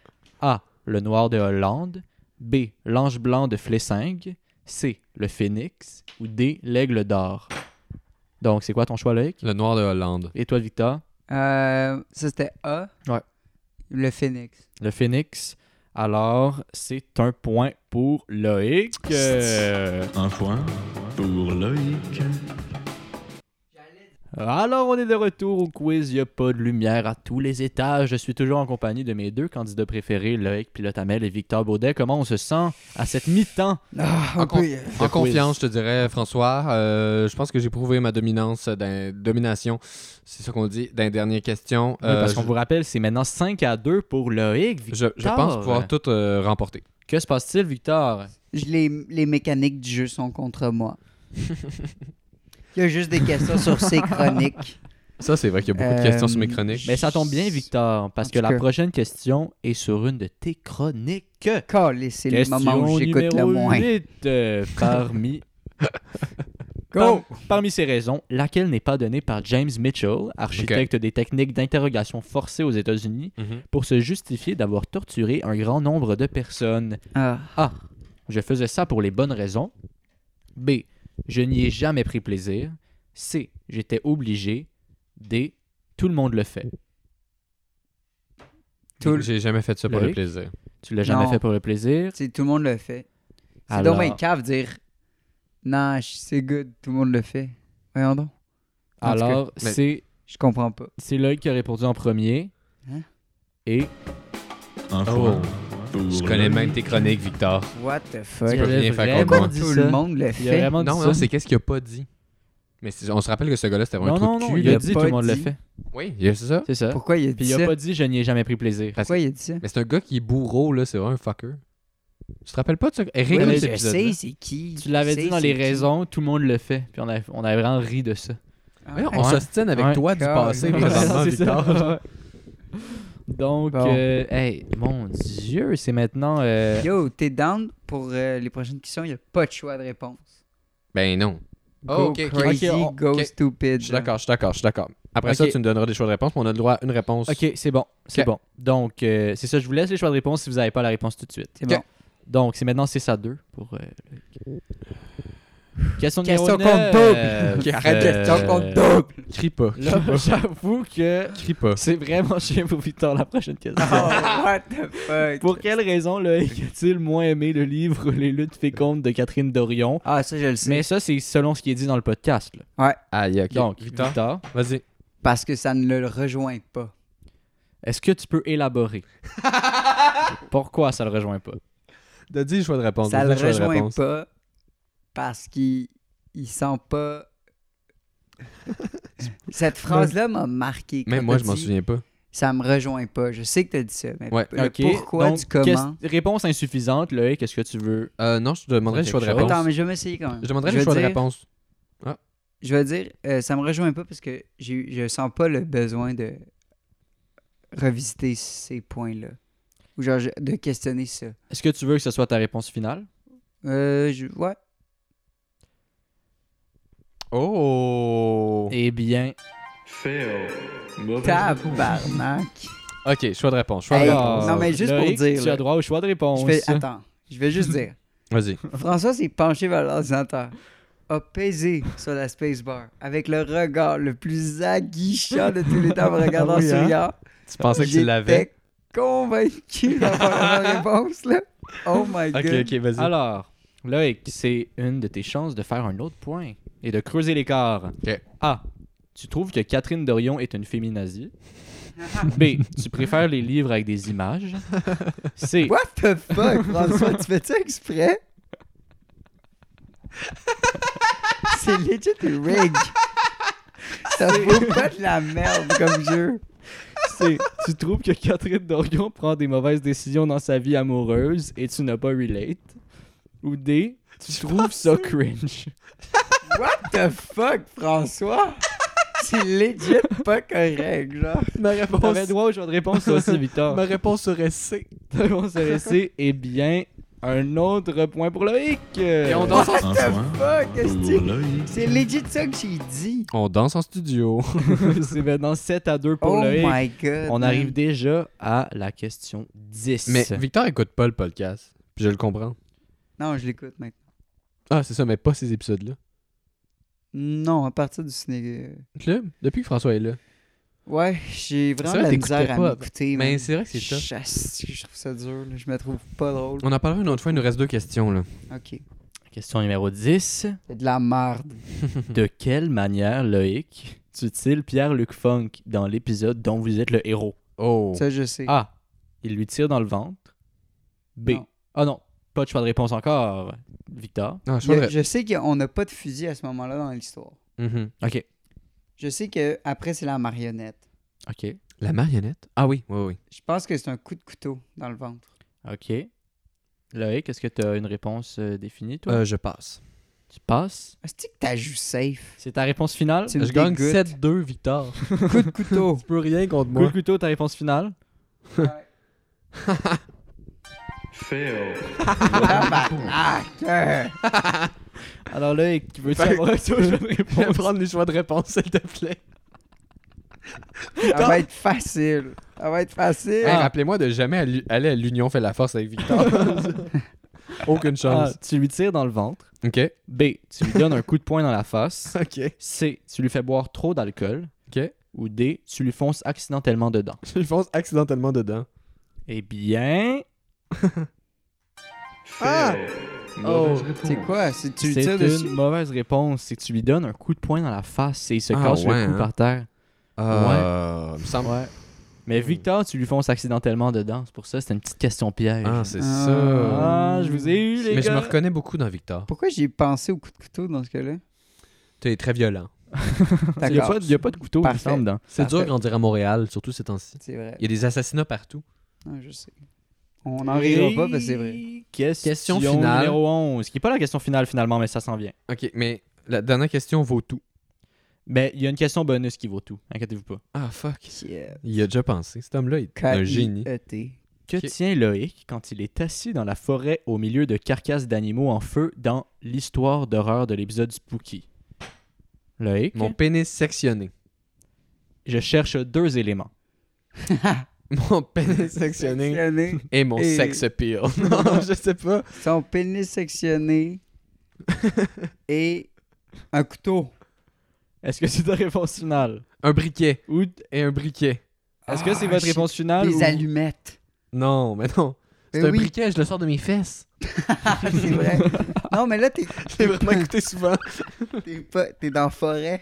Speaker 2: A. Le Noir de Hollande. B. L'Ange Blanc de Flessingue. C. Le phénix. Ou D. L'aigle d'or. Donc, c'est quoi ton choix, Loïc
Speaker 1: Le noir de Hollande.
Speaker 2: Et toi, Victor
Speaker 4: Euh, ça, c'était A.
Speaker 2: Ouais.
Speaker 4: Le phénix.
Speaker 2: Le phénix. Alors, c'est un point pour Loïc. Euh,
Speaker 5: Un point pour Loïc.
Speaker 2: Alors, on est de retour au quiz. Il n'y a pas de lumière à tous les étages. Je suis toujours en compagnie de mes deux candidats préférés, Loïc Pilotamel et Victor Baudet. Comment on se sent à cette mi-temps
Speaker 4: Ah,
Speaker 3: on peut-
Speaker 1: En
Speaker 2: Le quiz.
Speaker 1: confiance, je te dirais, François, euh, je pense que j'ai prouvé ma dominance, euh, d'un- domination, c'est ça qu'on dit, dans les dernières questions.
Speaker 2: Oui,
Speaker 1: Euh,
Speaker 2: Parce
Speaker 1: je-
Speaker 2: qu'on vous rappelle, c'est maintenant 5 à 2 pour Loïc. Vic-
Speaker 1: je, je pense pouvoir tout euh, remporter.
Speaker 2: Que se passe-t-il, Victor
Speaker 4: Je- les, les mécaniques du jeu sont contre moi. Il y a juste des questions sur ces chroniques.
Speaker 1: Ça, c'est vrai qu'il y a beaucoup de
Speaker 4: Euh,
Speaker 1: questions sur mes chroniques.
Speaker 2: Mais ça tombe bien, Victor, parce
Speaker 4: En
Speaker 2: que
Speaker 4: tout
Speaker 2: la
Speaker 4: cas.
Speaker 2: prochaine question est sur une de tes chroniques.
Speaker 4: Calé, c'est le moment où j'écoute le
Speaker 2: numéro
Speaker 4: moins.
Speaker 2: huit, euh, parmi, par- parmi ces raisons, laquelle n'est pas donnée par James Mitchell, architecte des techniques d'interrogation forcée aux États-Unis,
Speaker 1: Mhm.
Speaker 2: pour se justifier d'avoir torturé un grand nombre de personnes.
Speaker 4: Ah.
Speaker 2: A. Je faisais ça pour les bonnes raisons. B. Je n'y ai jamais pris plaisir. C. J'étais obligé. D. Tout le monde le fait.
Speaker 4: Tout le-
Speaker 1: J'ai jamais fait ça pour
Speaker 2: Loïc?
Speaker 1: le plaisir.
Speaker 2: Tu l'as jamais
Speaker 4: Non.
Speaker 2: fait pour le plaisir.
Speaker 4: C'est- Tout le monde le fait. C'est
Speaker 2: Alors-
Speaker 4: dommage dommage cave dire Non, je- c'est good, tout le monde le fait. Voyons donc. En tout cas,
Speaker 2: Alors,
Speaker 1: mais-
Speaker 2: c'est
Speaker 4: Je comprends pas.
Speaker 2: c'est Loïc qui a répondu en premier.
Speaker 4: Hein?
Speaker 2: Et
Speaker 5: Un point pour
Speaker 1: Ah Je connais
Speaker 5: Loïc.
Speaker 1: même tes chroniques, Victor.
Speaker 4: What the
Speaker 1: Tu
Speaker 4: fuck?
Speaker 1: peux
Speaker 2: avait
Speaker 1: rien faire
Speaker 2: vraiment
Speaker 1: contre moi.
Speaker 2: dit
Speaker 4: Tout
Speaker 2: ça.
Speaker 4: le monde le
Speaker 2: il a
Speaker 4: fait.
Speaker 2: vraiment dit
Speaker 1: Non,
Speaker 2: ça.
Speaker 1: non, c'est qu'est-ce qu'il a pas dit. Mais c'est- on se rappelle que ce gars-là, c'était vraiment
Speaker 2: non,
Speaker 1: un trou
Speaker 2: non,
Speaker 1: de
Speaker 2: non,
Speaker 1: cul.
Speaker 2: il a
Speaker 1: là.
Speaker 2: dit
Speaker 4: pas
Speaker 2: tout le monde le
Speaker 4: dit.
Speaker 2: fait.
Speaker 1: Oui, il a c'est ça.
Speaker 2: C'est ça.
Speaker 4: Pourquoi il a
Speaker 2: Puis
Speaker 4: dit
Speaker 2: il
Speaker 4: ça? Ben,
Speaker 2: a pas dit je n'y ai jamais pris plaisir.
Speaker 1: Parce-
Speaker 4: Pourquoi il a dit ça?
Speaker 1: Mais c'est un gars qui est bourreau, là. C'est vraiment un fucker. Tu te rappelles pas de ça? Eh,
Speaker 4: Oui,
Speaker 1: réécoute
Speaker 2: mais
Speaker 1: cet
Speaker 4: je
Speaker 1: épisode-là.
Speaker 4: sais, c'est qui?
Speaker 2: Tu l'avais
Speaker 4: Je
Speaker 2: dit
Speaker 4: sais,
Speaker 2: dans
Speaker 4: c'est
Speaker 2: les
Speaker 4: qui.
Speaker 2: raisons, tout le monde le fait. Puis on avait, on avait vraiment ri de ça.
Speaker 4: Ah,
Speaker 1: Voyons,
Speaker 2: Ouais.
Speaker 1: on s'ostine avec
Speaker 2: Ouais.
Speaker 1: toi du
Speaker 4: Car-
Speaker 1: passé,
Speaker 4: Ouais,
Speaker 1: présentement,
Speaker 2: C'est
Speaker 1: Victor.
Speaker 2: ça. Donc,
Speaker 4: Bon.
Speaker 2: euh, hey, mon Dieu, c'est maintenant. euh,
Speaker 4: Yo, t'es down pour euh, les prochaines questions? Il n'y a pas de choix de réponse.
Speaker 1: Ben non.
Speaker 4: Go
Speaker 1: Oh, ok, ok, ok,
Speaker 4: crazy,
Speaker 1: on-
Speaker 4: go
Speaker 1: ok.
Speaker 4: stupid.
Speaker 3: Je suis d'accord, je suis d'accord, je suis d'accord.
Speaker 1: Après
Speaker 2: Ok.
Speaker 1: ça, tu nous donneras des choix de réponse, mais on a le droit à une réponse.
Speaker 2: Ok, c'est bon, c'est
Speaker 1: Ok.
Speaker 2: bon. Donc, euh, c'est ça, je vous laisse les choix de réponse si vous n'avez pas la réponse tout de suite.
Speaker 4: C'est
Speaker 1: Ok.
Speaker 4: bon.
Speaker 2: Donc, c'est maintenant 6 à 2 pour. euh, Question numéro
Speaker 4: Question
Speaker 2: neuf.
Speaker 4: contre double.
Speaker 2: Euh,
Speaker 4: Arrête, question contre double.
Speaker 1: Crie pas.
Speaker 2: Là, j'avoue que
Speaker 1: Crie pas.
Speaker 2: c'est vraiment chiant pour Victor la prochaine question.
Speaker 4: Oh, what the fuck?
Speaker 2: Ah, Pour quelle raison Loïc a-t-il moins aimé le livre Les luttes fécondes de Catherine Dorion
Speaker 4: Ah, ça, je le sais.
Speaker 2: Mais ça, c'est selon ce qui est dit dans le podcast. là.
Speaker 1: Aïe, ok.
Speaker 2: Donc,
Speaker 1: Victor,
Speaker 2: Victor,
Speaker 1: vas-y.
Speaker 4: Parce que ça ne le rejoint pas.
Speaker 2: est-ce que tu peux élaborer Pourquoi ça le rejoint pas
Speaker 1: T'as dit le choix de réponse.
Speaker 4: ça
Speaker 1: donne
Speaker 4: le
Speaker 1: choix de
Speaker 4: rejoint
Speaker 1: réponse.
Speaker 4: pas parce qu'il il sent pas. Cette phrase-là m'a marqué.
Speaker 1: Même
Speaker 4: quand
Speaker 1: moi,
Speaker 4: t'as
Speaker 1: je m'en
Speaker 4: dit,
Speaker 1: souviens pas.
Speaker 4: Ça me rejoint pas. Je sais que t'as dit ça, mais
Speaker 1: Ouais.
Speaker 4: le
Speaker 2: Ok,
Speaker 4: Euh, pourquoi
Speaker 2: donc,
Speaker 4: du comment.
Speaker 2: qu'est- Réponse insuffisante, Loïc, est-ce que tu veux
Speaker 1: Euh, non, je te demanderai
Speaker 2: Ouais,
Speaker 1: le choix de
Speaker 2: quelque chose.
Speaker 1: réponse.
Speaker 4: Attends, mais je vais m'essayer quand même.
Speaker 1: Je demanderai
Speaker 4: Je
Speaker 1: le
Speaker 4: vais
Speaker 1: choix de
Speaker 4: dire-
Speaker 1: réponse.
Speaker 4: Je veux dire, euh, ça me rejoint pas parce que j'ai- je sens pas le besoin de revisiter ces points-là. Ou genre je- de questionner ça.
Speaker 2: Est-ce que tu veux que ce soit ta réponse finale
Speaker 4: Euh, je- ouais.
Speaker 1: Oh!
Speaker 2: Eh bien,
Speaker 5: Fail. Mauvaise
Speaker 4: Tabarnak.
Speaker 1: Ok, choix de réponse. Choix
Speaker 4: Hey,
Speaker 1: de
Speaker 2: alors,
Speaker 1: réponse.
Speaker 4: non, mais juste pour
Speaker 2: Loïc,
Speaker 4: dire,
Speaker 2: tu as
Speaker 4: là,
Speaker 2: droit au choix de réponse.
Speaker 4: Je vais- Attends, je vais juste dire.
Speaker 1: Vas-y.
Speaker 4: François s'est penché vers l'ordinateur, a pesé sur la spacebar avec le regard le plus aguichant de tous les temps, me regardant
Speaker 1: Oui, hein?
Speaker 4: souriant.
Speaker 1: Tu pensais que tu l'avais?
Speaker 4: J'étais convaincu d'avoir la bonne réponse, là. Oh my
Speaker 1: Ok,
Speaker 4: god.
Speaker 1: ok, vas-y.
Speaker 2: Alors, Loïc, c'est une de tes chances de faire un autre point et de creuser l'écart.
Speaker 1: Ok.
Speaker 2: A. Tu trouves que Catherine Dorion est une féminazie. B. Tu préfères les livres avec des images. C.
Speaker 4: What the fuck, François, tu fais ça exprès? C'est legit rig. Ça vaut pas de la merde comme jeu.
Speaker 2: C. Tu trouves que Catherine Dorion prend des mauvaises décisions dans sa vie amoureuse et tu n'as pas relate. Ou D. Tu trouves ça cringe.
Speaker 4: What the fuck, François? C'est legit pas correct, genre.
Speaker 1: Ma
Speaker 2: T'avais
Speaker 1: réponse,
Speaker 2: droit au choix de réponse toi aussi, Victor.
Speaker 1: ma réponse serait C.
Speaker 2: Ta réponse est restée, eh bien, un autre point pour Loïc.
Speaker 1: Et on danse
Speaker 4: What
Speaker 1: en-
Speaker 5: Un
Speaker 4: the
Speaker 5: point
Speaker 4: fuck,
Speaker 5: pour
Speaker 4: esti?
Speaker 5: Loïc.
Speaker 4: C'est legit ça que j'ai dit.
Speaker 1: On danse en studio.
Speaker 2: C'est maintenant 7 à 2 pour
Speaker 4: Oh
Speaker 2: Loïc.
Speaker 4: my god.
Speaker 2: On
Speaker 4: man.
Speaker 2: arrive déjà à la question 10.
Speaker 1: Mais Victor écoute pas le podcast. puis Je le comprends.
Speaker 4: Non, je l'écoute maintenant.
Speaker 3: Ah, c'est ça, mais pas ces épisodes-là.
Speaker 4: Non, à partir du ciné. euh,
Speaker 3: Là, depuis que François est là.
Speaker 4: Ouais, j'ai vraiment
Speaker 3: vrai,
Speaker 4: de la
Speaker 3: t'écoutais
Speaker 4: misère
Speaker 3: pas.
Speaker 4: à m'écouter.
Speaker 3: Mais
Speaker 4: man.
Speaker 3: c'est vrai que c'est tough.
Speaker 4: Chasse, Je trouve ça dur, là. je me trouve pas drôle.
Speaker 3: On en parlera une autre fois, il nous reste deux questions, là.
Speaker 4: Ok.
Speaker 2: Question numéro 10.
Speaker 3: Mhm.
Speaker 4: C'est de la merde.
Speaker 2: De quelle manière, Loïc, tue-t-il Pierre-Luc Funk dans l'épisode dont vous êtes le héros
Speaker 3: Oh.
Speaker 4: Ça, je sais.
Speaker 2: A. Il lui tire dans le ventre. B.
Speaker 4: Non.
Speaker 2: Ah non, pas de choix de réponse encore, Victor.
Speaker 3: Non, je
Speaker 4: Il y a-
Speaker 3: pense que-
Speaker 4: je sais qu'on n'a pas de fusil à ce moment-là dans l'histoire.
Speaker 3: Mhm.
Speaker 2: Ok.
Speaker 4: Je sais que après c'est la marionnette.
Speaker 2: Ok.
Speaker 3: La marionnette? Ah oui, oui, oui.
Speaker 4: Je pense que c'est un coup de couteau dans le ventre.
Speaker 2: Ok. Loïc, est-ce que tu as une réponse euh, définie, toi
Speaker 3: Euh, je passe.
Speaker 2: Tu passes.
Speaker 4: Est-ce que t'as joué safe?
Speaker 2: C'est ta réponse finale
Speaker 4: Tu me
Speaker 3: Je gagne
Speaker 4: dégoûtes.
Speaker 3: 7-2, Victor.
Speaker 4: Coup de couteau.
Speaker 3: tu peux rien contre
Speaker 2: Coup de
Speaker 3: moi.
Speaker 2: couteau, ta réponse finale
Speaker 5: Fail.
Speaker 4: Tabarnak!
Speaker 2: Alors Loïc, tu veux
Speaker 3: Fait-
Speaker 2: savoir que tu as une
Speaker 3: Je vais
Speaker 2: réponse
Speaker 3: prendre les choix de réponse, s'il te plaît.
Speaker 4: Ça va être facile. Ça va être facile.
Speaker 3: Hey, Rappelez-moi de jamais allu- aller à l'Union fait la force avec Victor. Aucune
Speaker 2: A.
Speaker 3: chance.
Speaker 2: Tu lui tires dans le ventre.
Speaker 3: OK.
Speaker 2: B. Tu lui donnes un coup de poing dans la face.
Speaker 3: Ah. OK.
Speaker 2: C. Tu lui fais boire trop d'alcool.
Speaker 3: OK.
Speaker 2: Ou D. Tu lui fonces accidentellement dedans.
Speaker 3: Je fonce accidentellement dedans.
Speaker 2: Eh bien,
Speaker 4: Ah!
Speaker 5: Oh,
Speaker 4: C'est quoi? Si tu
Speaker 2: c'est
Speaker 4: tires
Speaker 2: une
Speaker 4: dessus?
Speaker 2: mauvaise réponse. C'est que tu lui donnes un coup de poing dans la face et il se
Speaker 3: Ah,
Speaker 2: casse
Speaker 3: ouais,
Speaker 2: le cou
Speaker 3: hein?
Speaker 2: par terre.
Speaker 3: Ah, il me semble-
Speaker 2: Ouais. Mais Victor, tu lui fonces accidentellement dedans. C'est pour ça, c'était une petite question piège.
Speaker 3: Ah, c'est
Speaker 4: Ah.
Speaker 3: ça.
Speaker 2: Ah, je vous ai eu, les
Speaker 3: Mais je
Speaker 2: gars.
Speaker 3: me reconnais beaucoup dans Victor.
Speaker 4: Pourquoi j'ai pensé au coup de couteau dans ce cas-là?
Speaker 3: T'es très violent.
Speaker 2: Il n'y a,
Speaker 4: D'accord.
Speaker 2: pas de- il y a pas de couteau, il me
Speaker 4: Parfait.
Speaker 2: semble, dedans.
Speaker 3: C'est
Speaker 4: Parfait.
Speaker 3: dur de grandir à Montréal, surtout ces temps-ci.
Speaker 4: C'est vrai.
Speaker 3: Il y a des assassinats partout.
Speaker 4: Non, je sais. On n'en rira pas parce que c'est vrai.
Speaker 2: Et Question,
Speaker 3: Question finale.
Speaker 2: finale. numéro 11, qui n'est pas la question finale finalement, mais ça s'en vient.
Speaker 3: OK, mais la dernière question vaut tout.
Speaker 2: Mais Ben, il y a une question bonus qui vaut tout, inquiétez-vous pas.
Speaker 3: Ah, fuck. Euh,
Speaker 4: Yeah.
Speaker 3: Il y a déjà pensé. Cet homme-là, il est
Speaker 4: E
Speaker 3: un génie.
Speaker 4: K-I-E-T.
Speaker 2: Que
Speaker 3: Ok.
Speaker 2: tient Loïc quand il est assis dans la forêt au milieu de carcasses d'animaux en feu dans l'histoire d'horreur de l'épisode Spooky? Loïc,
Speaker 3: Mon pénis sectionné.
Speaker 2: je cherche deux éléments.
Speaker 3: Mon pénis sectionné
Speaker 4: Sectionné.
Speaker 3: et mon
Speaker 4: Et-
Speaker 3: sex appeal. non, je sais pas.
Speaker 4: Son pénis sectionné. et un couteau.
Speaker 2: Est-ce que c'est ta réponse finale?
Speaker 3: Un briquet
Speaker 2: Ou
Speaker 3: et un briquet.
Speaker 2: est-ce que c'est
Speaker 4: Ah,
Speaker 2: votre
Speaker 4: shit.
Speaker 2: réponse finale?
Speaker 4: Des
Speaker 2: ou-
Speaker 4: allumettes.
Speaker 3: Non, mais non. C'est
Speaker 4: Ben
Speaker 3: un
Speaker 4: oui,
Speaker 3: briquet, je le sors de mes fesses.
Speaker 4: c'est vrai. Non, mais là, t'es
Speaker 3: J'ai vraiment écouté souvent.
Speaker 4: t'es pas- t'es dans la forêt.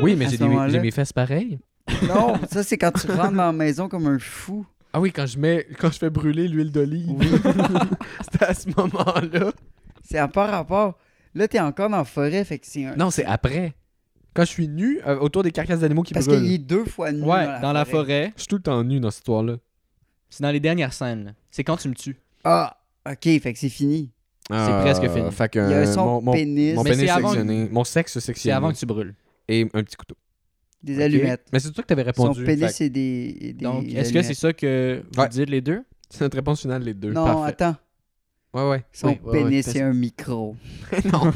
Speaker 3: Oui, mais
Speaker 4: À
Speaker 3: j'ai
Speaker 4: ce
Speaker 3: des-
Speaker 4: moment-là.
Speaker 3: j'ai mes fesses pareilles.
Speaker 4: Non, ça, c'est quand tu rentres dans la maison comme un fou.
Speaker 3: Ah oui, quand je mets quand je fais brûler l'huile d'olive.
Speaker 4: Oui.
Speaker 3: C'était à ce moment-là.
Speaker 4: C'est à part rapport. Là, t'es encore dans la forêt, fait que c'est un.
Speaker 3: Non, c'est après. Quand je suis nu euh, autour des carcasses d'animaux qui
Speaker 4: Parce qu'il
Speaker 3: brûlent.
Speaker 4: est deux fois nu.
Speaker 2: Ouais,
Speaker 4: dans,
Speaker 2: dans la forêt.
Speaker 3: Je suis tout le temps nu dans cette histoire-là.
Speaker 2: C'est dans les dernières scènes. là. C'est quand tu me tues.
Speaker 4: Ah, ok, fait que c'est fini.
Speaker 2: Euh, presque fini.
Speaker 3: Ah, Fait que,
Speaker 4: Il y a
Speaker 3: euh,
Speaker 4: son
Speaker 3: mon, mon-
Speaker 4: pénis,
Speaker 3: mon
Speaker 2: Mais
Speaker 3: pénis
Speaker 2: c'est avant-
Speaker 3: sectionné, mon sexe
Speaker 2: C'est
Speaker 3: sectionné
Speaker 2: avant que tu brûles.
Speaker 3: et un petit couteau.
Speaker 4: des
Speaker 3: Ok.
Speaker 4: allumettes.
Speaker 3: Mais c'est toi que t'avais
Speaker 4: Son
Speaker 3: répondu.
Speaker 4: pénis,
Speaker 3: fait que
Speaker 4: c'est des, et des.
Speaker 2: Donc, est-ce que c'est ça que vous
Speaker 3: Ouais.
Speaker 2: dites les deux?
Speaker 3: C'est notre réponse finale les deux.
Speaker 4: Non,
Speaker 3: Parfait.
Speaker 4: attends.
Speaker 3: Ouais ouais.
Speaker 4: Son
Speaker 3: Oui, ouais, ouais,
Speaker 4: pénis,
Speaker 3: parce-
Speaker 4: c'est un micro.
Speaker 3: non,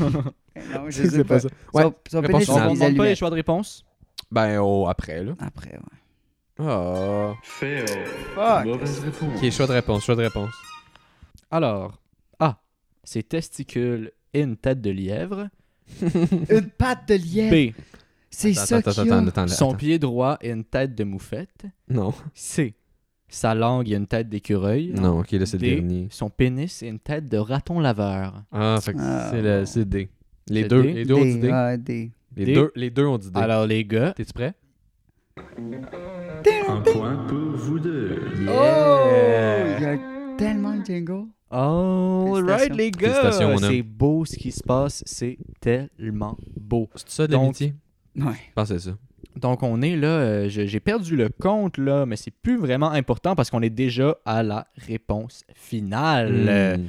Speaker 4: Eh Non, je
Speaker 3: c'est
Speaker 4: sais
Speaker 3: pas
Speaker 4: pas.
Speaker 3: ça. Ouais.
Speaker 4: Son, son
Speaker 3: réponse
Speaker 4: pénis,
Speaker 2: On ne
Speaker 3: finale.
Speaker 4: c'est des
Speaker 2: demande pas les
Speaker 4: allumettes.
Speaker 2: choix de réponse.
Speaker 3: Ben oh, après là.
Speaker 4: Après, ouais.
Speaker 3: Ah.
Speaker 5: Fail.
Speaker 4: Fuck.
Speaker 5: Mauvaise réponse.
Speaker 3: OK, choix de réponse, choix de réponse.
Speaker 2: Alors, A. Ses testicules et une tête de lièvre.
Speaker 4: Une patte de lièvre.
Speaker 2: B.
Speaker 4: C'est
Speaker 3: Attends,
Speaker 4: ça
Speaker 3: attends,
Speaker 4: qu'il y
Speaker 3: attends,
Speaker 4: a.
Speaker 3: attends, attends,
Speaker 2: Son
Speaker 3: attends.
Speaker 2: pied droit et une tête de moufette.
Speaker 3: Non.
Speaker 2: C. Sa langue et une tête d'écureuil.
Speaker 3: Non, OK, là c'est le
Speaker 2: D.
Speaker 3: dernier.
Speaker 2: Son pénis et une tête de raton laveur.
Speaker 3: Ah, fait que
Speaker 4: Ah.
Speaker 3: c'est le c'est D. Les
Speaker 2: C'est
Speaker 3: deux,
Speaker 2: D.
Speaker 3: les deux ont dit
Speaker 4: Des-
Speaker 3: D.
Speaker 4: ah, des-
Speaker 3: Les
Speaker 2: D.
Speaker 3: deux, les deux ont dit D.
Speaker 2: Alors, les gars,
Speaker 3: T'es-tu prêt
Speaker 5: Un point pour vous deux.
Speaker 4: Oh! Il y a tellement de jingle.
Speaker 2: All right,
Speaker 4: Félicitations.
Speaker 2: les gars!
Speaker 3: Félicitations, mon homme.
Speaker 2: C'est beau ce qui se passe, c'est tellement beau.
Speaker 3: C'est ça de
Speaker 2: Donc-
Speaker 3: l'amitié
Speaker 4: Ouais.
Speaker 3: Je pense que c'est ça.
Speaker 2: Donc, on est là, euh, je- j'ai perdu le compte, là, mais c'est plus vraiment important parce qu'on est déjà à la réponse finale. Euh,
Speaker 3: Hmm.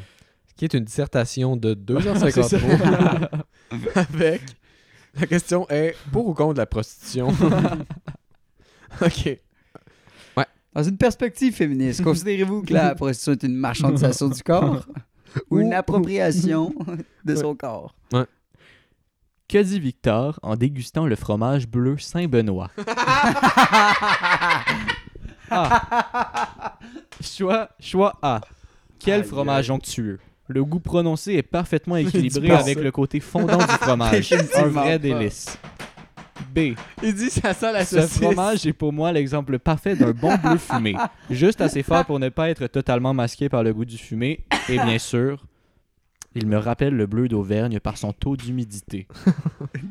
Speaker 3: Ce qui est une dissertation de
Speaker 2: C'est ça.
Speaker 3: 2h53 avec la question est pour ou contre la prostitution OK.
Speaker 4: Dans une perspective féministe, considérez-vous que la prostitution est une marchandisation du corps ou
Speaker 3: Ou-
Speaker 4: une appropriation de son corps?
Speaker 2: Que dit Victor en dégustant le fromage bleu Saint-Benoît? Ah. Choix, choix A. Quel fromage onctueux? Le goût prononcé est parfaitement équilibré
Speaker 4: pas
Speaker 2: avec
Speaker 4: ça.
Speaker 2: le côté fondant du fromage. Un
Speaker 4: Définitivement pas. Ah,
Speaker 2: vrai délice. B.
Speaker 3: Il dit ça sent la
Speaker 2: Ce fromage est pour moi l'exemple parfait d'un bon bleu fumé. Juste assez fort pour ne pas être totalement masqué par le goût du fumé. Et bien sûr, il me rappelle le bleu d'Auvergne par son taux d'humidité.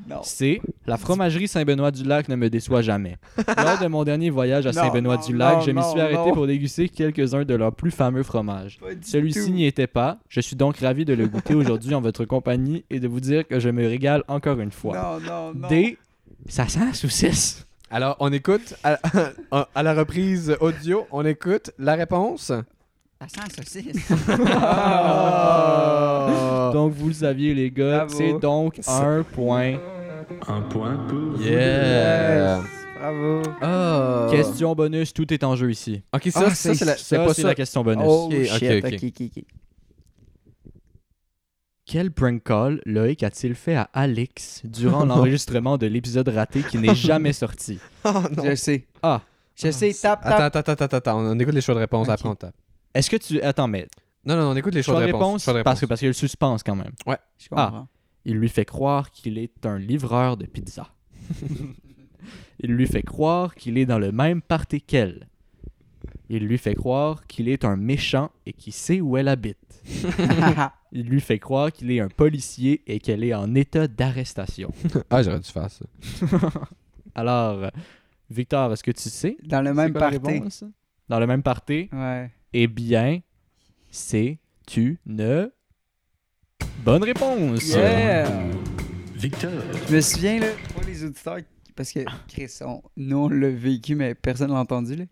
Speaker 4: Non.
Speaker 2: C. La fromagerie Saint-Benoît-du-Lac ne me déçoit jamais. Lors de mon dernier voyage à
Speaker 4: Non, non,
Speaker 2: Saint-Benoît-du-Lac, je m'y
Speaker 4: non,
Speaker 2: suis arrêté
Speaker 4: non.
Speaker 2: pour déguster quelques-uns de leurs plus fameux fromages.
Speaker 4: Pas du
Speaker 2: Celui-ci
Speaker 4: tout.
Speaker 2: n'y était pas. Je suis donc ravi de le goûter aujourd'hui en votre compagnie et de vous dire que je me régale encore une fois.
Speaker 4: Non, non, non.
Speaker 2: D. Ça sent la saucisse.
Speaker 3: Alors, on écoute à, à- à la reprise audio, on écoute la réponse.
Speaker 4: Ça sent la saucisse. Ah!
Speaker 3: Oh.
Speaker 2: Donc vous le saviez les gars,
Speaker 4: Bravo.
Speaker 2: c'est donc un point.
Speaker 5: Un point pour.
Speaker 3: Yeah.
Speaker 4: Bravo.
Speaker 3: Oh.
Speaker 2: Question bonus, tout est en jeu ici.
Speaker 3: Ok, ça,
Speaker 4: Ah,
Speaker 3: ça,
Speaker 4: c'est-
Speaker 3: c'est la- c'est
Speaker 2: Ça,
Speaker 3: pas
Speaker 2: c'est
Speaker 3: ça.
Speaker 2: la question bonus.
Speaker 4: Oh
Speaker 3: Ok, ok,
Speaker 4: shit,
Speaker 3: ok.
Speaker 4: ok, ok, ok.
Speaker 2: Quel prank call Loïc a-t-il fait à Alex durant l'enregistrement de l'épisode raté qui n'est jamais sorti
Speaker 4: Je sais.
Speaker 2: Ah.
Speaker 4: Je sais, tape, tape.
Speaker 3: Attends, attends, attends, attends, attends, on écoute les choix de réponse,
Speaker 2: Ok.
Speaker 3: après on tape.
Speaker 2: Est-ce que tu attends mais
Speaker 3: Non, non, non, on écoute les choix,
Speaker 2: choix de
Speaker 3: réponse.
Speaker 2: réponse
Speaker 3: choix de
Speaker 2: parce que
Speaker 3: réponse.
Speaker 2: parce qu'il y a le suspense quand même.
Speaker 4: Je comprends.
Speaker 2: Il lui fait croire qu'il est un livreur de pizza. Il lui fait croire qu'il est dans le même party qu'elle. Il lui fait croire qu'il est un méchant et qu'il sait où elle habite.
Speaker 3: Ah.
Speaker 2: Il lui fait croire qu'il est un policier et qu'elle est en état d'arrestation.
Speaker 3: Ah, j'aurais dû faire ça.
Speaker 2: Alors, euh, Victor, est-ce que tu sais?
Speaker 4: Dans le
Speaker 2: c'est
Speaker 4: même
Speaker 2: quoi la
Speaker 4: party.
Speaker 2: réponse? Dans le même party?
Speaker 4: Ouais.
Speaker 2: Eh bien, c'est tu ne. Bonne réponse!
Speaker 4: Yeah!
Speaker 5: Victor.
Speaker 4: Je me souviens, là, pour les auditeurs, parce
Speaker 2: Ah.
Speaker 4: que, Chris, on- nous, on l'a vécu, mais personne l'a entendu, là.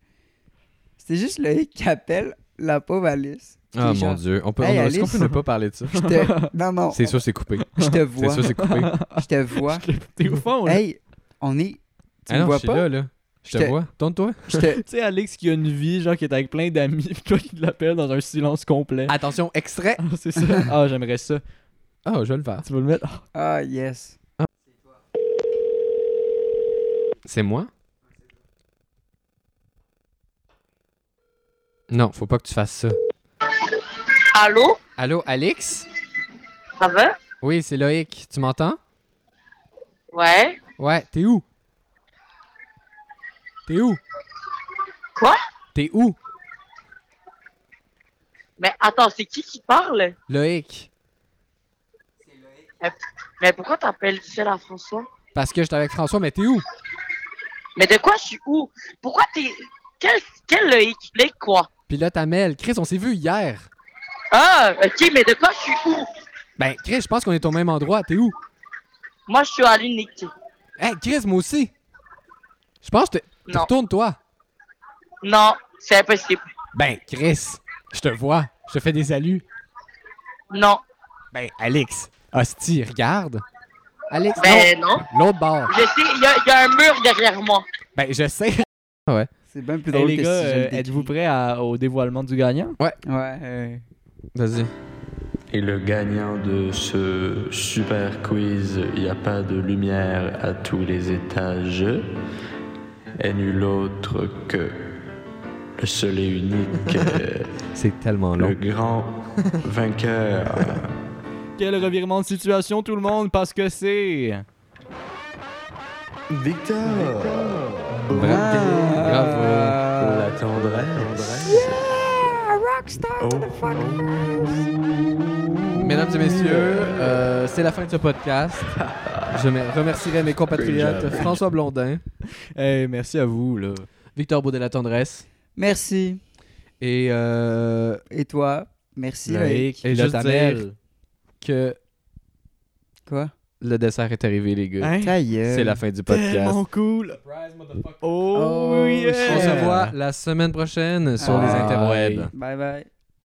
Speaker 4: C'était juste Loïc qui appelle la pauvre Alice. qui
Speaker 3: Ah,
Speaker 4: est
Speaker 3: mon
Speaker 4: genre,
Speaker 3: dieu. On peut,
Speaker 4: Hey,
Speaker 3: on- Est-ce qu'on
Speaker 4: Alice.
Speaker 3: peut ne pas parler de ça?
Speaker 4: Je te... Non, non,
Speaker 3: C'est sûr, c'est coupé.
Speaker 4: je te
Speaker 3: C'est
Speaker 4: vois,
Speaker 3: sûr, c'est coupé.
Speaker 4: je te vois.
Speaker 2: T'es au fond, là.
Speaker 4: Hey, on est...
Speaker 3: Ah
Speaker 4: Tu me
Speaker 3: non, je
Speaker 4: vois
Speaker 3: suis
Speaker 4: pas?
Speaker 3: là, là. Je te
Speaker 4: J'étais-
Speaker 3: vois. Tourne-toi.
Speaker 4: Je te...
Speaker 2: Tu sais, Alex qui a une vie, genre qui est avec plein d'amis, pis toi qui l'appelles dans un silence complet.
Speaker 3: Attention, extrait.
Speaker 2: Ah, c'est ça. Ah, j'aimerais ça.
Speaker 3: Ah, je vais le faire.
Speaker 2: Tu vas le mettre. Ah,
Speaker 4: Ah, yes.
Speaker 3: C'est moi? Non, faut pas que tu fasses ça.
Speaker 6: Allô?
Speaker 3: Allô, Alex?
Speaker 6: Ça va?
Speaker 3: Oui, c'est Loïc. Tu m'entends?
Speaker 6: Ouais.
Speaker 3: Ouais, t'es où? T'es où?
Speaker 6: Quoi?
Speaker 3: T'es où?
Speaker 6: Mais attends, c'est qui qui parle?
Speaker 3: Loïc.
Speaker 6: Mais pourquoi t'appelles Michel à François?
Speaker 3: Parce que j'étais avec François, mais t'es où?
Speaker 6: Mais de quoi je suis où? Pourquoi t'es. Quel, quel Loïc? Loïc quoi?
Speaker 3: Pilote Amel. Chris, on s'est vu hier.
Speaker 6: Ah, ok, mais de quoi je suis où?
Speaker 3: Ben, Chris, je pense qu'on est au même endroit. T'es où?
Speaker 6: Moi, je suis à l'unique.
Speaker 3: Hey, Chris, moi aussi. Je pense que t'es-
Speaker 6: Non.
Speaker 3: retourne-toi.
Speaker 6: Non, c'est impossible.
Speaker 3: Ben, Chris, je te vois. Je te fais des saluts.
Speaker 6: Non.
Speaker 3: Ben, Alex. Hostie, regarde. Alex,
Speaker 6: Ben non.
Speaker 3: non. L'autre bord.
Speaker 6: Je sais, il y, a- il y a un mur derrière moi.
Speaker 3: Ben, je sais.
Speaker 4: C'est bien plus
Speaker 2: hey,
Speaker 4: drôle
Speaker 2: les
Speaker 4: que
Speaker 2: gars,
Speaker 4: si je
Speaker 2: euh,
Speaker 4: le décris.
Speaker 2: êtes-vous prêts à- au dévoilement du gagnant?
Speaker 4: Ouais, euh,
Speaker 3: Vas-y.
Speaker 5: Et le gagnant de ce super quiz, il n'y a pas de lumière à tous les étages, est nul autre que le seul et unique, euh,
Speaker 3: C'est tellement
Speaker 5: le grand vainqueur.
Speaker 2: Quel revirement de situation, tout le monde, parce que c'est.
Speaker 5: Victor!
Speaker 3: Bravo.
Speaker 4: Ah.
Speaker 5: La tendresse.
Speaker 3: Mesdames et messieurs, euh, c'est la fin de ce podcast. Je me- remercierai mes compatriotes François Blondin,
Speaker 2: Hey, merci à vous, là.
Speaker 3: Victor Baudet la tendresse
Speaker 4: Merci.
Speaker 3: et euh,
Speaker 4: Et toi? Merci, Loïc.
Speaker 2: Loïc,
Speaker 3: Et
Speaker 2: pilote
Speaker 3: juste
Speaker 2: à mel.
Speaker 3: que
Speaker 4: Quoi?
Speaker 3: le dessert est arrivé les gars.
Speaker 2: Hein?
Speaker 4: Ta gueule.
Speaker 3: C'est la fin du podcast.
Speaker 2: Tellement cool. Oh,
Speaker 4: Oh,
Speaker 2: yeah. Oh,
Speaker 3: On se voit la semaine prochaine sur les
Speaker 4: Ah.
Speaker 3: interwebs.
Speaker 4: Bye bye.